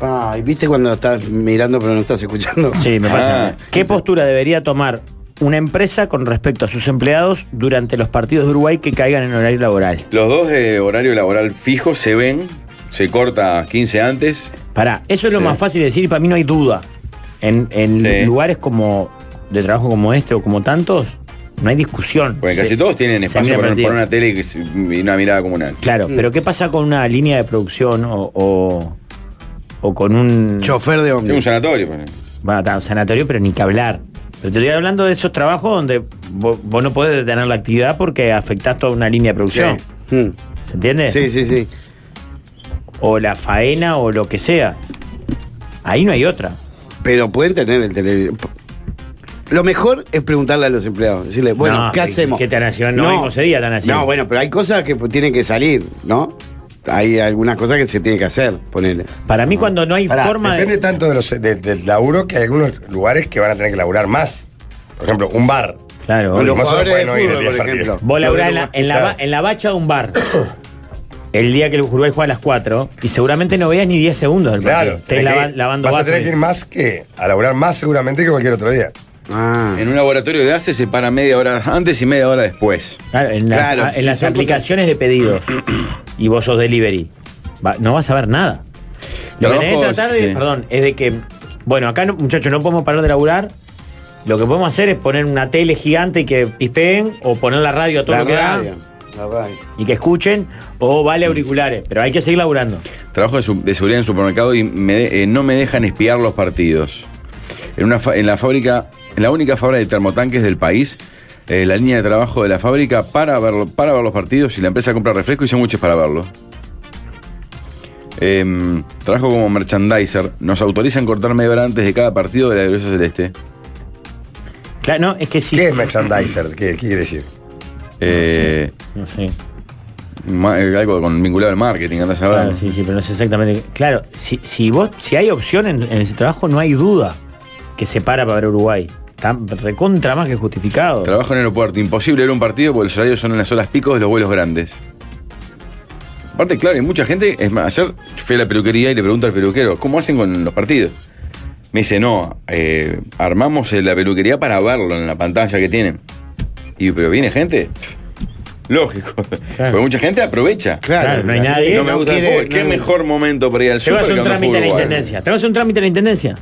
Speaker 7: Ay, ¿viste cuando estás mirando pero no estás escuchando?
Speaker 6: Sí, me pasa. ¿Qué postura debería tomar una empresa con respecto a sus empleados durante los partidos de Uruguay que caigan en horario laboral?
Speaker 5: Los dos de horario laboral fijo se ven, se corta 15 antes.
Speaker 6: Pará, eso es lo
Speaker 5: Sí.
Speaker 6: más fácil de decir y para mí no hay duda. En, en
Speaker 5: Sí.
Speaker 6: lugares como de trabajo como este o como tantos, no hay discusión.
Speaker 5: Porque
Speaker 6: Se-
Speaker 5: casi todos tienen
Speaker 6: se
Speaker 5: espacio
Speaker 6: mira
Speaker 5: para
Speaker 6: el
Speaker 5: poner
Speaker 6: partido.
Speaker 5: una tele y que se- y una mirada comunal.
Speaker 6: Claro,
Speaker 7: Mm.
Speaker 6: pero ¿qué pasa con una línea de producción o, o, o con un.
Speaker 7: Chofer de
Speaker 5: Sí, un sanatorio. ponele.
Speaker 6: Va, está, un sanatorio, pero ni que hablar. Pero te estoy hablando de esos trabajos donde vos, vos no podés detener la actividad porque afectás toda una línea de producción.
Speaker 22: Hmm.
Speaker 6: ¿Se entiende?
Speaker 7: Sí, sí, sí.
Speaker 6: O la faena o lo que sea. Ahí no hay otra.
Speaker 7: Pero pueden tener el teléfono. Lo mejor es preguntarle a los empleados. Decirle, bueno,
Speaker 6: No,
Speaker 7: ¿qué
Speaker 6: ¿qué-
Speaker 7: hacemos?
Speaker 6: qué tan haciendo? No, mismo sería tan haciendo.
Speaker 7: No, bueno, pero hay cosas que pues, tienen que salir, ¿no? Hay algunas cosas que se tienen que hacer, ponerle.
Speaker 6: Para mí, cuando no hay
Speaker 8: Pará,
Speaker 6: forma de.
Speaker 8: depende tanto de los- de- del laburo que hay algunos lugares que van a tener que laburar más. Por ejemplo, un bar.
Speaker 6: Claro.
Speaker 8: No se pueden oír el día del partido.
Speaker 6: Vos laburás en la,
Speaker 8: Claro.
Speaker 6: en, la, ba- en la bacha de un bar. El día que el Uruguay juega a las 4 y seguramente no veas ni 10 segundos del partido.
Speaker 8: Claro,
Speaker 6: Estés
Speaker 8: tenés que
Speaker 6: lava-
Speaker 8: ir-
Speaker 6: lavando
Speaker 8: Vas a
Speaker 6: vasos.
Speaker 8: tener que ir más que a laburar más seguramente que cualquier otro día.
Speaker 5: En un laboratorio de ACE se para media hora antes y media hora después.
Speaker 6: Claro, en las,
Speaker 5: Claro,
Speaker 6: a- en
Speaker 5: sí,
Speaker 6: las
Speaker 5: son
Speaker 6: aplicaciones de pedidos y vos sos delivery, va- no vas a ver nada. Lo que
Speaker 5: Trabajo,
Speaker 6: tenés que tratar de,
Speaker 5: sí.
Speaker 6: perdón, es de que, bueno, acá, no- muchachos, no podemos parar de laburar. Lo que podemos hacer es poner una tele gigante y que pispeen o poner la radio a todo
Speaker 7: La
Speaker 6: lo que da.
Speaker 7: radio.
Speaker 6: y que escuchen, o vale auriculares, pero hay que seguir laburando.
Speaker 5: Trabajo de, su- de seguridad en supermercado y me de- eh, no me dejan espiar los partidos. En, una fa- en la fábrica, en la única fábrica de termotanques del país, eh, la línea de trabajo de la fábrica para ver, para ver los partidos y la empresa compra refresco y sándwiches para verlo. Em, trabajo como merchandiser. Nos autorizan cortar media hora antes de cada partido de la gloriosa celeste.
Speaker 6: Claro, no, es que sí.
Speaker 8: ¿Qué es merchandiser? ¿Qué, qué quiere decir?
Speaker 5: Eh,
Speaker 6: No sé.
Speaker 5: ma- eh, algo con, vinculado al marketing, andás a ver.
Speaker 6: Claro, sí, sí, pero no sé exactamente. qué- Claro, si, si vos, si hay opción en, en ese trabajo, no hay duda que se para para ver Uruguay. Está recontra más que justificado.
Speaker 5: Trabajo en aeropuerto. Imposible ver un partido porque los horarios son en las horas picos de los vuelos grandes. Aparte, claro, hay mucha gente. Es más, ayer fui a la peluquería y le pregunto al peluquero, ¿cómo hacen con los partidos? Me dice, no, eh, armamos la peluquería para verlo en la pantalla que tienen. Y yo, pero viene gente. Lógico. Pero mucha gente aprovecha.
Speaker 6: Claro, no hay nadie.
Speaker 5: No me
Speaker 6: No
Speaker 5: gusta el
Speaker 6: quiere-
Speaker 5: fútbol. Qué
Speaker 6: no-
Speaker 5: mejor momento para ir al
Speaker 6: Te vas a
Speaker 5: súper
Speaker 6: hacer
Speaker 5: que
Speaker 6: un
Speaker 5: cuando
Speaker 6: trámite a la
Speaker 5: juega Uruguay.
Speaker 6: intendencia. Te vas a hacer un trámite a la intendencia.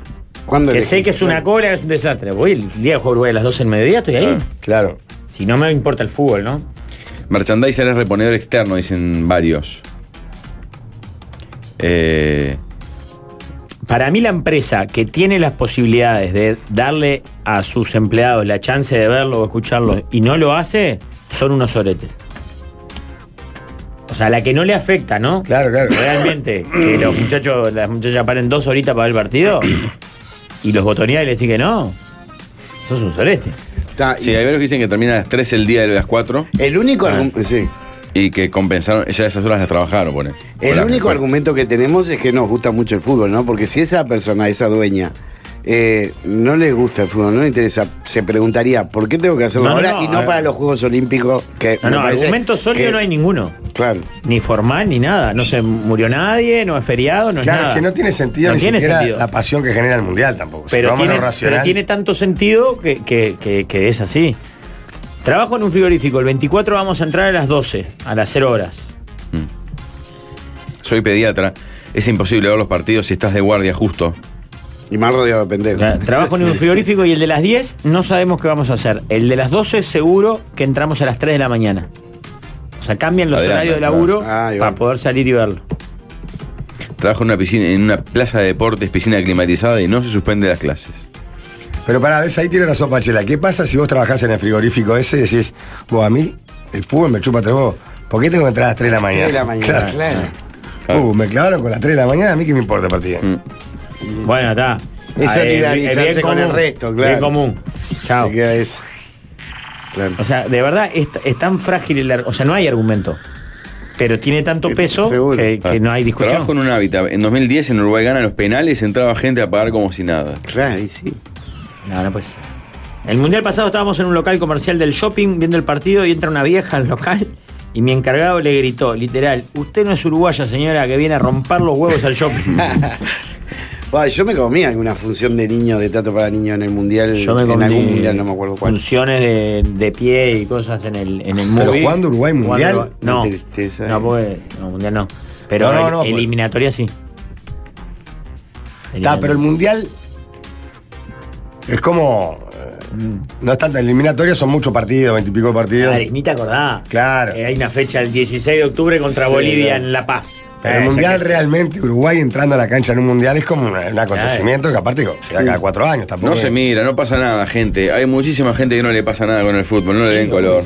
Speaker 6: Que
Speaker 5: elegís?
Speaker 6: sé que es una cola, que es un desastre. Voy el día de juego Uruguay a las 12 del mediodía, estoy ahí.
Speaker 8: Claro.
Speaker 6: Si no me importa el fútbol, ¿no?
Speaker 5: Merchandiser es reponedor externo, dicen varios. Eh,
Speaker 6: Para mí la empresa que tiene las posibilidades de darle a sus empleados la chance de verlo o escucharlo y no lo hace, son unos soretes. O sea, la que no le afecta, ¿no?
Speaker 8: Claro, claro.
Speaker 6: Realmente, que los muchachos, las muchachas paren dos horitas para ver el partido y los botonea y le dicen que no. Sos un sorete.
Speaker 5: sí, hay varios que dicen que termina a las 3 el día de las 4.
Speaker 7: El único argumento.
Speaker 5: Y que compensaron, ya esas horas las trabajaron, pone.
Speaker 7: El
Speaker 5: Hola.
Speaker 7: único argumento que tenemos es que nos gusta mucho el fútbol, ¿no? Porque si esa persona, esa dueña, eh, no le gusta el fútbol, no le interesa, se preguntaría, ¿por qué tengo que hacerlo
Speaker 6: No, no,
Speaker 7: ahora
Speaker 6: no,
Speaker 7: y
Speaker 6: a
Speaker 7: no
Speaker 6: ver.
Speaker 7: para los Juegos Olímpicos?
Speaker 8: Eh,
Speaker 7: Que
Speaker 6: No,
Speaker 7: me
Speaker 6: no,
Speaker 7: parece
Speaker 6: argumento sólido
Speaker 7: que-
Speaker 6: no hay ninguno.
Speaker 7: Claro.
Speaker 6: Ni formal, ni nada. No se murió nadie, no es feriado, no es
Speaker 8: claro,
Speaker 6: nada.
Speaker 8: es que no tiene sentido
Speaker 6: No
Speaker 8: ni
Speaker 6: tiene
Speaker 8: siquiera
Speaker 6: sentido.
Speaker 8: la pasión que genera el mundial tampoco. Si
Speaker 6: pero,
Speaker 8: vamos a lo
Speaker 6: tiene,
Speaker 8: Pues racional.
Speaker 6: pero tiene tanto sentido que, que- que- que es así. Trabajo en un frigorífico, el 24 vamos a entrar a las 12, a las 0 horas.
Speaker 5: Soy pediatra. Es imposible ver los partidos si estás de guardia justo.
Speaker 7: Y más rodeado de
Speaker 8: Eh,
Speaker 7: pendejos.
Speaker 6: Trabajo en un frigorífico y el de las 10 no sabemos qué vamos a hacer. El de las 12 seguro que entramos a las 3 de la mañana. O sea, cambian los
Speaker 5: Adelante,
Speaker 6: horarios de laburo
Speaker 8: Ah.
Speaker 7: Ah,
Speaker 5: claro.
Speaker 6: para poder salir y verlo.
Speaker 5: Trabajo en una piscina, en una plaza de deportes, piscina climatizada y no se suspende las clases.
Speaker 8: Pero para ves, ahí tiene razón Pachela. ¿Qué pasa si vos trabajás en el frigorífico ese y decís, vos a mí, el fútbol me chupa tres huevos? ¿Por qué tengo que entrar a las 3 de la mañana?
Speaker 7: Tres de la mañana, claro.
Speaker 8: Uh, me clavaron con las 3 de la mañana, a mí qué me importa el partido.
Speaker 6: Bueno, está.
Speaker 8: Es
Speaker 6: Ah, bien-
Speaker 8: solidarizarse
Speaker 6: bien
Speaker 8: con
Speaker 6: común,
Speaker 8: el resto,
Speaker 6: Bien
Speaker 8: claro.
Speaker 6: común. Chao. O sea, de verdad es, es tan frágil el. ar- O sea, no hay argumento. Pero tiene tanto peso que, que no hay discusión.
Speaker 5: Trabajo en un hábitat. En 2010 en Uruguay gana los penales, entraba gente a pagar como si nada.
Speaker 7: Claro, y sí.
Speaker 6: No, no puede ser. El mundial pasado estábamos en un local comercial del shopping viendo el partido y entra una vieja al local y mi encargado le gritó, literal, usted no es uruguaya, señora, que viene a romper los huevos al shopping.
Speaker 7: Bueno, yo me comí alguna función de niño, de teatro para niños en el mundial.
Speaker 6: Yo me
Speaker 7: en
Speaker 6: comí
Speaker 7: algún mundial, no me acuerdo cuál.
Speaker 6: Funciones de, de pie y cosas en el, en el
Speaker 7: Pero
Speaker 6: movie.
Speaker 7: jugando Uruguay Mundial,
Speaker 6: Jugando- No,
Speaker 7: qué eh.
Speaker 6: no, porque, no, mundial no. Pero
Speaker 8: No, no,
Speaker 6: el-
Speaker 8: no, pues.
Speaker 6: eliminatoria sí.
Speaker 8: Está, pero el mundial es como. eh, No es tanto eliminatoria, son muchos partidos, veintipico de partidos.
Speaker 6: Madre, ni te acordás.
Speaker 8: Claro.
Speaker 6: Eh, hay una fecha el 16 de octubre contra
Speaker 8: Sí,
Speaker 6: Bolivia
Speaker 8: no.
Speaker 6: en La Paz.
Speaker 8: Pero el
Speaker 6: Eh,
Speaker 8: mundial
Speaker 6: ya que-
Speaker 8: realmente, Uruguay entrando a la cancha en un mundial es como un, un acontecimiento que aparte se da cada cuatro años tampoco.
Speaker 5: No se mira, no pasa nada, gente. Hay muchísima gente que no le pasa nada con el fútbol, no le ven color.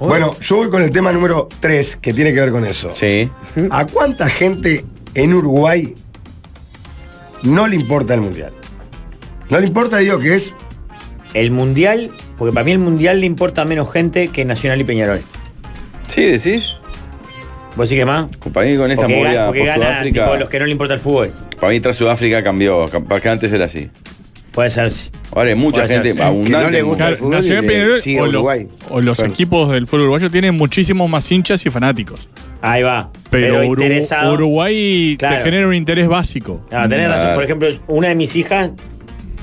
Speaker 8: Bueno, yo voy con el tema número 3 que tiene que ver con eso.
Speaker 5: Sí.
Speaker 8: ¿A cuánta gente en Uruguay no le importa el mundial? No le importa, digo, que es.
Speaker 6: El mundial, porque para mí el mundial le importa a menos gente que Nacional y Peñarol.
Speaker 5: Sí, decís.
Speaker 6: ¿Vos sí que más?
Speaker 5: Para mí con esta
Speaker 6: Porque gana-
Speaker 5: movida
Speaker 6: porque
Speaker 5: por
Speaker 6: gana,
Speaker 5: Sudáfrica.
Speaker 6: tipo, los que no le importa el fútbol.
Speaker 5: Para mí tras Sudáfrica cambió. Capaz que antes era así.
Speaker 6: Puede ser. sí.
Speaker 5: Ahora hay mucha
Speaker 6: Puede ser,
Speaker 5: gente
Speaker 6: sí.
Speaker 5: abundante.
Speaker 10: Claro, Nacional Peñarol o, lo- o los equipos del fútbol uruguayo tienen muchísimos más hinchas y fanáticos.
Speaker 6: Ahí va.
Speaker 10: Pero,
Speaker 6: Pero
Speaker 10: Uru-
Speaker 6: interesado.
Speaker 10: Uruguay
Speaker 6: Claro.
Speaker 10: te genera un interés básico.
Speaker 6: Ah, tenés razón. Por ejemplo, una de mis hijas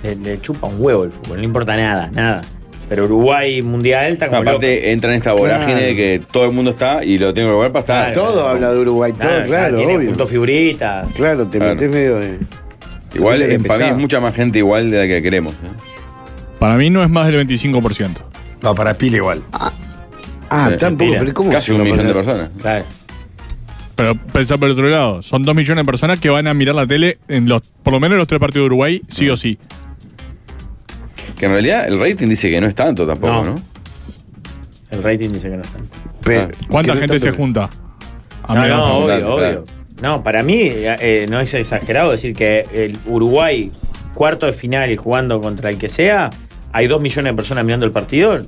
Speaker 6: le, le chupa un huevo el fútbol, no le importa nada, nada. Pero Uruguay Mundial está como
Speaker 5: Aparte entra en esta vorágine
Speaker 6: Claro.
Speaker 5: de que todo el mundo está y lo tengo que ver para estar.
Speaker 6: Claro. Todo habla
Speaker 7: de Uruguay,
Speaker 6: loco. Nada, tiene punto figurita.
Speaker 7: Claro, te
Speaker 5: Claro.
Speaker 7: metes medio. de-
Speaker 5: Igual,
Speaker 7: Te metes
Speaker 5: eh, para mí
Speaker 7: pesado.
Speaker 5: es mucha más gente igual de la que queremos. ¿eh?
Speaker 10: Para mí no es más del 25%.
Speaker 8: No, para Pile igual.
Speaker 20: Ah,
Speaker 5: Sí.
Speaker 20: tampoco,
Speaker 5: Mira,
Speaker 20: pero ¿cómo
Speaker 5: Casi
Speaker 20: se
Speaker 5: un
Speaker 20: lo
Speaker 5: millón de
Speaker 20: ponen?
Speaker 5: personas.
Speaker 10: Pero pensá por otro lado, son dos millones de personas que van a mirar la tele en los, por lo menos en los tres partidos de Uruguay, sí o sí.
Speaker 5: Que en realidad el rating dice que no es tanto tampoco, ¿no?
Speaker 6: El rating dice que no están.
Speaker 10: ¿Cuánta
Speaker 5: Ah.
Speaker 6: que no
Speaker 10: gente
Speaker 6: tanto
Speaker 10: se
Speaker 6: que-
Speaker 10: junta? A
Speaker 6: No, no,
Speaker 10: mirar los
Speaker 6: obvio,
Speaker 10: partidos.
Speaker 6: obvio. No, para mí eh, eh, no es exagerado decir que el Uruguay, cuarto de final y jugando contra el que sea, hay dos millones de personas mirando el partido.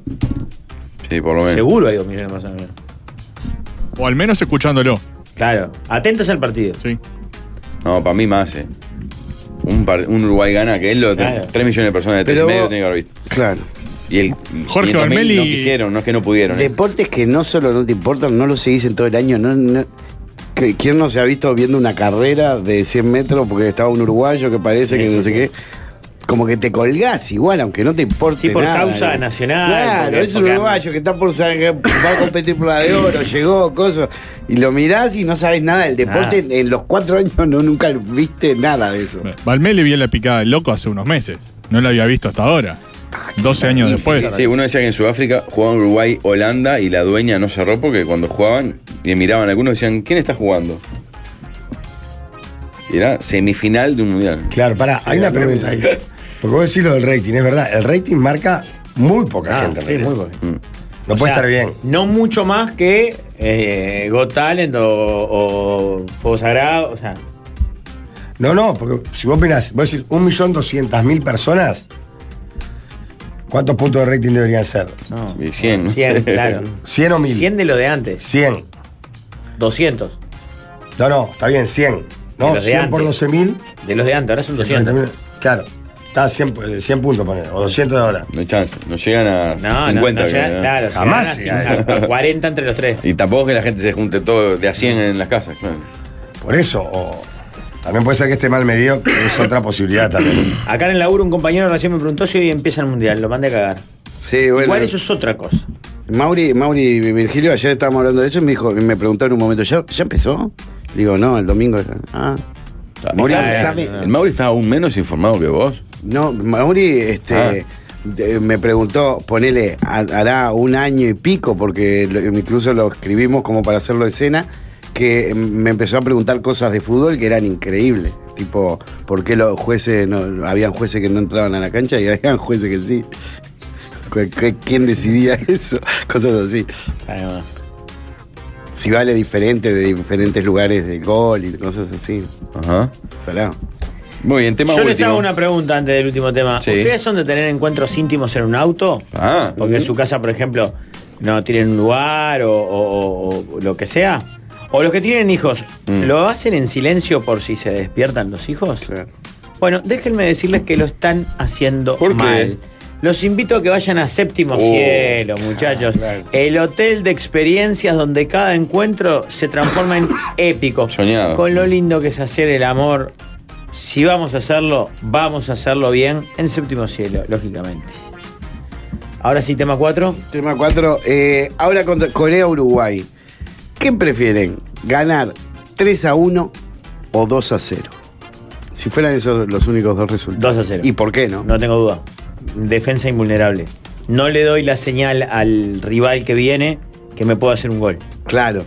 Speaker 5: Sí, por lo menos.
Speaker 6: Seguro hay dos millones de personas mirando.
Speaker 10: O al menos escuchándolo.
Speaker 6: Claro, atentas al partido.
Speaker 10: Sí.
Speaker 5: No, para mí más, eh. Un, par- un Uruguay gana, que es lo de
Speaker 6: Claro.
Speaker 5: 3 millones de personas de 3
Speaker 7: Pero
Speaker 5: y medio
Speaker 7: vos-
Speaker 5: tiene que haber visto.
Speaker 7: Claro.
Speaker 5: Y el
Speaker 7: Jorge
Speaker 5: 500.000
Speaker 7: Barmeli-
Speaker 5: no quisieron, no es que no pudieron. eh.
Speaker 7: Deportes que no solo no te importan, no los seguís en todo el año. No, no- que- ¿Quién no se ha visto viendo una carrera de 100 metros porque estaba un uruguayo que parece
Speaker 6: Sí,
Speaker 7: que no
Speaker 6: sí,
Speaker 7: sé
Speaker 6: sí.
Speaker 7: qué? Como que te colgás igual, aunque no te importe.
Speaker 6: Sí, por
Speaker 7: nada,
Speaker 6: causa
Speaker 7: ¿no?
Speaker 6: nacional,
Speaker 7: Claro,
Speaker 6: porque-
Speaker 7: es un
Speaker 6: porque-
Speaker 7: uruguayo que está por sa- que va a competir por la de oro, llegó, cosas. Y lo mirás y no sabes nada del deporte.
Speaker 10: Nada.
Speaker 7: En los cuatro años no nunca viste nada de eso.
Speaker 10: Balmé le vi en la picada del loco hace unos meses. No la había visto hasta ahora. 12 años después.
Speaker 5: Sí, uno decía que en Sudáfrica jugaban Uruguay, Holanda y la dueña no cerró porque cuando jugaban y miraban a algunos decían, ¿quién está jugando? Y era semifinal de un mundial.
Speaker 8: Claro, pará, hay una pregunta ahí. Porque vos decís lo del rating, es verdad. El rating marca muy poca
Speaker 6: Ah,
Speaker 8: gente.
Speaker 6: sí,
Speaker 8: ¿no?
Speaker 6: muy poca.
Speaker 8: No
Speaker 6: O
Speaker 8: puede
Speaker 6: sea,
Speaker 8: estar bien.
Speaker 6: No mucho más que eh, Got Talent o, o Fuego Sagrado. O sea,
Speaker 8: Mm. No, no, porque si vos mirás, vos decís 1.200.000 personas, ¿cuántos puntos de rating deberían ser?
Speaker 6: no.
Speaker 5: Y 100.
Speaker 6: 100, claro.
Speaker 8: 100 o 1000.
Speaker 6: 100 de lo de antes.
Speaker 8: 100.
Speaker 6: 200.
Speaker 8: No, no, está bien, 100. No,
Speaker 6: De los de
Speaker 8: 100 por
Speaker 6: antes.
Speaker 8: 12.000.
Speaker 6: De los de antes, ahora son
Speaker 8: 200. Claro, está 100, pu- 100 puntos, poner, o 200 de ahora.
Speaker 5: No hay chance, no llegan a
Speaker 6: No, no,
Speaker 5: 50.
Speaker 6: no llega-
Speaker 5: creo, ¿no?
Speaker 6: claro,
Speaker 5: Jamás
Speaker 6: llegan a
Speaker 5: llega a eso.
Speaker 6: 40 entre los tres.
Speaker 5: Y tampoco es que la gente se junte todo de a 100 en las casas, claro.
Speaker 8: Por eso, o también puede ser que esté mal medido, que es otra posibilidad también.
Speaker 6: Acá en el laburo un compañero recién me preguntó si hoy empieza el mundial, lo mandé a cagar.
Speaker 7: Sí, bueno.
Speaker 6: Igual eso es otra cosa.
Speaker 7: Mauri, Mauri Virgilio, ayer estábamos hablando de eso y me dijo, me preguntó en un momento, ¿ya, ya empezó? Le digo, no, el domingo. era". Ah. Mauri
Speaker 5: Está-
Speaker 7: sabe.
Speaker 5: El Mauri está aún menos informado que vos.
Speaker 7: No, Mauri, este.
Speaker 5: Ah.
Speaker 7: de- me preguntó, ponele, ha- hará un año y pico, porque lo- incluso lo escribimos como para hacerlo escena, que me empezó a preguntar cosas de fútbol que eran increíbles. Tipo, ¿por qué los jueces, no, habían jueces que no entraban a la cancha y habían jueces que sí? ¿Cu- cu- ¿Quién decidía eso? Cosas así. Si vale diferente de diferentes lugares de gol y cosas así.
Speaker 5: Ajá.
Speaker 7: Salado.
Speaker 5: Muy bien,
Speaker 6: Yo les hago una pregunta antes del último tema.
Speaker 7: Sí.
Speaker 6: ¿Ustedes son de tener encuentros íntimos en un auto?
Speaker 5: Ah.
Speaker 6: Porque en su casa, por ejemplo, no tienen un lugar o, o- o- o lo que sea. O los que tienen hijos,
Speaker 5: Mm.
Speaker 6: ¿lo hacen en silencio por si se despiertan los hijos? Bueno, déjenme decirles que lo están haciendo
Speaker 5: ¿Por qué?
Speaker 6: mal. Los invito a que vayan a Séptimo
Speaker 5: Oh.
Speaker 6: Cielo, muchachos. El hotel de experiencias donde cada encuentro se transforma en épico.
Speaker 5: Soñado.
Speaker 6: Con lo lindo que es hacer el amor. Si vamos a hacerlo, vamos a hacerlo bien en Séptimo Cielo, lógicamente. Ahora sí, tema 4.
Speaker 7: Tema 4. ahora contra Corea-Uruguay. ¿Qué prefieren? ¿Ganar 3 a 1 o 2 a 0? Si fueran esos los únicos dos resultados.
Speaker 6: 2 a 0.
Speaker 7: ¿Y por qué no?
Speaker 6: No tengo duda. Defensa invulnerable. No le doy la señal al rival que viene que me pueda hacer un gol.
Speaker 7: Claro.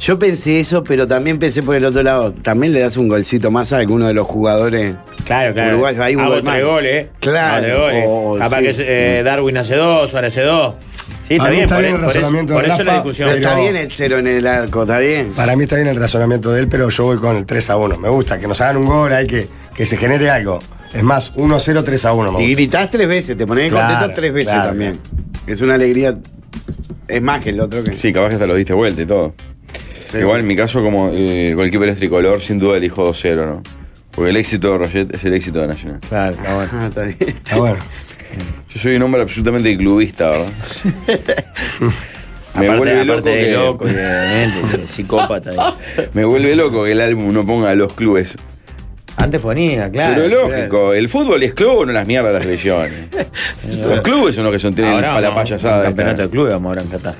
Speaker 7: Yo pensé eso, pero también pensé por el otro lado. También le das un golcito más a alguno de los jugadores
Speaker 6: Claro, claro.
Speaker 7: uruguayos. Hay un
Speaker 6: Hago
Speaker 7: gol más.
Speaker 6: tres goles. ¿eh?
Speaker 7: Claro.
Speaker 6: Hago tres goles.
Speaker 7: Oh,
Speaker 6: Capaz
Speaker 7: sí.
Speaker 5: Mm.
Speaker 6: que eh, Darwin hace dos, Suárez hace dos. Sí, está
Speaker 8: Para mí
Speaker 6: bien.
Speaker 8: está
Speaker 6: por
Speaker 8: bien
Speaker 6: e-
Speaker 8: el
Speaker 6: por eso-
Speaker 8: razonamiento
Speaker 6: por
Speaker 8: de
Speaker 6: eso
Speaker 8: Rafa,
Speaker 6: la discusión.
Speaker 8: pero- Está bien
Speaker 7: el cero en el arco, está bien.
Speaker 8: Para mí está bien el razonamiento de él, pero yo voy con el 3 a 1. Me gusta que nos hagan un gol, hay que, que se genere algo. Es más, 1 a 0, 3 a 1. me
Speaker 7: Y
Speaker 8: gusta.
Speaker 7: gritás tres veces, te pones
Speaker 8: Claro,
Speaker 7: contento tres veces
Speaker 8: claro.
Speaker 7: también. Es una alegría. Es más que el otro que.
Speaker 5: Sí, capaz que hasta los diste vuelta y todo. Igual en mi caso, como eh, goalkeeper es tricolor, sin duda elijo 2-0, ¿no? Porque el éxito de Roget es el éxito de Nacional.
Speaker 6: Claro, está bueno.
Speaker 7: Ah, está bien.
Speaker 5: Yo soy un hombre absolutamente clubista, ¿verdad? Me
Speaker 6: aparte,
Speaker 5: vuelve loco
Speaker 6: aparte de
Speaker 5: que-
Speaker 6: loco, y de, de- de psicópata.
Speaker 5: Me vuelve loco que el álbum no ponga a los clubes.
Speaker 6: Antes ponía, claro.
Speaker 5: Pero lógico, el fútbol es club, no las mierdas las lesiones. los clubes son los que son, tienen
Speaker 6: Ahora
Speaker 5: para la
Speaker 6: vamos a un
Speaker 5: payasada. esta.
Speaker 6: campeonato de clubes vamos ahora en Qatar.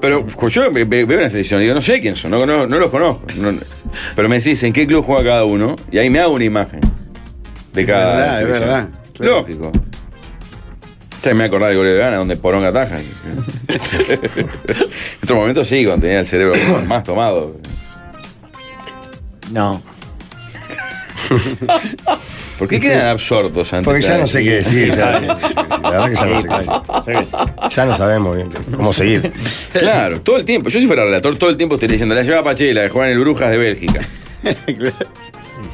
Speaker 5: Pero pues, yo ve- ve- veo una selección y digo, no sé quién son, no, no, no los conozco. No- pero me decís en qué club juega cada uno y ahí me hago una imagen de cada.
Speaker 7: verdad, es
Speaker 5: selección.
Speaker 7: verdad,
Speaker 5: Lógico. Ya me voy a acordar del gol de Gana, donde Poronga ataja. en otro momento sí, cuando tenía el cerebro más tomado.
Speaker 6: No.
Speaker 5: ¿Por qué quedan absortos antes?
Speaker 8: Porque ya no sé qué decir, ya,
Speaker 5: Sí, sí, sí,
Speaker 8: la verdad que ya no sé qué decir. Ya no sabemos bien cómo seguir.
Speaker 5: Claro, todo el tiempo. Yo si fuera relator, todo el tiempo estaría diciendo, la lleva Pachela, de Juan el Brujas de Bélgica. Está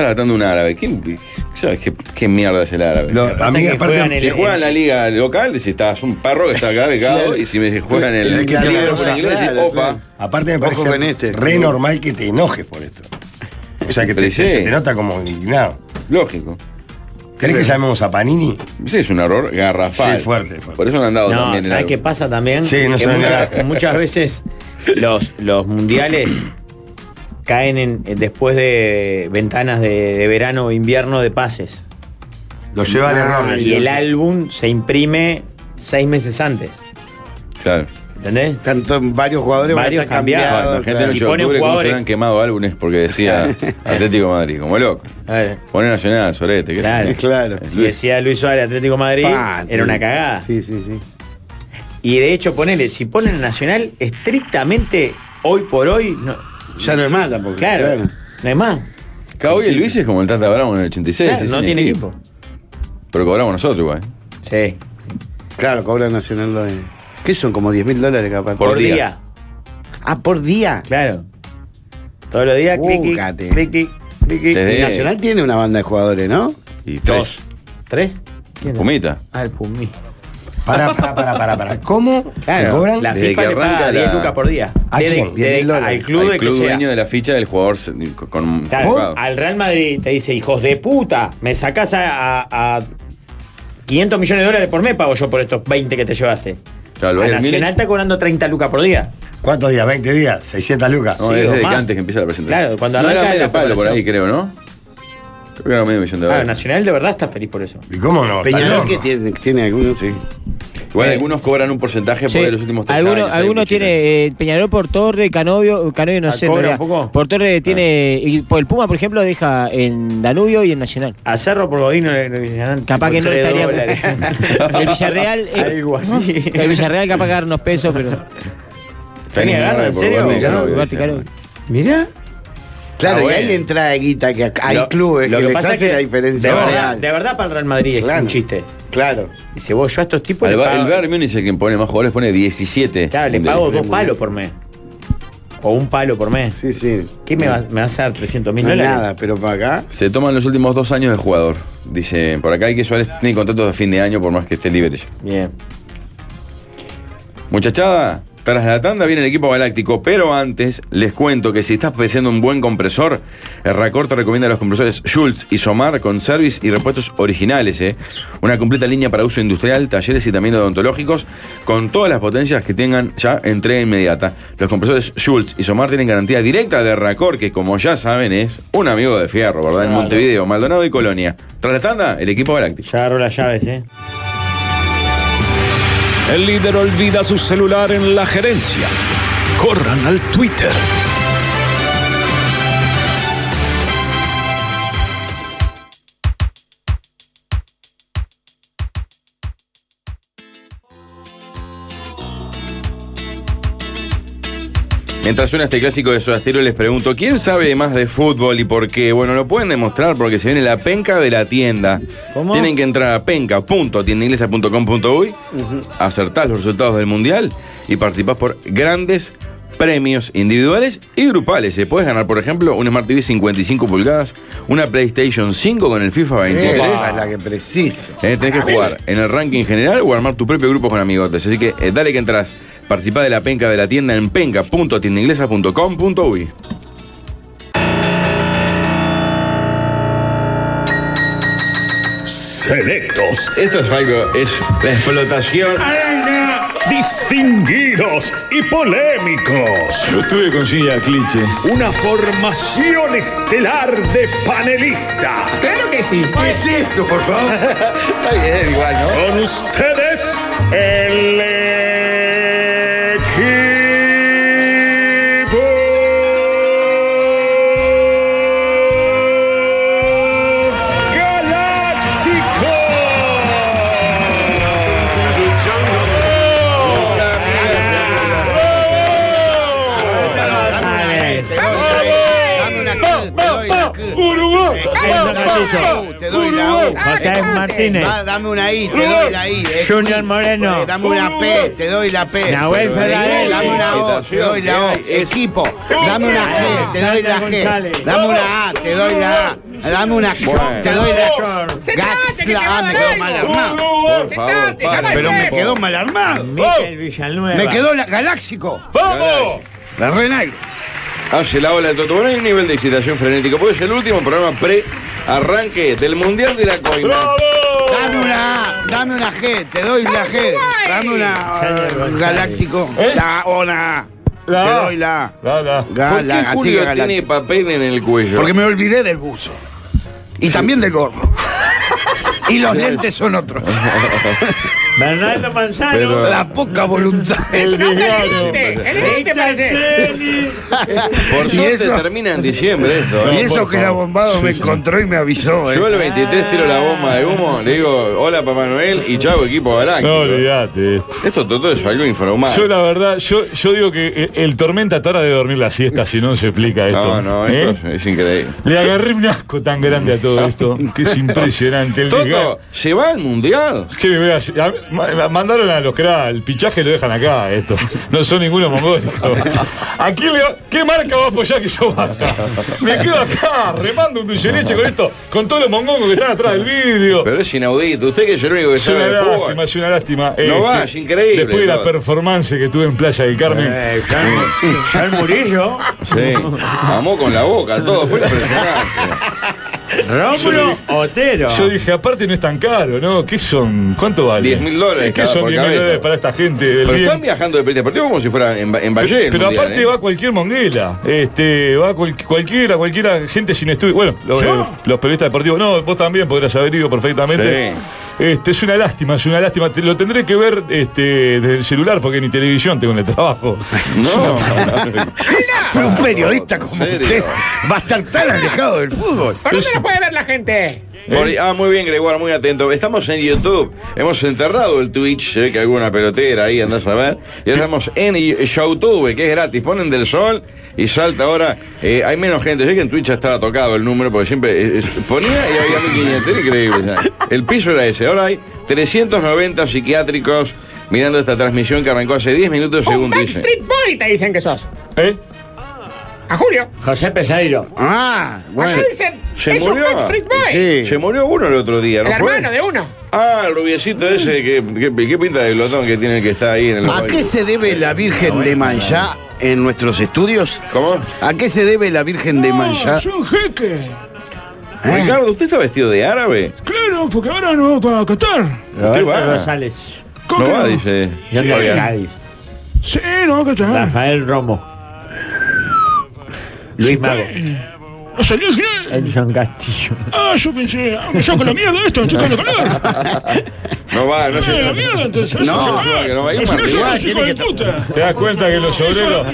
Speaker 5: relatando un árabe. ¿Quién- sabes qué, qué mierda es el árabe?
Speaker 8: Lo- a mí, Pasa que aparte- juegan en
Speaker 5: si
Speaker 8: el-
Speaker 5: juega en la liga local, decís, estás un perro que está acá becado,
Speaker 8: Claro.
Speaker 5: y si me juegan en
Speaker 8: Tenés
Speaker 5: el-
Speaker 8: que
Speaker 5: la
Speaker 8: tener
Speaker 5: liga
Speaker 8: una
Speaker 5: local
Speaker 8: cosa
Speaker 5: inglesa, decís,
Speaker 8: clara,
Speaker 5: opa.
Speaker 8: claro. Aparte me parece
Speaker 5: Ojo con este.
Speaker 8: re normal que te enojes por esto. O sea, que te,
Speaker 5: Pero sí.
Speaker 8: se te nota como indignado.
Speaker 5: Lógico.
Speaker 8: ¿Querés que llamemos a Panini?
Speaker 5: Sí, es un error garrafal.
Speaker 8: Sí, fuerte, fuerte.
Speaker 5: Por eso no han dado
Speaker 6: No,
Speaker 5: también en
Speaker 6: ¿sabes
Speaker 5: algo.
Speaker 6: qué pasa también?
Speaker 5: Sí, no
Speaker 6: Que
Speaker 5: saben
Speaker 6: muchas,
Speaker 5: nada.
Speaker 6: muchas veces los, los mundiales caen en, en- después de ventanas de, de verano o invierno de pases.
Speaker 8: Lo lleva al error.
Speaker 6: Y el álbum se imprime seis meses antes.
Speaker 5: Claro.
Speaker 6: ¿Entendés?
Speaker 7: Tanto varios jugadores van a
Speaker 6: Varios
Speaker 7: estar cambiados,
Speaker 6: cambiados.
Speaker 5: La gente del
Speaker 6: si
Speaker 5: 8 de
Speaker 6: pone un
Speaker 5: octubre, ¿cómo se le
Speaker 6: jugador.
Speaker 5: han quemado álbumes porque decía Atlético de Madrid, como loco. Pone Nacional, Sorete. ¿qué
Speaker 6: Claro.
Speaker 5: tal?
Speaker 6: Si decía Luis Suárez Atlético de Madrid, era una cagada.
Speaker 7: Sí, sí, sí.
Speaker 6: Y de hecho, ponele, si ponen a Nacional, estrictamente hoy por hoy. ya no es más tampoco. Claro, no es más.
Speaker 5: Acá hoy el Luis es como el Tata Bravo en el 86.
Speaker 6: Claro,
Speaker 5: es
Speaker 6: no
Speaker 5: sin
Speaker 6: tiene equipo.
Speaker 5: Pero cobramos nosotros igual.
Speaker 6: Sí.
Speaker 7: Claro, cobra Nacional lo de- ¿Qué son? Como 10 mil dólares capaz.
Speaker 5: Por Por día. día.
Speaker 7: Ah, por día.
Speaker 6: Claro. Todos los días, clic, clic, clic, clic, clic, clic.
Speaker 7: Y Nacional tiene una banda de jugadores, ¿no?
Speaker 5: Y
Speaker 6: tres. ¿Tres? ¿Quién es?
Speaker 5: Pumita.
Speaker 6: Ah, el Pumita.
Speaker 8: Pará, pará, pará, pará, pará. ¿Cómo?
Speaker 6: Claro,
Speaker 8: ¿Le cobran?
Speaker 6: la FIFA le paga 10 lucas por día.
Speaker 8: ¿A
Speaker 6: Desde-
Speaker 8: quién?
Speaker 6: desde- al club de
Speaker 5: Al
Speaker 6: que
Speaker 5: club
Speaker 6: sea.
Speaker 5: dueño de la ficha del jugador se- con- con
Speaker 6: Claro,
Speaker 5: abogado.
Speaker 6: al Real Madrid te dice, hijos de puta, me sacás a, a- a 500 millones de dólares por mes, pago yo por estos 20 que te llevaste.
Speaker 5: Claro,
Speaker 6: a
Speaker 5: el Bayern
Speaker 6: Nacional
Speaker 5: Múnich-
Speaker 6: está cobrando 30 lucas por día.
Speaker 8: ¿Cuántos días? ¿20 días? ¿600 lucas?
Speaker 5: No,
Speaker 6: Sí,
Speaker 5: es
Speaker 6: o
Speaker 5: desde
Speaker 6: más.
Speaker 5: que antes que empieza la presentación.
Speaker 6: Claro, cuando
Speaker 5: no, era
Speaker 6: arranca
Speaker 5: medio
Speaker 6: la Ah,
Speaker 5: palo por
Speaker 6: población.
Speaker 5: ahí, creo, ¿no? Creo que era medio millón de
Speaker 6: Claro,
Speaker 5: dólares.
Speaker 6: Nacional de verdad está feliz por eso.
Speaker 8: ¿Y cómo no?
Speaker 7: Peñarol que tiene, tiene algunos, sí.
Speaker 6: Eh,
Speaker 5: Igual algunos cobran un porcentaje
Speaker 11: Sí.
Speaker 5: por los últimos tres
Speaker 11: Alguno,
Speaker 5: años. hay
Speaker 11: alguno
Speaker 5: muchos.
Speaker 11: tiene eh, Peñarol por Torre, Canovio, Canovio no
Speaker 6: Ah,
Speaker 11: sé. en
Speaker 6: ¿cobra
Speaker 11: realidad.
Speaker 6: un poco? Ah.
Speaker 11: Por Torre tiene. Y por el Puma, por ejemplo, deja en Danubio y en Nacional.
Speaker 6: A Cerro por Godino le- le- le-
Speaker 11: Capaz que no
Speaker 6: tres
Speaker 11: estaría-
Speaker 6: dólares.
Speaker 11: El Villarreal. eh,
Speaker 6: Algo así.
Speaker 11: El Villarreal capaz que agarra unos pesos, pero.
Speaker 6: ¿Tenía garra, en
Speaker 5: por
Speaker 6: serio?
Speaker 5: Godín,
Speaker 6: Claro,
Speaker 5: obvio,
Speaker 6: Duarte,
Speaker 5: sí.
Speaker 6: claro. Mirá.
Speaker 7: Claro,
Speaker 6: Ah,
Speaker 7: y
Speaker 6: bueno.
Speaker 7: ahí entra de guita que hay
Speaker 6: Lo-
Speaker 7: clubes
Speaker 6: lo
Speaker 7: que, les
Speaker 6: pasa
Speaker 7: hace
Speaker 6: es que
Speaker 7: la diferencia.
Speaker 6: De verdad,
Speaker 7: real.
Speaker 6: de verdad para el Real Madrid es
Speaker 7: Claro.
Speaker 6: un chiste.
Speaker 7: Claro.
Speaker 6: Dice vos, yo a estos tipos
Speaker 5: Al
Speaker 6: le
Speaker 5: Ba-
Speaker 6: pago,
Speaker 5: el Bayern Múnich es el que pone más jugadores, pone 17.
Speaker 6: claro, le
Speaker 5: Donde-
Speaker 6: pago dos palos por mes. O un palo por mes.
Speaker 7: Sí, sí.
Speaker 6: ¿Qué me, va- me vas a dar 300 mil
Speaker 7: No es
Speaker 6: dólares?
Speaker 7: nada, pero para acá.
Speaker 5: Se toman los últimos dos años de jugador. Dice, por acá hay que Suárez tiene contratos de fin de año por más que esté libre ya.
Speaker 6: Bien.
Speaker 5: Muchachada, tras la tanda viene el equipo galáctico, pero antes les cuento que si estás pensando un buen compresor, el Racor te recomienda los compresores Schultz y Somar con service y repuestos originales. ¿eh? Una completa línea para uso industrial, talleres y también odontológicos, con todas las potencias que tengan ya entrega inmediata. Los compresores Schultz y Somar tienen garantía directa de Racor, que como ya saben es un amigo de Fierro, ¿verdad? En Montevideo, Maldonado y Colonia. Tras la tanda, el equipo galáctico.
Speaker 6: Ya agarró las llaves, ¿eh?
Speaker 19: El líder olvida su celular en la gerencia. Corran al Twitter.
Speaker 5: Mientras suena este clásico de Sodastero, les pregunto, ¿quién sabe más de fútbol y por qué? Bueno, lo pueden demostrar porque se viene la penca de la tienda.
Speaker 6: ¿Cómo?
Speaker 5: Tienen que entrar a penca.tiendainglesa.com.uy, acertás los resultados del Mundial y participás por grandes premios individuales y grupales. Se puedes ganar, por ejemplo, un Smart TV 55 pulgadas, una PlayStation 5 con el FIFA 23.
Speaker 7: Esa es la que preciso.
Speaker 5: Eh, tenés que jugar en el ranking general o armar tu propio grupo con amigotes. Así que eh, dale que entras. Participá de la penca de la tienda en penca.tiendainglesa.com.uy.
Speaker 19: Selectos.
Speaker 5: Esto es algo, es la explotación.
Speaker 19: Distinguidos y polémicos.
Speaker 4: Lo tuve con Gilla Cliche.
Speaker 19: Una formación estelar de panelistas. Claro que sí. ¿Qué es esto, por favor? Está bien, igual, ¿no? Con ustedes, el equipo galáctico.
Speaker 7: Russo. Te doy la U.
Speaker 6: José
Speaker 7: Eh,
Speaker 6: Martínez.
Speaker 7: Va, dame una I, te doy la I. Eh,
Speaker 6: Junior Moreno.
Speaker 7: eh, Dame una P, te doy la P.
Speaker 6: Nahuel
Speaker 7: Eh,
Speaker 6: Ferraresi.
Speaker 7: Dame una O, te doy la O. Equipo, dame una G, te doy la G. Dame una A, te doy la A. Dame una G, te doy la Gax, la A, me quedó mal armado.
Speaker 5: Por favor, paren.
Speaker 7: Pero me quedó mal armado. Oh. Me quedó la Galáxico.
Speaker 5: ¡Vamos!
Speaker 7: La Renal.
Speaker 5: Hace la ola de Toto. Bueno, hay un nivel de excitación frenético, porque es el último programa pre-arranque del Mundial de la Coima.
Speaker 7: Dame una A, dame una G, te doy la G. Dame una uh, Galáctico. La O, la A. Te doy la A.
Speaker 5: ¿Por qué
Speaker 7: Gala- así
Speaker 5: Julio
Speaker 7: Galáctico.
Speaker 5: tiene papel en el cuello?
Speaker 20: Porque me olvidé del buzo. Y también del gorro. Y los lentes son otros.
Speaker 6: Bernardo Manzano.
Speaker 5: Pero-
Speaker 20: La poca voluntad.
Speaker 5: El desgano. Por
Speaker 20: Y
Speaker 5: suerte
Speaker 20: eso-
Speaker 5: termina en diciembre esto.
Speaker 20: Y
Speaker 5: ¿eh?
Speaker 20: eso
Speaker 5: Por
Speaker 20: que era
Speaker 5: favor.
Speaker 20: bombado me encontró y me avisó.
Speaker 5: Yo
Speaker 20: eh.
Speaker 5: el 23 tiro la bomba de humo, le digo, hola Papá Noel y chavo equipo galáctico.
Speaker 4: No olvidate.
Speaker 5: Esto todo es algo informal.
Speaker 4: Yo la verdad, yo, yo digo que el, el tormenta hasta ahora de dormir la siesta, si no, no se explica esto.
Speaker 5: No, no,
Speaker 4: ¿Eh?
Speaker 5: esto es, es increíble.
Speaker 4: Le agarré un asco tan grande a todo esto, que es impresionante. El
Speaker 5: Toto,
Speaker 4: ¿se va al mundial? Que me voy a lle- a- ma- ma- mandaron a los cra, el pichaje lo dejan acá, esto. No son ninguno mongólicos. ¿A quién le va- ¿Qué marca va a apoyar que yo vaya? Me quedo acá, remando un dulce de leche con esto, con todos los mongongos que están atrás del vidrio.
Speaker 5: Pero es inaudito, usted que es el único que
Speaker 4: Es una
Speaker 5: sabe de fútbol.
Speaker 4: lástima, es una lástima. Este,
Speaker 5: No va, es increíble Eh,
Speaker 4: Después de la
Speaker 5: todo.
Speaker 4: performance que tuve en Playa del Carmen.
Speaker 6: Al Murillo.
Speaker 5: Sí, amó con la boca, todo fue impresionante.
Speaker 4: Rómulo
Speaker 6: Otero.
Speaker 4: Yo dije, aparte no es tan caro, ¿no? ¿Qué son? ¿Cuánto vale?
Speaker 5: 10.000 dólares
Speaker 4: ¿Qué
Speaker 5: cada
Speaker 4: son
Speaker 5: por
Speaker 4: 10 mil
Speaker 5: cabeza?
Speaker 4: dólares para esta gente? del
Speaker 5: Pero
Speaker 4: bien?
Speaker 5: están viajando de partido a partido como si fuera en, ba- en Valle. el
Speaker 4: Pero
Speaker 5: Mundial,
Speaker 4: aparte
Speaker 5: ¿eh?
Speaker 4: va cualquier monguela. Este, va cual- cualquiera, cualquiera, gente sin estudio. Bueno, los,
Speaker 5: ¿Yo?
Speaker 4: eh, los periodistas deportivos. No, vos también podrás haber ido perfectamente. Este, es una lástima, es una lástima. Te- lo tendré que ver este, desde el celular porque ni televisión tengo en el trabajo.
Speaker 20: Pero un periodista como
Speaker 4: ¿En serio?
Speaker 20: usted va a estar tan alejado del fútbol.
Speaker 23: ¿Por dónde lo puede ver la gente?
Speaker 5: Por- ah, muy bien, Gregorio, muy atento. Estamos en YouTube. Hemos enterrado el Twitch, sé que alguna pelotera ahí, andás a ver. Y ahora estamos en y- YouTube, que es gratis. Ponen del sol y salta ahora. Eh, hay menos gente. Sé que en Twitch ya estaba tocado el número, porque siempre eh, eh, ponía y había 1500. Era increíble. ya. El piso era ese. Ahora hay 390 psiquiátricos mirando esta transmisión que arrancó hace 10 minutos, según dice.
Speaker 23: Street Boy te dicen que sos.
Speaker 4: ¿Eh?
Speaker 23: A Julio.
Speaker 6: José Peseiro.
Speaker 5: Ah,
Speaker 23: Allá dicen, es un Backstreet Boy.
Speaker 5: Se murió uno el otro día,
Speaker 23: El
Speaker 5: ¿no fue?
Speaker 23: hermano de uno.
Speaker 5: Ah, el rubiecito ese, que, que- que pinta de glotón que tiene el que está ahí en el
Speaker 7: ¿A
Speaker 5: baile.
Speaker 7: qué se debe la Virgen de Manchá en nuestros estudios?
Speaker 5: ¿Cómo?
Speaker 7: ¿A qué se debe la Virgen de Manchá?
Speaker 22: Son jeques.
Speaker 20: ¿Eh?
Speaker 5: Ricardo, ¿usted está vestido de árabe?
Speaker 22: Claro, porque ahora no va a Qatar.
Speaker 5: Usted va.
Speaker 6: Rosales.
Speaker 22: ¿Cómo
Speaker 5: no
Speaker 22: que
Speaker 5: va,
Speaker 22: no?
Speaker 5: dice.
Speaker 6: Yo
Speaker 5: Sí,
Speaker 6: te
Speaker 5: Fabián.
Speaker 6: Cádiz.
Speaker 22: Sí, no va a Qatar.
Speaker 6: Rafael Romo. Luis Mago.
Speaker 22: ¿No Ah, salió al final?
Speaker 6: Edson Castillo.
Speaker 22: Ah, yo pensé, ah, me saco la mierda esto, estoy con la calor.
Speaker 5: No va, no
Speaker 22: Eh, la
Speaker 5: se.
Speaker 22: mierda entonces.
Speaker 5: No,
Speaker 22: eso se va.
Speaker 5: que no va a ir
Speaker 22: Eso no
Speaker 5: Martín.
Speaker 22: se va,
Speaker 5: Ah,
Speaker 22: hijo
Speaker 5: tiene
Speaker 22: de puta.
Speaker 4: ¿Te das cuenta que los obreros.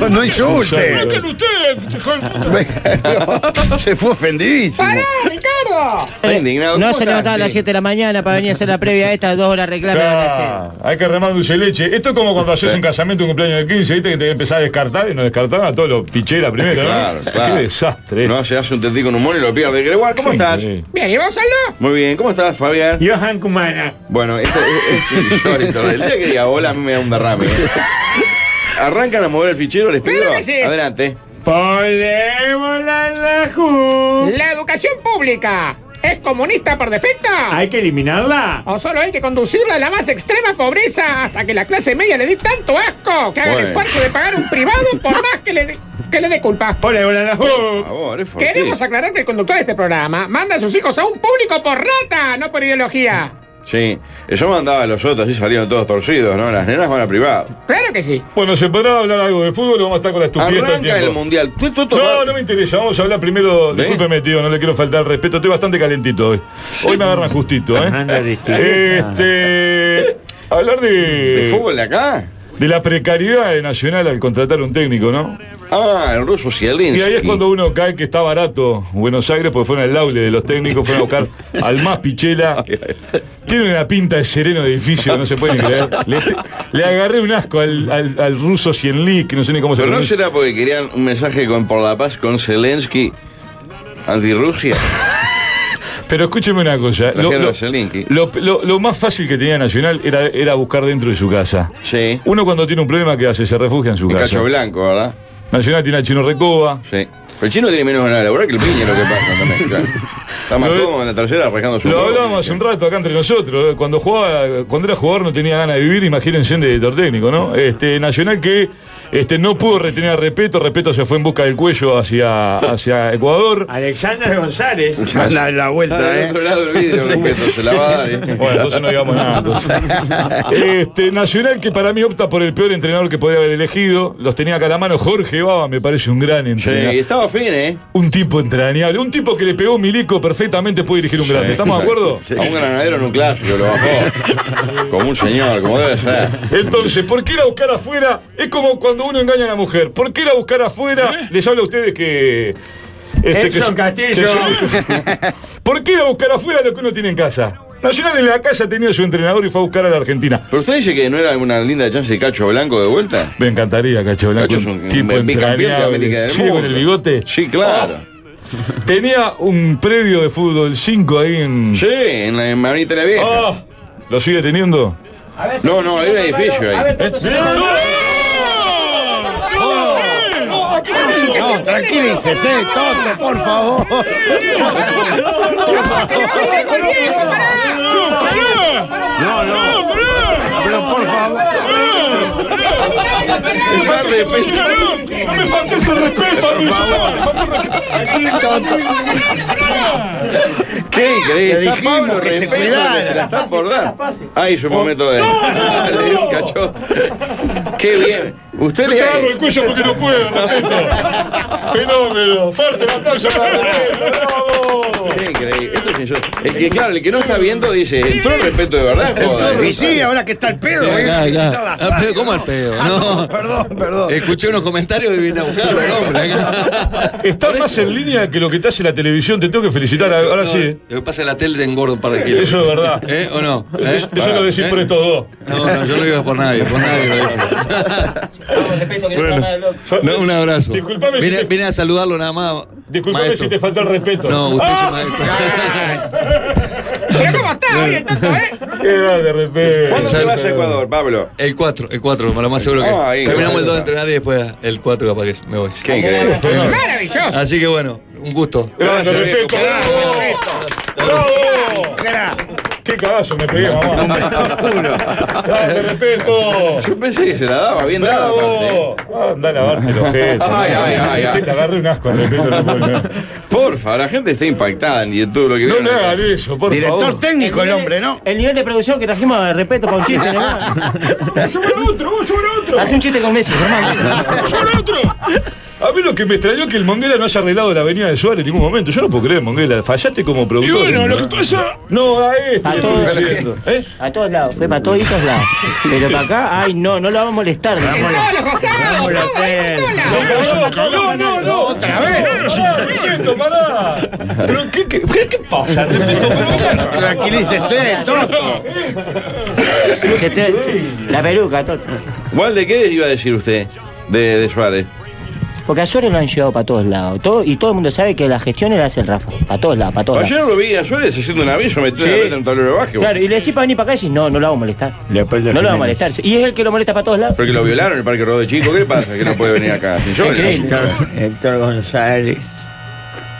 Speaker 20: No, no insulte.
Speaker 22: Vengan ustedes, hijo de puta.
Speaker 20: Se fue ofendidísimo.
Speaker 23: ¡Pará, Ricardo!
Speaker 5: Está indignado.
Speaker 11: No
Speaker 5: ¿Cómo
Speaker 11: se
Speaker 5: está?
Speaker 11: levantaba a las
Speaker 5: Sí.
Speaker 11: 7 de la mañana para venir a hacer la previa esta, dos horas reclame van a hacer.
Speaker 4: Ah, hay que remar dulce de leche. Esto es como cuando haces un casamiento, un cumpleaños de 15, viste que te empezás a descartar y nos descartaban a todos los picheras primero, ¿no?
Speaker 5: Claro, claro.
Speaker 4: ¿eh? Qué desastre.
Speaker 5: No, se hace un testigo en un mono y lo pierde. Gregoire, ¿cómo
Speaker 4: Sí,
Speaker 5: estás?
Speaker 23: Bien, ¿y vos, Aldo?
Speaker 5: Muy bien, ¿cómo estás, Fabián?
Speaker 6: Johan Cumana.
Speaker 5: Bueno, este es, es un chorrito. El día que diga hola, a mí me da un derrame. ¿eh? Arrancan a mover el fichero, les pido.
Speaker 23: Pero que sí.
Speaker 5: Adelante.
Speaker 6: Podemos la ju.
Speaker 23: La educación pública. ¿Es comunista por defecto?
Speaker 6: Hay que eliminarla.
Speaker 23: ¿O solo hay que conducirla a la más extrema pobreza hasta que la clase media le dé tanto asco que haga el
Speaker 5: Bueno.
Speaker 23: esfuerzo de pagar un privado por más que le, que le dé culpa?
Speaker 5: Por favor, es fortísimo.
Speaker 23: Queremos aclarar que el conductor de este programa manda a sus hijos a un público por rata, no por ideología.
Speaker 5: Sí, yo mandaba a los otros y salieron todos torcidos, ¿no? Las nenas van a privado.
Speaker 23: Claro que sí.
Speaker 4: Bueno, se podrá hablar algo de fútbol o vamos a estar con la estupidez todo el
Speaker 5: Arranca
Speaker 4: tiempo.
Speaker 5: el mundial. Tú, tú, tú,
Speaker 4: No, no me interesa. Vamos a hablar primero. Discúlpeme, tío, no le quiero faltar el respeto. Estoy bastante calentito hoy. Hoy me agarran justito, ¿eh?
Speaker 6: Fernando Aristieta.
Speaker 4: Este. Hablar de. ¿De
Speaker 5: fútbol de acá?
Speaker 4: De la precariedad de Nacional al contratar un técnico, ¿no?
Speaker 5: Ah, el ruso Zielinski.
Speaker 4: Y ahí es cuando uno cae que está barato Buenos Aires, porque fueron al laule de los técnicos, fueron a buscar al más pichela. Tiene una pinta de sereno de edificio que no se puede ni creer. Le, le agarré un asco al, al, al ruso Cienlik, que no sé ni cómo se
Speaker 5: Pero no
Speaker 4: pronuncia.
Speaker 5: será porque querían un mensaje con Por la Paz con Zelensky anti-Rusia.
Speaker 4: Pero escúcheme una cosa. Lo,
Speaker 5: Trajeron
Speaker 4: lo-
Speaker 5: a Zelensky.
Speaker 4: lo- lo- lo más fácil que tenía Nacional era, era buscar dentro de su casa.
Speaker 5: Sí.
Speaker 4: Uno cuando tiene un problema, ¿qué hace? Se refugia en su
Speaker 5: En
Speaker 4: casa.
Speaker 5: Cacho Blanco, ¿verdad?
Speaker 4: Nacional tiene al chino Recoba.
Speaker 5: Sí. Pero el chino tiene menos ganas de laburar que el piña, lo que pasa también. claro. Está más cómodo en la tercera arrancando su
Speaker 4: Lo
Speaker 5: gol.
Speaker 4: hablábamos hace un rato acá entre nosotros. ¿eh? Cuando jugaba, cuando era jugador no tenía ganas de vivir, imagínense de director técnico, ¿no? Este, Nacional que este, no pudo retener a Repeto, Repeto se fue en busca del cuello hacia, hacia Ecuador.
Speaker 6: Alexander González.
Speaker 4: La- la vuelta,
Speaker 5: Está del
Speaker 4: ¿eh?
Speaker 5: otro lado del vidrio,
Speaker 4: Sí.
Speaker 5: Beto, se la va a dar. ¿eh?
Speaker 4: Bueno, entonces no digamos nada. entonces. Este, Nacional que para mí opta por el peor entrenador que podría haber elegido. Los tenía acá a la mano. Jorge Baba me parece un gran entrenador.
Speaker 5: Sí, estaba fin, ¿eh?
Speaker 4: Un tipo entrañable. Un tipo que le pegó Milico perfectamente puede dirigir un grande. ¿Estamos de acuerdo?
Speaker 5: A un granadero en un clásico lo bajó. como un señor, como debe ser.
Speaker 4: Entonces, ¿por qué ir a buscar afuera? Es como cuando uno engaña a la mujer. ¿Por qué ir a buscar afuera? Les hablo a ustedes Este que.
Speaker 6: Edson Castillo.
Speaker 4: ¿Por qué ir a buscar afuera lo que uno tiene en casa? Nacional en la casa tenía su entrenador y fue a buscar a la Argentina.
Speaker 5: Pero usted dice que no era una linda chance de Cacho Blanco de vuelta.
Speaker 4: Me encantaría, Cacho Blanco.
Speaker 5: Cacho es un
Speaker 4: tipo
Speaker 5: un bicampeón de
Speaker 4: entrañable.
Speaker 5: América del
Speaker 4: Sí,
Speaker 5: Mundo.
Speaker 4: con el bigote.
Speaker 5: Sí, claro.
Speaker 4: Tenía un predio de fútbol 5 ahí en.
Speaker 5: Sí, en la en Manita la Vieja.
Speaker 4: Oh, ¿Lo sigue teniendo?
Speaker 5: No, no, hay un edificio ahí.
Speaker 20: No, tranquilícese, Toto, por favor.
Speaker 18: No, no. Pero por favor.
Speaker 22: ¡No me faltes el respeto,
Speaker 5: ¿Qué crees?
Speaker 20: Le
Speaker 5: Está
Speaker 20: dijimos
Speaker 5: Pablo
Speaker 20: que se
Speaker 5: respeto
Speaker 20: cuidara.
Speaker 5: que se la está por dar. Ahí su momento de. Le dio un cachote. Qué bien. Usted
Speaker 4: Yo
Speaker 5: le.
Speaker 4: te hago el cuello porque no puedo, Rapito. Fenómeno. Fuerte el aplauso para Rapito, bravo.
Speaker 5: Qué increíble. Esto Este es injusto. El que, claro, el que no está viendo dice, entró el respeto de verdad, joder.
Speaker 20: Y sí, ahora que está el pedo, ¿eh?
Speaker 1: Acá, acá.
Speaker 20: Está la-
Speaker 1: Ah, pero ¿Cómo al pedo? No. Perdón, perdón. Escuché unos comentarios y vine a buscarlo, el hombre. acá.
Speaker 4: Estás más en línea que lo que te hace la televisión. Te tengo que felicitar. Ahora
Speaker 1: Eh, No,
Speaker 4: sí.
Speaker 1: Lo que pasa es que la tele te engorda un par de kilos.
Speaker 4: Eso es verdad.
Speaker 1: ¿Eh? ¿O no? ¿Eh?
Speaker 4: Eso eso lo decís
Speaker 1: ¿Eh?
Speaker 4: por estos dos.
Speaker 1: No, no, yo no iba por nadie, por nadie. lo digo. Bueno, no, un abrazo.
Speaker 4: Disculpame si
Speaker 1: vine,
Speaker 4: te-
Speaker 1: vine a saludarlo nada más.
Speaker 4: Disculpame si te faltó el respeto.
Speaker 1: No, usted
Speaker 4: ¡Ah!
Speaker 1: es maestro.
Speaker 20: ¿eh?
Speaker 4: Qué grande, respeto.
Speaker 5: ¿Cuándo te vas a Ecuador, Pablo?
Speaker 1: El 4, el 4, lo más seguro que.
Speaker 5: Ah, ahí,
Speaker 1: Terminamos el 2 de
Speaker 5: claro.
Speaker 1: entrenar y después el 4 capaz que me voy.
Speaker 5: Qué increíble.
Speaker 23: Maravilloso.
Speaker 1: Así que bueno, un gusto.
Speaker 4: Gracias, respeto. ¡Bravo! ¡Qué cagazo me pegué, mamá! ¡Grande, respeto!
Speaker 5: Yo pensé que se la
Speaker 4: Ah,
Speaker 5: daba, bien dada. aparte.
Speaker 4: ¡Bravo! Anda a lavarte los objeto.
Speaker 5: Ay, ay, ay, ay.
Speaker 4: Te agarré un asco al respeto. no puedo creer.
Speaker 5: Porfa, la gente está impactada en YouTube lo que
Speaker 4: No
Speaker 5: vieron.
Speaker 4: le hagan eso, por
Speaker 5: Director
Speaker 4: favor.
Speaker 20: técnico el hombre, ¿no?
Speaker 11: El nivel de producción que trajimos de respeto para un chiste, hermano. otro! Hace un chiste con Messi, hermano.
Speaker 4: A mí lo que me extrañó es que el Monguela no haya arreglado la avenida de Suárez en ningún momento. Yo no puedo creer, Monguela. Fallaste como productor.
Speaker 22: bueno, lo que pasa-
Speaker 4: No, a esto.
Speaker 11: A
Speaker 4: le
Speaker 11: todos,
Speaker 4: estoy diciendo. ¿Eh?
Speaker 11: a todos lados, fue para todos lados. Pero para acá, ay no, no lo vamos a molestar. No,
Speaker 4: No, no, no. Otra vez. Respeto, pará. ¿Pero qué, qué, qué, qué pasa? Respeto, pero bueno.
Speaker 20: Tranquilícese, Toto.
Speaker 11: Se te- se- la peluca, todo.
Speaker 5: ¿Cuál de qué iba a decir usted de, de Suárez?
Speaker 11: Porque a Suárez lo han llevado para todos lados. Todo, y todo el mundo sabe que las gestiones las hace el Rafa. Para todos lados, para todos lados.
Speaker 5: Ayer lo vi a Suárez haciendo un aviso, metió la
Speaker 11: Sí.
Speaker 5: pelota en un tablero de básquet.
Speaker 11: Claro, y le decís para venir para acá y decís, no, no lo vamos a molestar. No lo vamos a molestar. Y es el que lo molesta para todos lados.
Speaker 5: Porque lo violaron en el Parque Rodó de Chico, ¿qué le pasa? Que no puede venir acá. Es insólito.
Speaker 11: Increíble.
Speaker 5: Claro.
Speaker 6: Héctor González.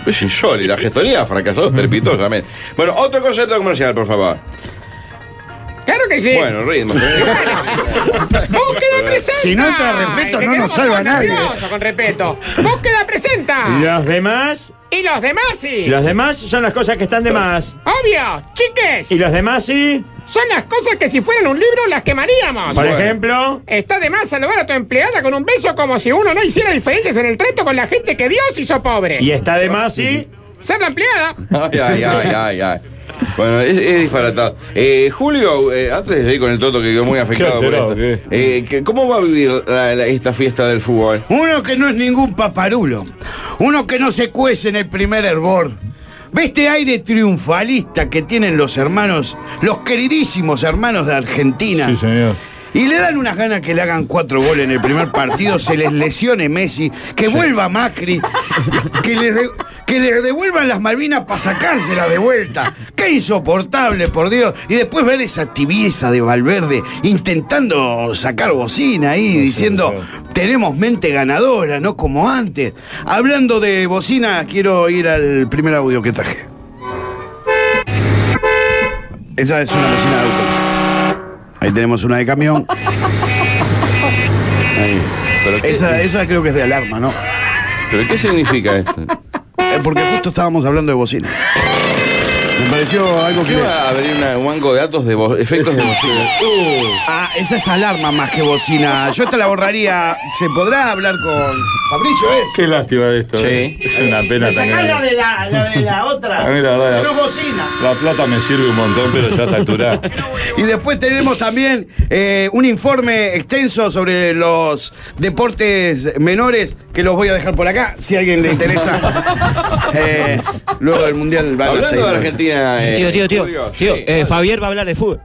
Speaker 5: Es insólito. La gestoría fracasó estrepitosamente. Bueno, otro concepto comercial, por favor.
Speaker 23: Claro que sí.
Speaker 5: Bueno, ritmo. ¿eh?
Speaker 23: Búsqueda presenta.
Speaker 20: Si no entra respeto,
Speaker 23: Ay,
Speaker 20: no
Speaker 23: te
Speaker 20: nos
Speaker 23: queremos
Speaker 20: salva
Speaker 23: todos
Speaker 20: nadie.
Speaker 23: nerviosos Con respeto. Búsqueda presenta.
Speaker 6: Los demás.
Speaker 23: Y los demás sí.
Speaker 6: Y los demás son las cosas que están de más.
Speaker 23: Obvio, chiques.
Speaker 6: Y los demás sí.
Speaker 23: Son las cosas que si fueran un libro las quemaríamos.
Speaker 6: Por ejemplo.
Speaker 23: Está de más saludar a tu empleada con un beso como si uno no hiciera diferencias en el trato con la gente que Dios hizo pobre.
Speaker 6: Y está de más sí.
Speaker 23: Ser la empleada.
Speaker 5: Ay, ay, ay, ay, ay. Bueno, es, es disparatado. Eh, Julio, eh, antes de seguir con el Toto, que quedó muy afectado por
Speaker 4: alterado,
Speaker 5: esto. eh, que- ¿Cómo va a vivir la- la- esta fiesta del fútbol?
Speaker 20: Uno que no es ningún paparulo. Uno que no se cuece en el primer hervor. ¿Ve este aire triunfalista que tienen los hermanos, los queridísimos hermanos de Argentina?
Speaker 4: Sí, señor.
Speaker 20: Y le dan unas ganas que le hagan cuatro goles en el primer partido, se les lesione Messi, que vuelva Macri, que les, de-
Speaker 7: que le devuelvan las Malvinas para sacárselas de vuelta. ¡Qué insoportable, por Dios! Y después ver esa tibieza de Valverde intentando sacar bocina ahí, diciendo, tenemos mente ganadora, no como antes. Hablando de bocina, quiero ir al primer audio que traje. Esa es una bocina de auto. Ahí tenemos una de camión. Ahí. Esa, esa creo que es de alarma, ¿no?
Speaker 5: ¿Pero qué significa esto?
Speaker 7: Eh, porque justo estábamos hablando de bocina. Me pareció algo
Speaker 5: ¿Qué
Speaker 7: que.
Speaker 5: va a abrir una- un banco de datos de bo- efectos de bocina?
Speaker 4: Uh.
Speaker 7: Ah, esa es alarma más que bocina. Yo esta la borraría. ¿Se podrá hablar con Fabricio, eh?
Speaker 4: Qué lástima de esto.
Speaker 7: Sí.
Speaker 4: ¿eh? Es una pena tan grande.
Speaker 7: la, de la otra.
Speaker 4: A mí la verdad, Que no
Speaker 7: bocina.
Speaker 4: La plata Ah, me sirve un montón, pero ya está altura.
Speaker 7: Y después tenemos también eh, un informe extenso sobre los deportes menores que los voy a dejar por acá, si a alguien le interesa. Eh, luego del Mundial van a
Speaker 5: Hablando
Speaker 7: seguir.
Speaker 5: de Argentina, eh,
Speaker 11: Tío, tío, tío.
Speaker 5: Julio,
Speaker 11: tío,
Speaker 5: sí.
Speaker 11: eh, Fabier va a hablar de fútbol.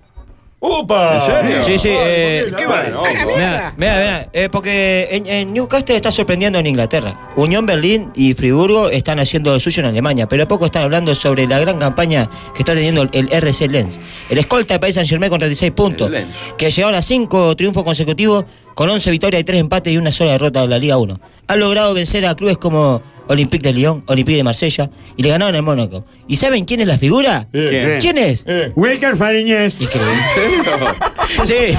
Speaker 4: ¡Upa!
Speaker 5: ¿En serio?
Speaker 11: Sí, sí.
Speaker 5: Ay,
Speaker 11: eh,
Speaker 5: ¿por qué la- Bueno,
Speaker 11: Mira,
Speaker 5: ojo.
Speaker 11: mira, mira, eh, porque en, en Newcastle está sorprendiendo en Inglaterra. Unión Berlín y Friburgo están haciendo lo suyo en Alemania, pero a poco están hablando sobre la gran campaña que está teniendo el, el RC Lens. El escolta de País Saint Germain con 36 puntos, que llegaron a 5 triunfos consecutivos con 11 victorias y 3 empates y una sola derrota de la Liga 1. Ha logrado vencer a clubes como Olympique de Lyon, Olympique de Marsella y le ganaron el Mónaco. ¿Y saben quién es la figura?
Speaker 4: ¿Quién?
Speaker 11: ¿Quién es?
Speaker 22: Wilker Fariñez.
Speaker 11: Sí.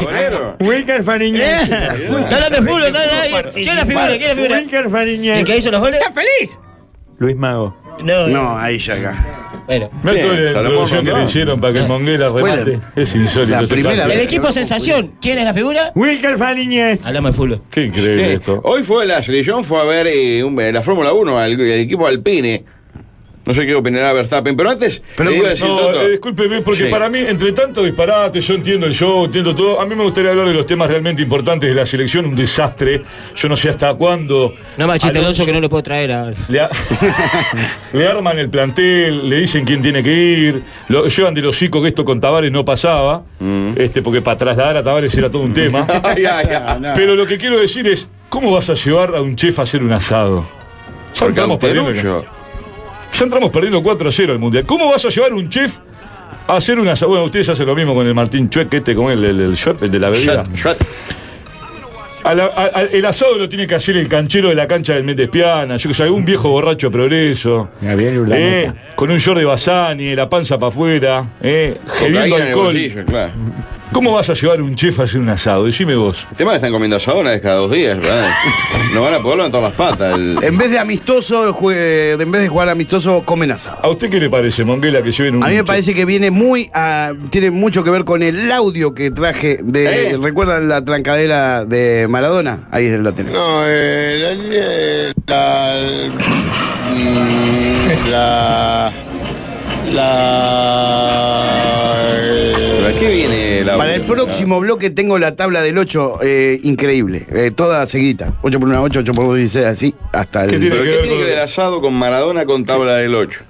Speaker 22: Wilker Fariñez.
Speaker 11: Eh, está hablando de fútbol, está- está- ¿Quién es la figura? ¿Quién es la figura?
Speaker 22: Wilker Fariñez.
Speaker 11: ¿El que hizo los goles? ¡Está feliz!
Speaker 22: Luis Mago.
Speaker 11: No,
Speaker 7: No, ahí ya acá. Eh,
Speaker 11: Bueno.
Speaker 4: No
Speaker 22: Bien,
Speaker 4: toda la
Speaker 22: Salomón
Speaker 4: introducción que
Speaker 22: Rondón.
Speaker 4: le hicieron para que el Monguera
Speaker 22: Fue la-
Speaker 4: remate. Es insólito. este caso.
Speaker 11: El equipo sensación. ¿Quién es la figura?
Speaker 22: Wilker Fariñez.
Speaker 11: Hablamos de fútbol.
Speaker 4: Qué increíble
Speaker 5: Sí.
Speaker 4: esto.
Speaker 5: Hoy fue la selección, fue a ver eh, un- la Fórmula 1, al- el, equipo Alpine. No sé qué opinará Verstappen, pero antes.
Speaker 4: Pero
Speaker 5: le iba a decir,
Speaker 4: no,
Speaker 5: Toto,
Speaker 4: eh, discúlpeme, porque
Speaker 5: Sí.
Speaker 4: para mí, entre tanto disparate, yo entiendo el show, entiendo todo. A mí me gustaría hablar de los temas realmente importantes de la selección, un desastre. Yo no sé hasta cuándo.
Speaker 11: No machiste
Speaker 4: Alonso
Speaker 11: Alonso que no lo puedo traer ahora.
Speaker 4: Le, a- le arman el plantel, le dicen quién tiene que ir, lo llevan de los chicos que esto con Tavares no pasaba, este, porque para trasladar a Tavares era todo un tema.
Speaker 5: Mm. Ay, ay, ay.
Speaker 4: Pero lo que quiero decir es, ¿cómo vas a llevar a un chef a hacer un asado? Ya
Speaker 5: Porque
Speaker 4: entramos
Speaker 5: un
Speaker 4: perdiendo.
Speaker 5: terrucho.
Speaker 4: Ya entramos perdiendo 4 a 0 al Mundial. ¿Cómo vas a llevar un chef a hacer un asado? Bueno, ustedes hacen lo mismo con el Martín Chueque, este, con el, el, el shot, el de la bebida.
Speaker 5: Shot,
Speaker 4: A la- a- a- el asado lo tiene que hacer el canchero de la cancha del Méndez Piana, yo que sé, algún viejo borracho de progreso.
Speaker 22: Gabriel
Speaker 4: Eh, con un short de Basani, la panza para afuera, eh,
Speaker 5: cocaína
Speaker 4: geliendo
Speaker 5: en el
Speaker 4: alcohol.
Speaker 5: bolsillo, claro.
Speaker 4: ¿Cómo vas a llevar un chef a hacer un asado? Decime vos.
Speaker 5: El tema es que están comiendo asado una vez cada dos días, ¿verdad? no van a poder levantar las patas. el-
Speaker 7: En vez de amistoso, jue- en vez de jugar amistoso, comen asado.
Speaker 4: ¿A usted qué le parece, Monguela, que lleven un
Speaker 7: A mí me
Speaker 4: chef?
Speaker 7: parece que viene muy a- tiene mucho que ver con el audio que traje
Speaker 4: Eh.
Speaker 7: de ¿recuerdan la trancadera de Maradona? Ahí lo tenemos.
Speaker 12: No, eh, la, la, la,
Speaker 5: ¿Para qué viene la
Speaker 7: eh, Para el próximo bloque tengo la tabla del 8 eh, increíble, eh, toda seguida. 8 por 1, 8, 8 por 1, 16, así hasta el...
Speaker 5: ¿Pero qué tiene que ver asado con Maradona con tabla del 8?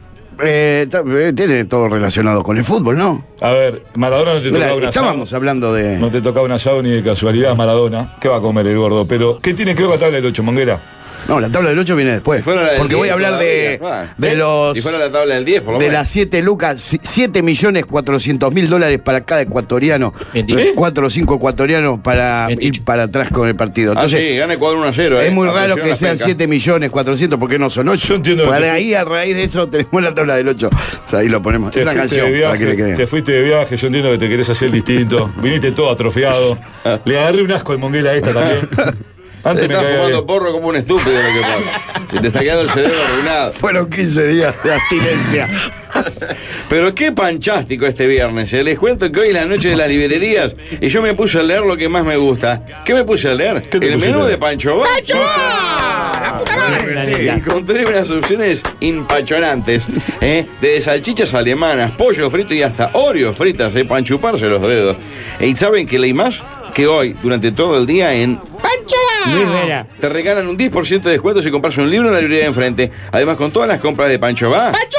Speaker 7: Eh, ta- eh, tiene todo relacionado con el fútbol, ¿no?
Speaker 4: A ver, Maradona no te
Speaker 7: Mira,
Speaker 4: tocaba un
Speaker 7: estábamos
Speaker 4: asado.
Speaker 7: hablando de...
Speaker 4: No te tocaba un asado ni de casualidad, Maradona. ¿Qué va a comer el gordo? Pero, ¿qué tiene que ver con la tabla del 8, Monguera?
Speaker 7: No, la tabla del 8 viene después.
Speaker 4: fuera la del
Speaker 7: Porque
Speaker 4: 10
Speaker 7: voy a hablar de,
Speaker 4: todavía, va.
Speaker 7: de
Speaker 4: ¿Eh?
Speaker 7: los...
Speaker 4: Si fuera la tabla del 10, por lo
Speaker 7: De
Speaker 4: menos.
Speaker 7: las 7 lucas, 7 millones 400 mil dólares para cada ecuatoriano. 4 o 5 ecuatorianos para ir para atrás con el partido.
Speaker 5: Ah,
Speaker 7: Entonces,
Speaker 5: sí, gana Ecuador 1 a 0.
Speaker 7: es muy raro que sean 7 millones 400 porque no son 8. Yo
Speaker 4: entiendo lo que-
Speaker 7: Para ahí, a raíz de eso, tenemos la tabla del 8. ahí lo ponemos.
Speaker 4: Te
Speaker 7: Es una
Speaker 4: fuiste,
Speaker 7: canción
Speaker 4: de
Speaker 7: para que le
Speaker 4: viaje, te
Speaker 7: quede.
Speaker 4: fuiste de viaje, yo entiendo que te querés hacer distinto. Viniste todo atrofiado. Le agarré un asco al monguela a esta también. Antes me
Speaker 5: Estás
Speaker 4: caía
Speaker 5: fumando
Speaker 4: bien.
Speaker 5: porro como un estúpido lo que pasa. Se Te saqueado el cerebro arruinado.
Speaker 7: Fueron 15 días de abstinencia.
Speaker 5: Pero qué panchástico este viernes. eh. Les cuento que hoy es la noche de las librerías y yo me puse a leer lo que más me gusta. ¿Qué me puse a leer? El
Speaker 4: pusiste a
Speaker 5: menú
Speaker 4: leer?
Speaker 5: de Pancho Bar.
Speaker 11: Ah,
Speaker 5: Sí, encontré unas opciones impachonantes, ¿eh? desde salchichas alemanas, pollo frito y hasta Oreo fritas, ¿eh? para enchuparse los dedos. ¿Y saben que leí más? Que hoy, durante todo el día, en
Speaker 23: ¡Pancho!
Speaker 5: te regalan un 10% de descuento si compras un libro en la librería de enfrente. Además, con todas las compras de Pancho Va,
Speaker 23: ¡Pancho!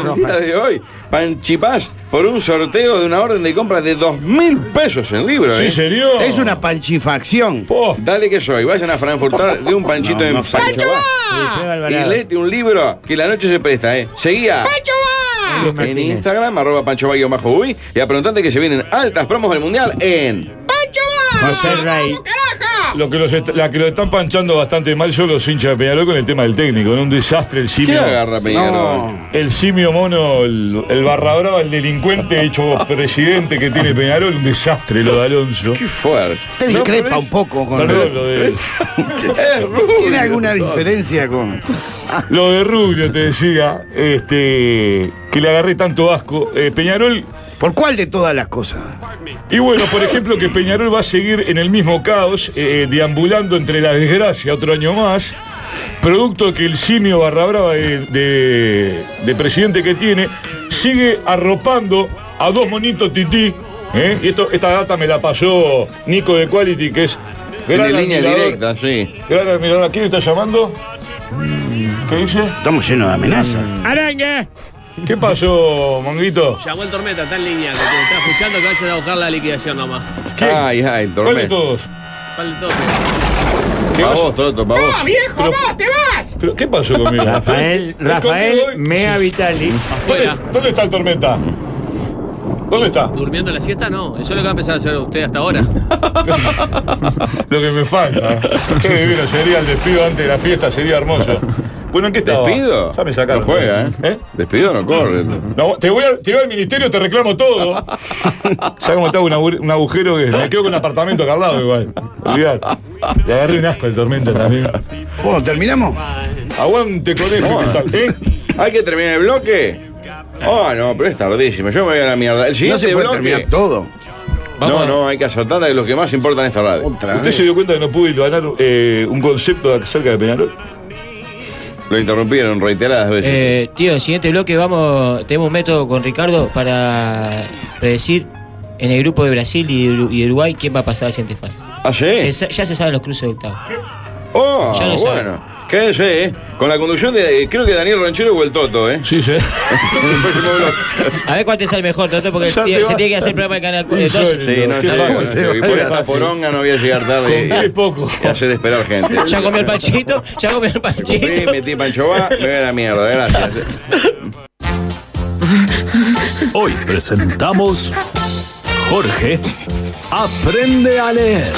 Speaker 5: En el día de hoy, Panchipás por un sorteo de una orden de compra de dos mil pesos en libro.
Speaker 20: Sí,
Speaker 5: ¿eh?
Speaker 20: serio. Es una panchifacción.
Speaker 5: Dale que soy, vayan a Frankfurtar de un panchito en Pancho Va. Y léete un libro que la noche se presta, ¿eh? Seguía. En Instagram, arroba Pancho Va guión bajo uy, y apreguntate que se vienen altas promos del mundial en.
Speaker 23: ¡Pancho va!
Speaker 4: Lo que los est- la que lo están panchando bastante mal son los hinchas de Peñarol con el tema del técnico. En un desastre el simio.
Speaker 5: ¿Qué agarra Peñarol?
Speaker 4: No. El simio mono, el, el barra brava, el delincuente hecho presidente que tiene Peñarol. Un desastre lo de Alonso. Qué
Speaker 5: fuerte.
Speaker 20: Te discrepa un poco con
Speaker 4: Perdón, lo de.
Speaker 20: ¿Tiene alguna diferencia con.?
Speaker 4: Lo de Rubio te decía, este, que le agarré tanto asco. Eh, Peñarol.
Speaker 20: ¿Por cuál de todas las cosas?
Speaker 4: Y bueno, por ejemplo, que Peñarol va a seguir en el mismo caos, eh, deambulando entre la desgracia otro año más. Producto que el simio barra brava de, de- de presidente que tiene sigue arropando a dos monitos tití. ¿eh? Y esto, esta data me la pasó Nico de Quality, que es
Speaker 5: En
Speaker 4: gran
Speaker 5: línea
Speaker 4: admirador.
Speaker 5: directa, sí.
Speaker 4: Gran admirador. ¿A quién está llamando? ¿Qué dice?
Speaker 20: Estamos llenos de amenazas.
Speaker 4: ¡Arangue! ¿Qué pasó, Monguito?
Speaker 9: Llamó el tormenta, está en línea, que te está escuchando que vayan a buscar la liquidación nomás.
Speaker 5: Ay, ay,
Speaker 4: ¿Cuál
Speaker 5: el
Speaker 4: de
Speaker 5: tormento.
Speaker 4: todos?
Speaker 9: Vale, todo.
Speaker 5: Pa' vos, Toto, pa' vos.
Speaker 23: ¡No, Ah, viejo,
Speaker 4: Pero-
Speaker 23: no! ¡Te vas!
Speaker 4: ¿Pero qué pasó conmigo?
Speaker 2: Rafael, Rafael Mea Vitali.
Speaker 4: ¿Dónde, dónde está el tormenta? ¿Dónde está?
Speaker 9: Durmiendo la siesta no, eso es lo que va a empezar a hacer usted hasta ahora.
Speaker 4: Lo que me falta. Qué divino sería el despido antes de la fiesta, sería hermoso. Bueno, ¿en qué estaba?
Speaker 5: ¿Despido?
Speaker 4: Ya me sacaron.
Speaker 5: No juega, ¿eh? Despido no corre.
Speaker 4: No, te voy, al, te voy al ministerio, te reclamo todo. Ya como te hago un, agu- un agujero que me quedo con un apartamento acá al lado igual. Olvidate. Le agarré un asco al tormenta también.
Speaker 20: Bueno, ¿terminamos?
Speaker 4: Aguante conejo. ¿qué tal? ¿Eh?
Speaker 5: Hay que terminar el bloque. Oh, no, pero es tardísimo. Yo me voy a la mierda. El siguiente
Speaker 4: se puede
Speaker 5: bloque.
Speaker 4: terminar
Speaker 20: todo.
Speaker 5: No, no, hay que acertar de lo que más importa en esta radio.
Speaker 4: ¿Usted se dio cuenta que no pude ganar eh, un concepto acerca de Peñarol?
Speaker 5: Lo interrumpieron reiteradas veces.
Speaker 11: Eh, tío, en el siguiente bloque vamos, tenemos un método con Ricardo para predecir en el grupo de Brasil y Uru- y Uruguay quién va a pasar a la siguiente fase.
Speaker 5: ¿Ah, sí?
Speaker 11: Se sa- ya se saben los cruces de octavo.
Speaker 5: Oh,
Speaker 11: Ya lo sabe.
Speaker 5: bueno. Quédense, ¿eh? Con la conducción de, eh, creo que Daniel Ranchero o el Toto, ¿eh?
Speaker 4: Sí, sí.
Speaker 11: A ver cuál te sale mejor, Toto, porque
Speaker 5: Ya
Speaker 11: tío,
Speaker 5: te
Speaker 11: se
Speaker 5: va.
Speaker 11: tiene que hacer el programa de Canal
Speaker 5: Sí,
Speaker 11: 12.
Speaker 5: no sé. Y por esta poronga no voy a llegar tarde.
Speaker 4: Con
Speaker 5: y-
Speaker 4: muy poco.
Speaker 5: Y hacer esperar gente.
Speaker 11: Ya comió el panchito, ya comió el panchito.
Speaker 5: Fui, metí Pancho va, me voy a la mierda, gracias.
Speaker 12: Hoy presentamos Jorge Aprende a leer.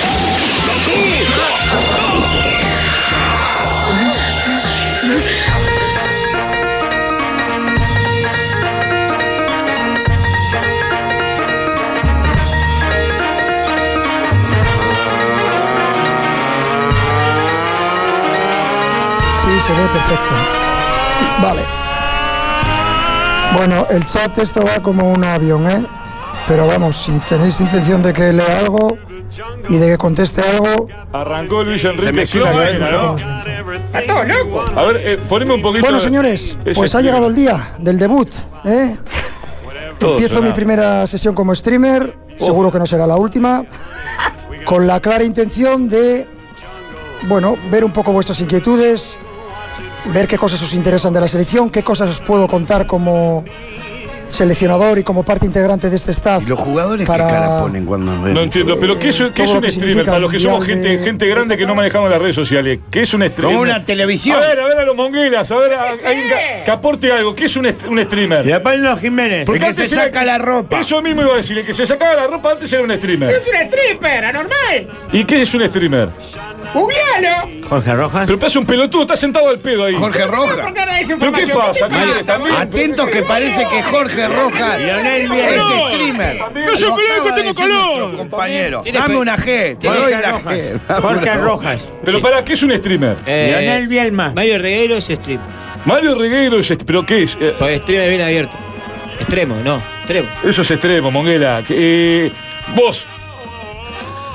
Speaker 13: Sí, se ve perfecto. Vale. Bueno, el chat esto va como un avión, ¿eh? Pero vamos, si tenéis intención de que lea algo y de que conteste algo,
Speaker 4: Arrancó Luis
Speaker 13: Se
Speaker 4: Enrique
Speaker 13: mezcló,
Speaker 4: sin la
Speaker 13: ¿eh?
Speaker 4: cadena, ¿no?
Speaker 13: Está todo loco.
Speaker 4: A ver, eh, poneme un poquito.
Speaker 13: Bueno,
Speaker 4: de-
Speaker 13: señores,
Speaker 4: ese
Speaker 13: pues ha
Speaker 4: estilo.
Speaker 13: llegado el día del debut, ¿eh?
Speaker 4: Todo
Speaker 13: Empiezo
Speaker 4: sonado.
Speaker 13: mi primera sesión como streamer, seguro que no será la última, con la clara intención de, bueno, ver un poco vuestras inquietudes, ver qué cosas os interesan de la selección, qué cosas os puedo contar como seleccionador y como parte integrante de este staff. Los jugadores
Speaker 20: ¿Qué cara ponen cuando ven?
Speaker 4: No entiendo, pero ¿qué es, qué es
Speaker 13: Todo lo
Speaker 4: un
Speaker 13: que
Speaker 4: streamer?
Speaker 13: significa
Speaker 4: Para los que somos
Speaker 13: mundial
Speaker 4: gente,
Speaker 13: de-
Speaker 4: gente grande que no manejamos las redes sociales, ¿qué es un streamer?
Speaker 13: Como una televisión.
Speaker 4: A ver, a ver a los monguelas, a ver, a, alguien que, que aporte algo. ¿Qué es un, est- un streamer?
Speaker 2: Y después los Jiménez.
Speaker 4: Porque
Speaker 2: El que
Speaker 4: antes
Speaker 2: se
Speaker 4: era-
Speaker 2: saca la ropa.
Speaker 4: Eso mismo iba a decir, el que se sacaba la ropa antes era un streamer.
Speaker 23: ¡Es un stripper, anormal!
Speaker 4: ¿Y qué es un streamer?
Speaker 23: ¡Googlealo!
Speaker 4: Jorge Rojas. Pero pasa un pelotudo, está sentado al pedo ahí.
Speaker 20: Jorge Rojas.
Speaker 23: ¿Por qué me des
Speaker 4: ¿Pero qué
Speaker 23: información?
Speaker 4: pasa?
Speaker 23: ¿Qué te
Speaker 4: ¿Qué
Speaker 23: pasa?
Speaker 4: también?
Speaker 20: Atentos que parece que Jorge Rojas
Speaker 2: Lionel Messi.
Speaker 20: es
Speaker 2: No.
Speaker 20: streamer.
Speaker 2: No soy
Speaker 20: Lo
Speaker 2: periódico,
Speaker 20: acaba de
Speaker 2: tengo
Speaker 20: decir
Speaker 2: color.
Speaker 20: nuestro Compañero,
Speaker 2: Tiene
Speaker 20: dame
Speaker 2: pe-
Speaker 20: una G, te
Speaker 2: Jorge
Speaker 20: doy la
Speaker 2: Rojas.
Speaker 20: G. dame
Speaker 2: Jorge
Speaker 20: una G.
Speaker 2: Rojas.
Speaker 4: Pero para, ¿qué es un streamer?
Speaker 11: Leonel
Speaker 2: Bielma.
Speaker 11: Mario Regueiro es stream.
Speaker 4: Mario Regueiro es. ¿Pero qué es? Eh,
Speaker 11: Pues streamer bien abierto. Extremo, no, extremo.
Speaker 4: Eso es extremo, Monguela. Eh, vos.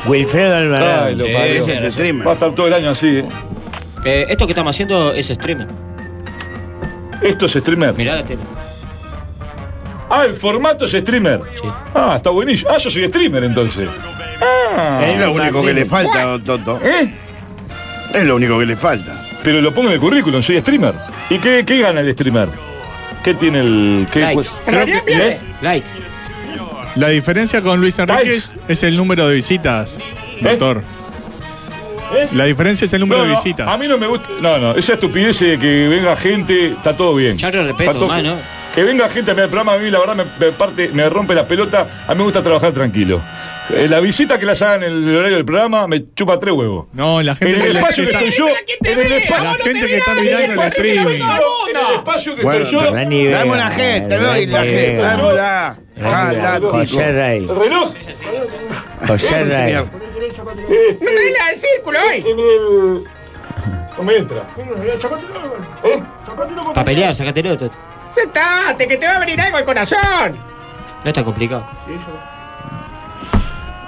Speaker 2: Wilfredo Alvarado.
Speaker 4: Ay, lo
Speaker 11: Sí,
Speaker 4: parió.
Speaker 11: ese es streamer.
Speaker 4: Va a estar todo el año así, ¿eh?
Speaker 11: Eh, esto que estamos haciendo es streamer.
Speaker 4: Esto es streamer.
Speaker 11: Mirá la tele.
Speaker 4: Ah, el formato es streamer. Ah, está buenísimo. Ah, yo soy streamer entonces. Ah.
Speaker 20: Es lo único que le falta, don Toto.
Speaker 4: ¿Eh?
Speaker 20: Es lo único que le falta.
Speaker 4: Pero lo pongo en el currículum, soy streamer. ¿Y qué, qué gana el streamer? ¿Qué tiene el.? Qué,
Speaker 10: Like. Pero bien, bien.
Speaker 4: ¿Eh?
Speaker 22: Like.
Speaker 10: La diferencia con Luis Enríquez es el número de visitas, doctor.
Speaker 6: ¿Eh?
Speaker 10: ¿Eh? La diferencia es el número
Speaker 4: No,
Speaker 10: de
Speaker 4: no,
Speaker 10: visitas.
Speaker 4: A mí no me gusta. No, no, esa estupidez de que venga gente, está todo bien. Ya lo
Speaker 10: respeto, mano.
Speaker 4: Que venga gente a mi programa, a mí la verdad me, me parte, me rompe la pelota. A mí me gusta trabajar tranquilo. Eh, la visita que las hagan en el horario del programa me chupa tres huevos.
Speaker 10: No, la gente
Speaker 4: En el
Speaker 10: que-
Speaker 4: espacio
Speaker 10: que
Speaker 4: que estoy
Speaker 10: está-
Speaker 4: yo.
Speaker 10: La
Speaker 4: En el espacio
Speaker 10: gente que está mirando el streaming.
Speaker 4: En el espacio que
Speaker 10: Bueno,
Speaker 4: estoy yo.
Speaker 10: gran nivel. Dame una G, te doy la G,
Speaker 4: Estoy yo.
Speaker 10: dámela.
Speaker 4: Reloj.
Speaker 6: José Rey.
Speaker 4: Reloj.
Speaker 6: José Rey.
Speaker 23: No tenés la del círculo hoy.
Speaker 4: No me entra.
Speaker 11: Para pelear, sacatelo, Toto.
Speaker 23: Sentate, que te va a venir algo al corazón.
Speaker 11: No está complicado.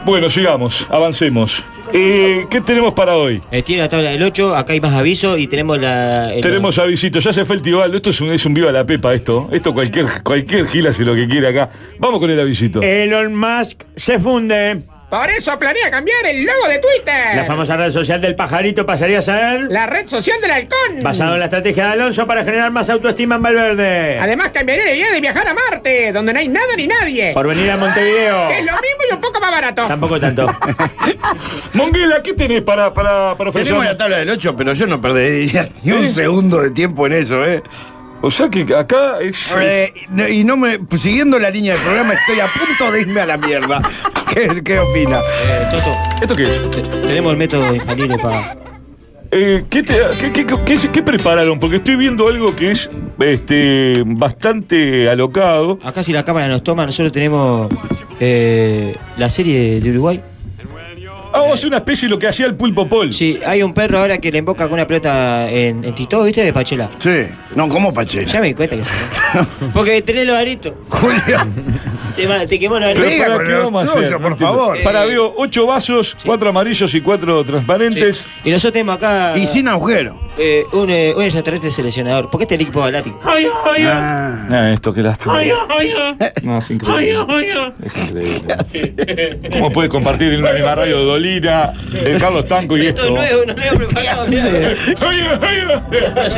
Speaker 4: Bueno, sigamos, avancemos. Eh, ¿Qué tenemos para hoy?
Speaker 11: Eh, tiene la tabla del 8, acá hay más avisos y tenemos la. el-
Speaker 4: Tenemos avisitos, ya se fue el Tibaldo, esto es un, es un viva la pepa esto. Esto cualquier, cualquier gil hace lo que quiere acá. Vamos con el avisito.
Speaker 11: Eh.
Speaker 2: Elon Musk se funde.
Speaker 23: Por eso planea cambiar el logo de Twitter.
Speaker 2: La famosa red social del pajarito pasaría a ser
Speaker 23: La red social del halcón.
Speaker 2: basado en la estrategia de Alonso para generar más autoestima en Valverde.
Speaker 23: Además cambiaré de idea de viajar a Marte, donde no hay nada ni nadie.
Speaker 2: Por venir a Montevideo.
Speaker 23: Que es lo mismo y un poco más barato.
Speaker 2: Tampoco tanto.
Speaker 4: Monguela, ¿qué tenés para, para, para ofrecer?
Speaker 20: Tenemos la tabla del 8, pero yo no perdería ni un
Speaker 4: ¿Eh?
Speaker 20: segundo de tiempo en eso, ¿eh?
Speaker 4: O sea que acá es.
Speaker 20: y no me. Siguiendo la línea del programa, estoy a punto de irme a la mierda. ¿Qué, qué opina?
Speaker 11: Eh, Toto.
Speaker 4: ¿Esto qué es?
Speaker 11: Tenemos el método infalible para.
Speaker 4: Eh, ¿qué, te- qué- qué- qué se- qué prepararon? Porque estoy viendo algo que es este, bastante alocado.
Speaker 11: Acá si la cámara nos toma, nosotros tenemos eh, la serie de Uruguay.
Speaker 4: Vamos a hacer una especie de lo que hacía el pulpo Pol.
Speaker 11: Sí, hay un perro ahora que le emboca con una pelota en, en Tito, ¿viste? De Pachela.
Speaker 20: Sí. No, ¿cómo Pachela?
Speaker 11: Ya me di cuenta que sí. Porque tenés los aritos.
Speaker 20: Julio.
Speaker 11: Te, ma- te quemó los
Speaker 4: Pero
Speaker 11: aritos. Eh,
Speaker 4: ¿para qué vamos a hacer? No entiendo. Para, veo, ocho vasos, cuatro amarillos y cuatro transparentes.
Speaker 11: Y nosotros tenemos acá.
Speaker 4: Y sin agujero.
Speaker 11: eh, un, eh, un extraterrestre seleccionador. Porque este es el equipo galáctico.
Speaker 22: Ay, ay,
Speaker 4: Ah, esto, qué lástima.
Speaker 22: ay, ay, ay.
Speaker 4: No, es
Speaker 22: Ay,
Speaker 4: increíble.
Speaker 22: ay, ay.
Speaker 4: Es increíble. ¿Cómo puede compartir en una misma radio Dolina, el Carlos Tanco y esto?
Speaker 22: no nuevo preparado. Ay, ay, ay.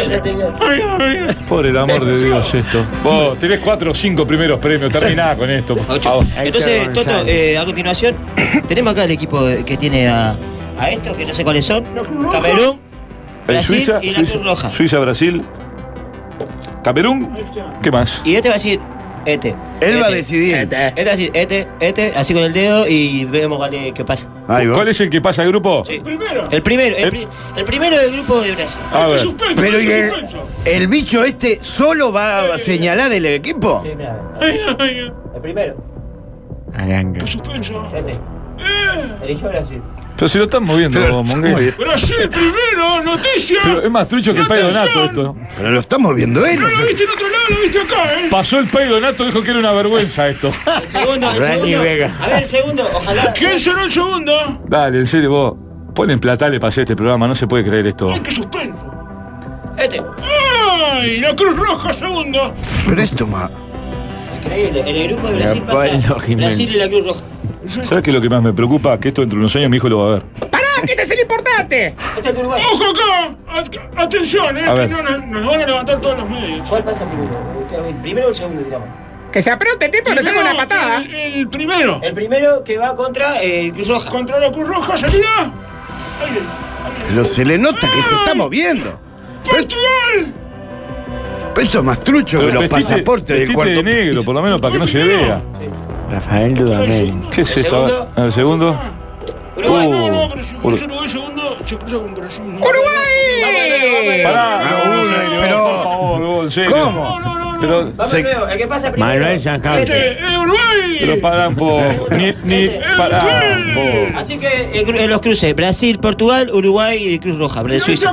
Speaker 22: Ay, ay.
Speaker 4: Por el amor de Dios, esto. Vos tenés cuatro o cinco primeros premios, terminá con esto. por favor.
Speaker 11: Entonces, Toto, eh, a continuación, tenemos acá el equipo que tiene a, a estos, que no sé cuáles son. Camerún,
Speaker 4: El
Speaker 11: Brasil
Speaker 4: Suiza,
Speaker 11: y la
Speaker 4: Suiza,
Speaker 11: Cruz Roja.
Speaker 4: Suiza, Brasil, Camerún, ¿qué más?
Speaker 11: Y este va a decir, este.
Speaker 20: Él va a
Speaker 11: este,
Speaker 20: decidir.
Speaker 11: Este, este va a decir, este, este, así con el dedo y vemos cuál es- qué pasa.
Speaker 4: ¿Cuál es el que pasa al grupo?
Speaker 11: Primero. El primero, el, pri- el primero del grupo de Brasil.
Speaker 4: A ver.
Speaker 20: Pero ¿y el, el bicho este solo va a señalar el equipo?
Speaker 11: El primero. Este.
Speaker 22: Eh.
Speaker 11: Eligió Brasil.
Speaker 4: Pero si lo están moviendo,
Speaker 20: Pero-
Speaker 4: vos, Mongué.
Speaker 22: Brasil primero, noticia.
Speaker 4: Pero es más trucho que el Pai Donato esto.
Speaker 20: Pero lo estamos viendo él.
Speaker 22: No lo viste en otro lado, lo viste acá, ¿eh?
Speaker 4: Pasó el Pai Donato, dijo que era una vergüenza esto.
Speaker 11: El segundo, el
Speaker 4: Rani
Speaker 11: segundo.
Speaker 4: Vega.
Speaker 11: A ver, el segundo, ojalá.
Speaker 22: ¿Quién será el segundo?
Speaker 4: Dale, en serio, vos. Ponen platales para hacer este programa, no se puede creer esto.
Speaker 22: ¡Qué suspenso!
Speaker 11: Este.
Speaker 22: ¡Ay! La Cruz Roja, segundo.
Speaker 20: Pero esto más.
Speaker 11: Increíble. En el grupo de Brasil
Speaker 4: Leopoldo
Speaker 11: pasa
Speaker 4: Jiménez.
Speaker 11: Brasil y la Cruz Roja.
Speaker 4: ¿Sabes qué es lo que más me preocupa? Que esto dentro de unos años mi hijo lo va a ver.
Speaker 22: ¡Pará, que este es el importante!
Speaker 11: Este
Speaker 22: ¡Ojo acá! At- atención, eh,
Speaker 4: A
Speaker 22: que
Speaker 4: ver.
Speaker 22: no, nos- nos van a levantar todos los medios.
Speaker 11: ¿Cuál pasa primero? Primero o el segundo, digamos.
Speaker 22: Que se apronte, tipo,
Speaker 11: le saca una patada.
Speaker 22: El, el primero.
Speaker 11: El primero que va contra el Cruz Roja.
Speaker 22: Contra la Cruz Roja sería.
Speaker 20: Pero se le nota que se está moviendo.
Speaker 22: ¡Portugal!
Speaker 20: Pero esto es más trucho que
Speaker 4: Pero
Speaker 20: los
Speaker 4: vestite-
Speaker 20: pasaportes del
Speaker 4: vestite
Speaker 20: cuarto
Speaker 4: de negro,
Speaker 20: piso.
Speaker 4: por lo menos para que no se vea.
Speaker 6: Rafael Dudamel.
Speaker 4: ¿Qué es esto? ¿El segundo?
Speaker 22: Uruguay,
Speaker 4: Uh,
Speaker 22: no, no, pero si
Speaker 4: Ur-
Speaker 22: cruza Uruguay segundo, se cruza con Brasil. ¿no?
Speaker 23: ¡Uruguay!
Speaker 4: Pará, Eh, no, no, no,
Speaker 22: pero-
Speaker 4: por favor, no, en serio.
Speaker 22: ¿Cómo?
Speaker 4: Pero,
Speaker 11: Vamos, Leo, el que pasa primero.
Speaker 4: Manuel Sanjay.
Speaker 11: Este.
Speaker 22: ¡Eh, Uruguay!
Speaker 4: pero pará un poco. Ni, ni, pará un poco.
Speaker 11: Así que en, cru- en los cruces, Brasil, Portugal, Uruguay y Cruz Roja, Brasil, Suiza.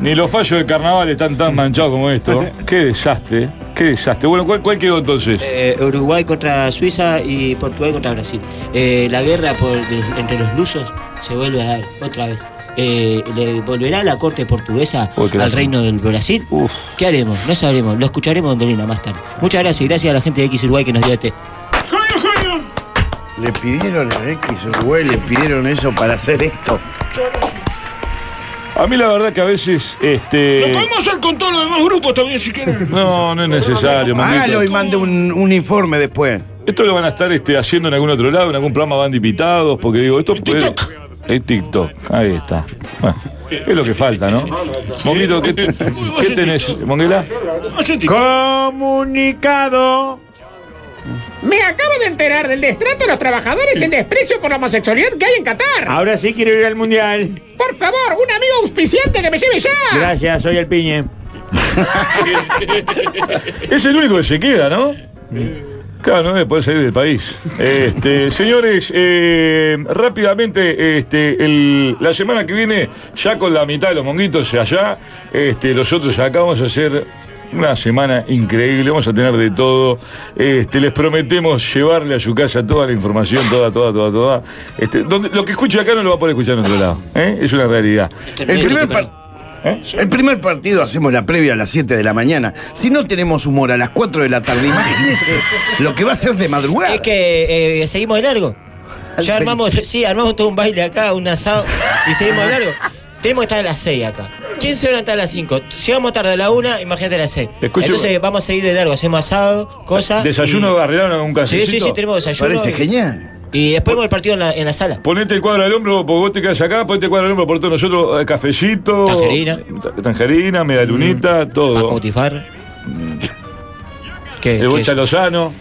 Speaker 4: Ni los fallos de carnaval están tan manchados como esto. Qué desastre, qué desastre. Bueno, ¿cuál, cuál quedó entonces?
Speaker 11: Eh, Uruguay contra Suiza y Portugal contra Brasil. Eh, la guerra por- de- entre los lusos se vuelve a dar otra vez. Eh, ¿Le volverá la corte portuguesa
Speaker 4: qué
Speaker 11: al
Speaker 4: lástima.
Speaker 11: reino del Brasil? ¿Qué haremos? No sabremos. Lo escucharemos en Dolina más tarde. Muchas gracias y gracias a la gente de X Uruguay que nos dio este.
Speaker 22: ¡Genio, genio!
Speaker 20: Le pidieron a X Uruguay, le pidieron eso para hacer esto.
Speaker 4: A mí la verdad que a veces. Este...
Speaker 22: Lo podemos hacer con todos los demás grupos también si quieren.
Speaker 4: No, no es necesario.
Speaker 20: Hágalo y mande un, un informe después.
Speaker 4: Esto lo van a estar este, haciendo en algún otro lado, en algún programa van dipitados, porque digo, esto puede. Es TikTok, ahí está. Bueno, es lo que falta, ¿no? Monguito, ¿qué, qué tenés, Monguela?
Speaker 2: Comunicado.
Speaker 23: Me acabo de enterar del destrato de los trabajadores y el desprecio por la homosexualidad que hay en Qatar.
Speaker 2: Ahora sí quiero ir al mundial.
Speaker 23: Por favor, un amigo auspiciante que me lleve ya.
Speaker 2: Gracias, soy el piñe.
Speaker 4: Es el único que se queda, ¿no? Claro, no puede salir del país. Este, señores, eh, rápidamente, este, el- la semana que viene, ya con la mitad de los monguitos allá, este, los otros acá vamos a hacer una semana increíble, vamos a tener de todo. Este, les prometemos llevarle a su casa toda la información, toda, toda, toda, toda. Este, donde- lo que escuche acá no lo va a poder escuchar en otro lado. ¿eh? Es una realidad.
Speaker 11: Este
Speaker 20: El primer, par- ¿Eh? el primer partido hacemos la previa a las 7 de la mañana. Si no tenemos humor a las 4 de la tarde, imagínense lo que va a ser de madrugada.
Speaker 11: Es que eh, seguimos de largo. Ya armamos, sí, armamos todo un baile acá, un asado, y seguimos de largo. Tenemos que estar a las 6 acá. ¿Quién se levanta a las 5? Si vamos tarde a la 1, imagínate a las 6.
Speaker 4: Escucho-
Speaker 11: Entonces vamos a seguir de largo, hacemos asado, cosas.
Speaker 4: Desayuno,
Speaker 11: y-
Speaker 4: arreglaron algún
Speaker 11: Sí, sí,
Speaker 4: cafecito.
Speaker 11: sí, tenemos desayuno.
Speaker 4: Parece
Speaker 11: y-
Speaker 4: genial.
Speaker 11: Y después vemos el partido en la, en la sala.
Speaker 4: Ponete el cuadro al hombro, porque vos te quedas acá, ponete el cuadro al hombro por todos nosotros, eh, cafecito.
Speaker 11: Tangerina. Mm.
Speaker 4: ta- Tangerina, medalunita, todo. Mm.
Speaker 11: Motifar. ¿Qué,
Speaker 4: el Bocha
Speaker 11: es?
Speaker 4: Lozano,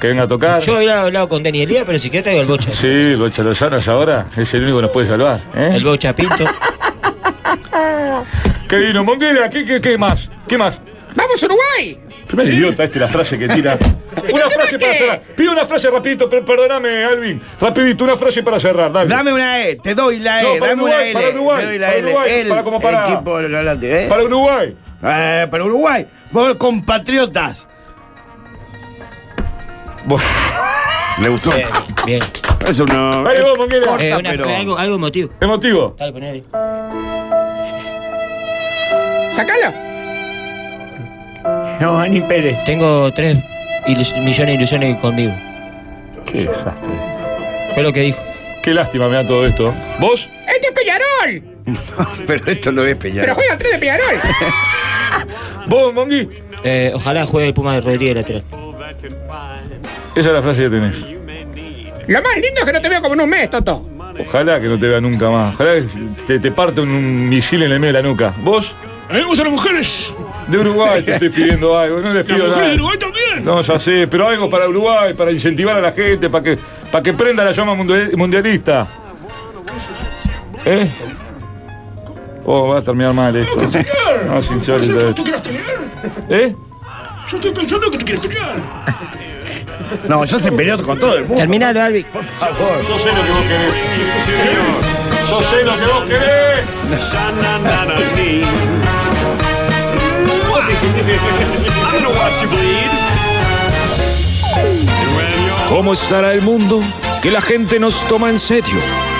Speaker 4: que venga a tocar.
Speaker 11: Yo había hablado con Dani Elías, pero si quieres traigo el bocha.
Speaker 4: Sí, el Bocha Lozano es ahora, es el único que nos puede salvar. ¿eh?
Speaker 11: El Bocha Pinto.
Speaker 4: qué vino, Monguera, ¿qué, qué, qué más? ¿Qué más?
Speaker 23: ¡Vamos, Uruguay!
Speaker 4: Primer idiota este, la frase que tira. Una frase para cerrar. Pido una frase rapidito, per- perdóname, Alvin. Rapidito, una frase para cerrar, dale.
Speaker 20: Dame una E, te doy la E,
Speaker 4: No, para
Speaker 20: dame
Speaker 4: Uruguay,
Speaker 20: una L.
Speaker 4: para Uruguay,
Speaker 20: te doy la
Speaker 4: para
Speaker 20: L.
Speaker 4: Uruguay,
Speaker 20: El
Speaker 4: para como para-
Speaker 20: equipo adelante, ¿eh?
Speaker 4: Para Uruguay.
Speaker 20: Eh, para Uruguay. Vos, compatriotas. ¿Le gustó?
Speaker 11: Bien, bien.
Speaker 20: Eso no.
Speaker 4: Ahí vos, Monguera.
Speaker 20: Corta,
Speaker 11: Eh, una-
Speaker 20: pero-
Speaker 11: algo, algo emotivo.
Speaker 4: Emotivo.
Speaker 11: Dale, ponele.
Speaker 23: ¡Sacala!
Speaker 11: No, Ani Pérez. Tengo 3 millones de ilusiones conmigo.
Speaker 4: Qué desastre.
Speaker 11: Fue lo que dijo.
Speaker 4: Qué lástima me da todo esto. ¿Vos?
Speaker 23: ¡Este es Peñarol!
Speaker 20: Ah, Pero esto no es
Speaker 23: ¡Pero
Speaker 20: Peñarol.
Speaker 23: juegan tres de Peñarol!
Speaker 4: ¿Vos, Mongui?
Speaker 11: Eh, ojalá juegue el Puma de Rodríguez lateral.
Speaker 4: Esa es la frase que tenés.
Speaker 23: Lo más lindo es que no te veo como en un mes, Toto.
Speaker 4: Ojalá que no te vea nunca más. Ojalá que te, te parte un, un misil en el medio de la nuca. ¿Vos?
Speaker 22: A mí me gustan las mujeres.
Speaker 4: De Uruguay te estoy pidiendo algo. No les
Speaker 22: Las
Speaker 4: pido
Speaker 22: mujeres de
Speaker 4: nada.
Speaker 22: Uruguay también.
Speaker 4: No, ya sé, pero algo para Uruguay, para incentivar a la gente, para que, para que prenda la llama mundial- mundialista. ¿Eh? Oh, va a terminar mal esto. No, es insólito
Speaker 22: ¿Tú
Speaker 4: esto.
Speaker 22: quieres pelear?
Speaker 4: ¿Eh?
Speaker 22: Yo estoy pensando que tú quieres pelear.
Speaker 20: No, yo se peleó con todo el mundo.
Speaker 11: Terminalo, Albi.
Speaker 20: Por favor.
Speaker 4: Yo sé lo que vos querés. Yo sé lo que vos querés.
Speaker 12: ¿Cómo estará el mundo? Que la gente nos toma en serio.